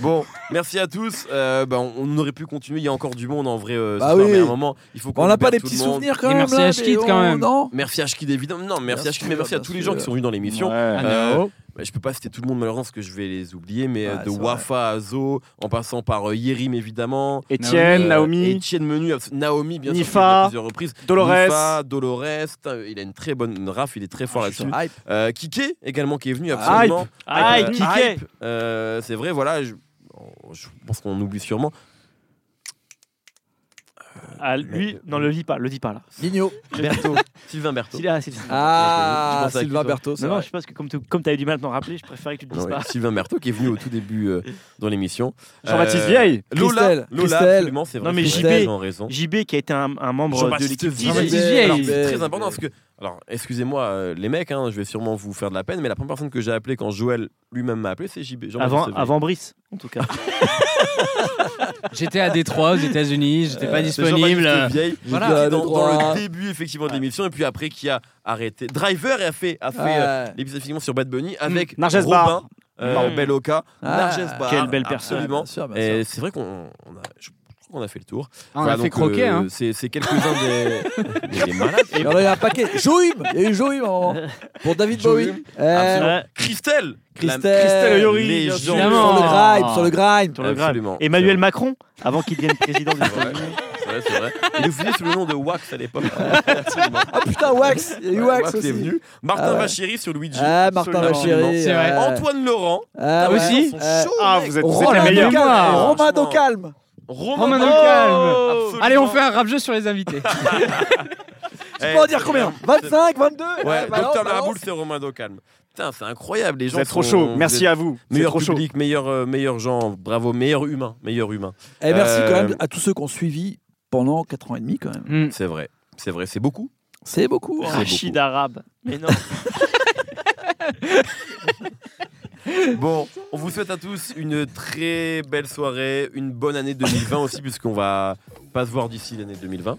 Bon, merci à tous. Euh, bah, on, on aurait pu continuer. Il y a encore du monde en vrai. euh, ce Bah soir, oui. mais à un moment, il faut qu'on On n'a pas libère des tout petits le monde. souvenirs quand Et même. merci là, à Schkid, mais quand on- même. Non Merci à Schkid, évidemment. Non, merci Bien à Schkid, mais sûr, merci à bien tous les sûr. gens qui sont venus dans l'émission. Ah, Ouais. Euh, Anao. bah, je peux pas citer tout le monde malheureusement parce que je vais les oublier, mais euh, Ouais, de c'est Wafa à Zo, en passant par euh, Yerim évidemment, Euh, Étienne, Naomi, Etienne Menu, abs- Naomi bien sûr, Nifa, qui est venu à plusieurs reprises, Dolores. Nifa, Dolores, euh, il a une très bonne raf, il est très fort Je là-dessus. suis hype. Euh, Kike également qui est venu absolument. Aïe, Euh, Kiké hype. Euh, c'est vrai, voilà, je, oh, je pense qu'on oublie sûrement. Ah, lui, non, le dis pas, le dis pas là. Guignol. Berthaud, Sylvain Berthaud. S'il est- ah, s'il- Ah, Je pense à Sylvain qui, toi Berthaud. c'est Non, non, vrai. je pense que comme tu comme avais du mal à t'en rappeler, je préférais que tu le dises Ouais, pas. Sylvain Berthaud qui est venu au tout début euh, dans l'émission. Jean-Baptiste Euh, Vieille. Lola, Christelle. Lola, Christelle. absolument, c'est vrai. Non, mais c'est JB. vrai, ils ont raison. JB qui a été un, un membre de Jean-Baptiste l'équipe Vieille. Vieille. Vieille. Alors, c'est Vieille. très important parce que, alors, excusez-moi euh, les mecs, hein, je vais sûrement vous faire de la peine, mais la première personne que j'ai appelée quand Joël lui-même m'a appelé, c'est JB. Jean-Baptiste Avant, Vieille. avant Brice, en tout cas. J'étais à Détroit, aux États-Unis. J'étais pas Euh, C'est disponible. Jean-Baptiste Vieille, Voilà. qui est Ah, dans, de dans droit. le début effectivement de l'émission, et puis après qui a arrêté. Driver a fait, a fait euh, Ouais. l'épisode effectivement sur Bad Bunny Mm. avec Narges Robin, Barr. euh, Mm. Belloca, Ah, bah, Narges Barr, quelle belle personne. absolument. Bien sûr, bien sûr. Et c'est vrai qu'on on a, je crois qu'on a fait le tour. Ah, on Voilà, a fait donc, croquer. euh, hein. C'est c'est quelques-uns des. Mais il est malade. Il y en a un paquet. Joïm Il y a eu Joïm à un moment. Pour David Joïm. Bowie. Euh, Ouais, Christelle Christelle. La- Christelle Oyori, Les bien gens- sûr. Évidemment. Sur le grime, sur le grime. sur le grave. Absolument. Emmanuel Macron, avant qu'il devienne président des C'est vrai, États-Unis. c'est vrai, c'est vrai. Il nous faisait sous le nom de Wax à l'époque. Ah putain, Wax Il y a eu Wax est aussi. venu. Martin Ah ouais. Vachiri sur Luigi. Ah, Martin Absolument. Bachiri. C'est vrai. Antoine Laurent. Ah, ouais, ouais. ils sont Euh, chauds, Ah, mec. vous êtes, vous êtes les Romain meilleurs. Docalme. meilleurs. Romain Franchement. Docalme. Romain Romain Dolcalme. Absolument. Allez, on fait un rap jeu sur les invités. Tu Eh, peux en dire combien Ah, bah 25, 22 Ouais, balance, Docteur balance. Maraboule, c'est Romain Docalme. Putain, c'est incroyable, les gens. Vous êtes trop sont- chaud. Merci à vous. C'est Meilleur trop chaud. public, meilleur, euh, meilleur gens, bravo, meilleur humain, meilleur humain. Eh, merci Euh, quand même à tous ceux qui ont suivi pendant 4 ans et demi quand même. Mm. C'est vrai, c'est vrai, c'est beaucoup. C'est beaucoup. hein. Rachid Arabe. Mais non. Bon, on vous souhaite à tous une très belle soirée, une bonne année 2020 aussi, puisqu'on va pas se voir d'ici l'année 2020.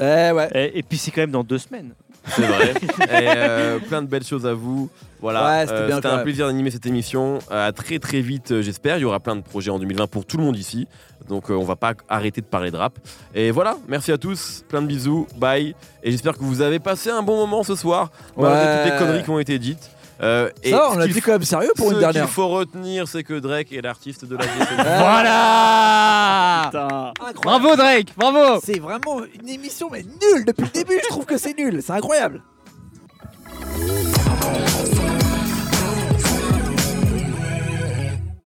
Eh ouais. Et, et puis c'est quand même dans deux semaines. C'est vrai. Et, euh, plein de belles choses à vous. Voilà, euh, Ouais, c'était bien quand un même. plaisir d'animer cette émission. Euh, à très très vite, euh, j'espère. Il y aura plein de projets en 2020 pour tout le monde ici. Donc euh, on va pas arrêter de parler de rap. Et voilà, merci à tous, plein de bisous, bye. Et j'espère que vous avez passé un bon moment ce soir, malgré Ouais. toutes les conneries qui ont été dites. Euh, et Ça, on ce l'a qu'il dit quand même sérieux pour une Ce qu'il dernière. Eh. faut retenir, c'est que Drake est l'artiste de la décennie. Voilà Bravo Drake, bravo C'est vraiment une émission, mais nulle depuis le début. Je trouve que c'est nul. C'est incroyable.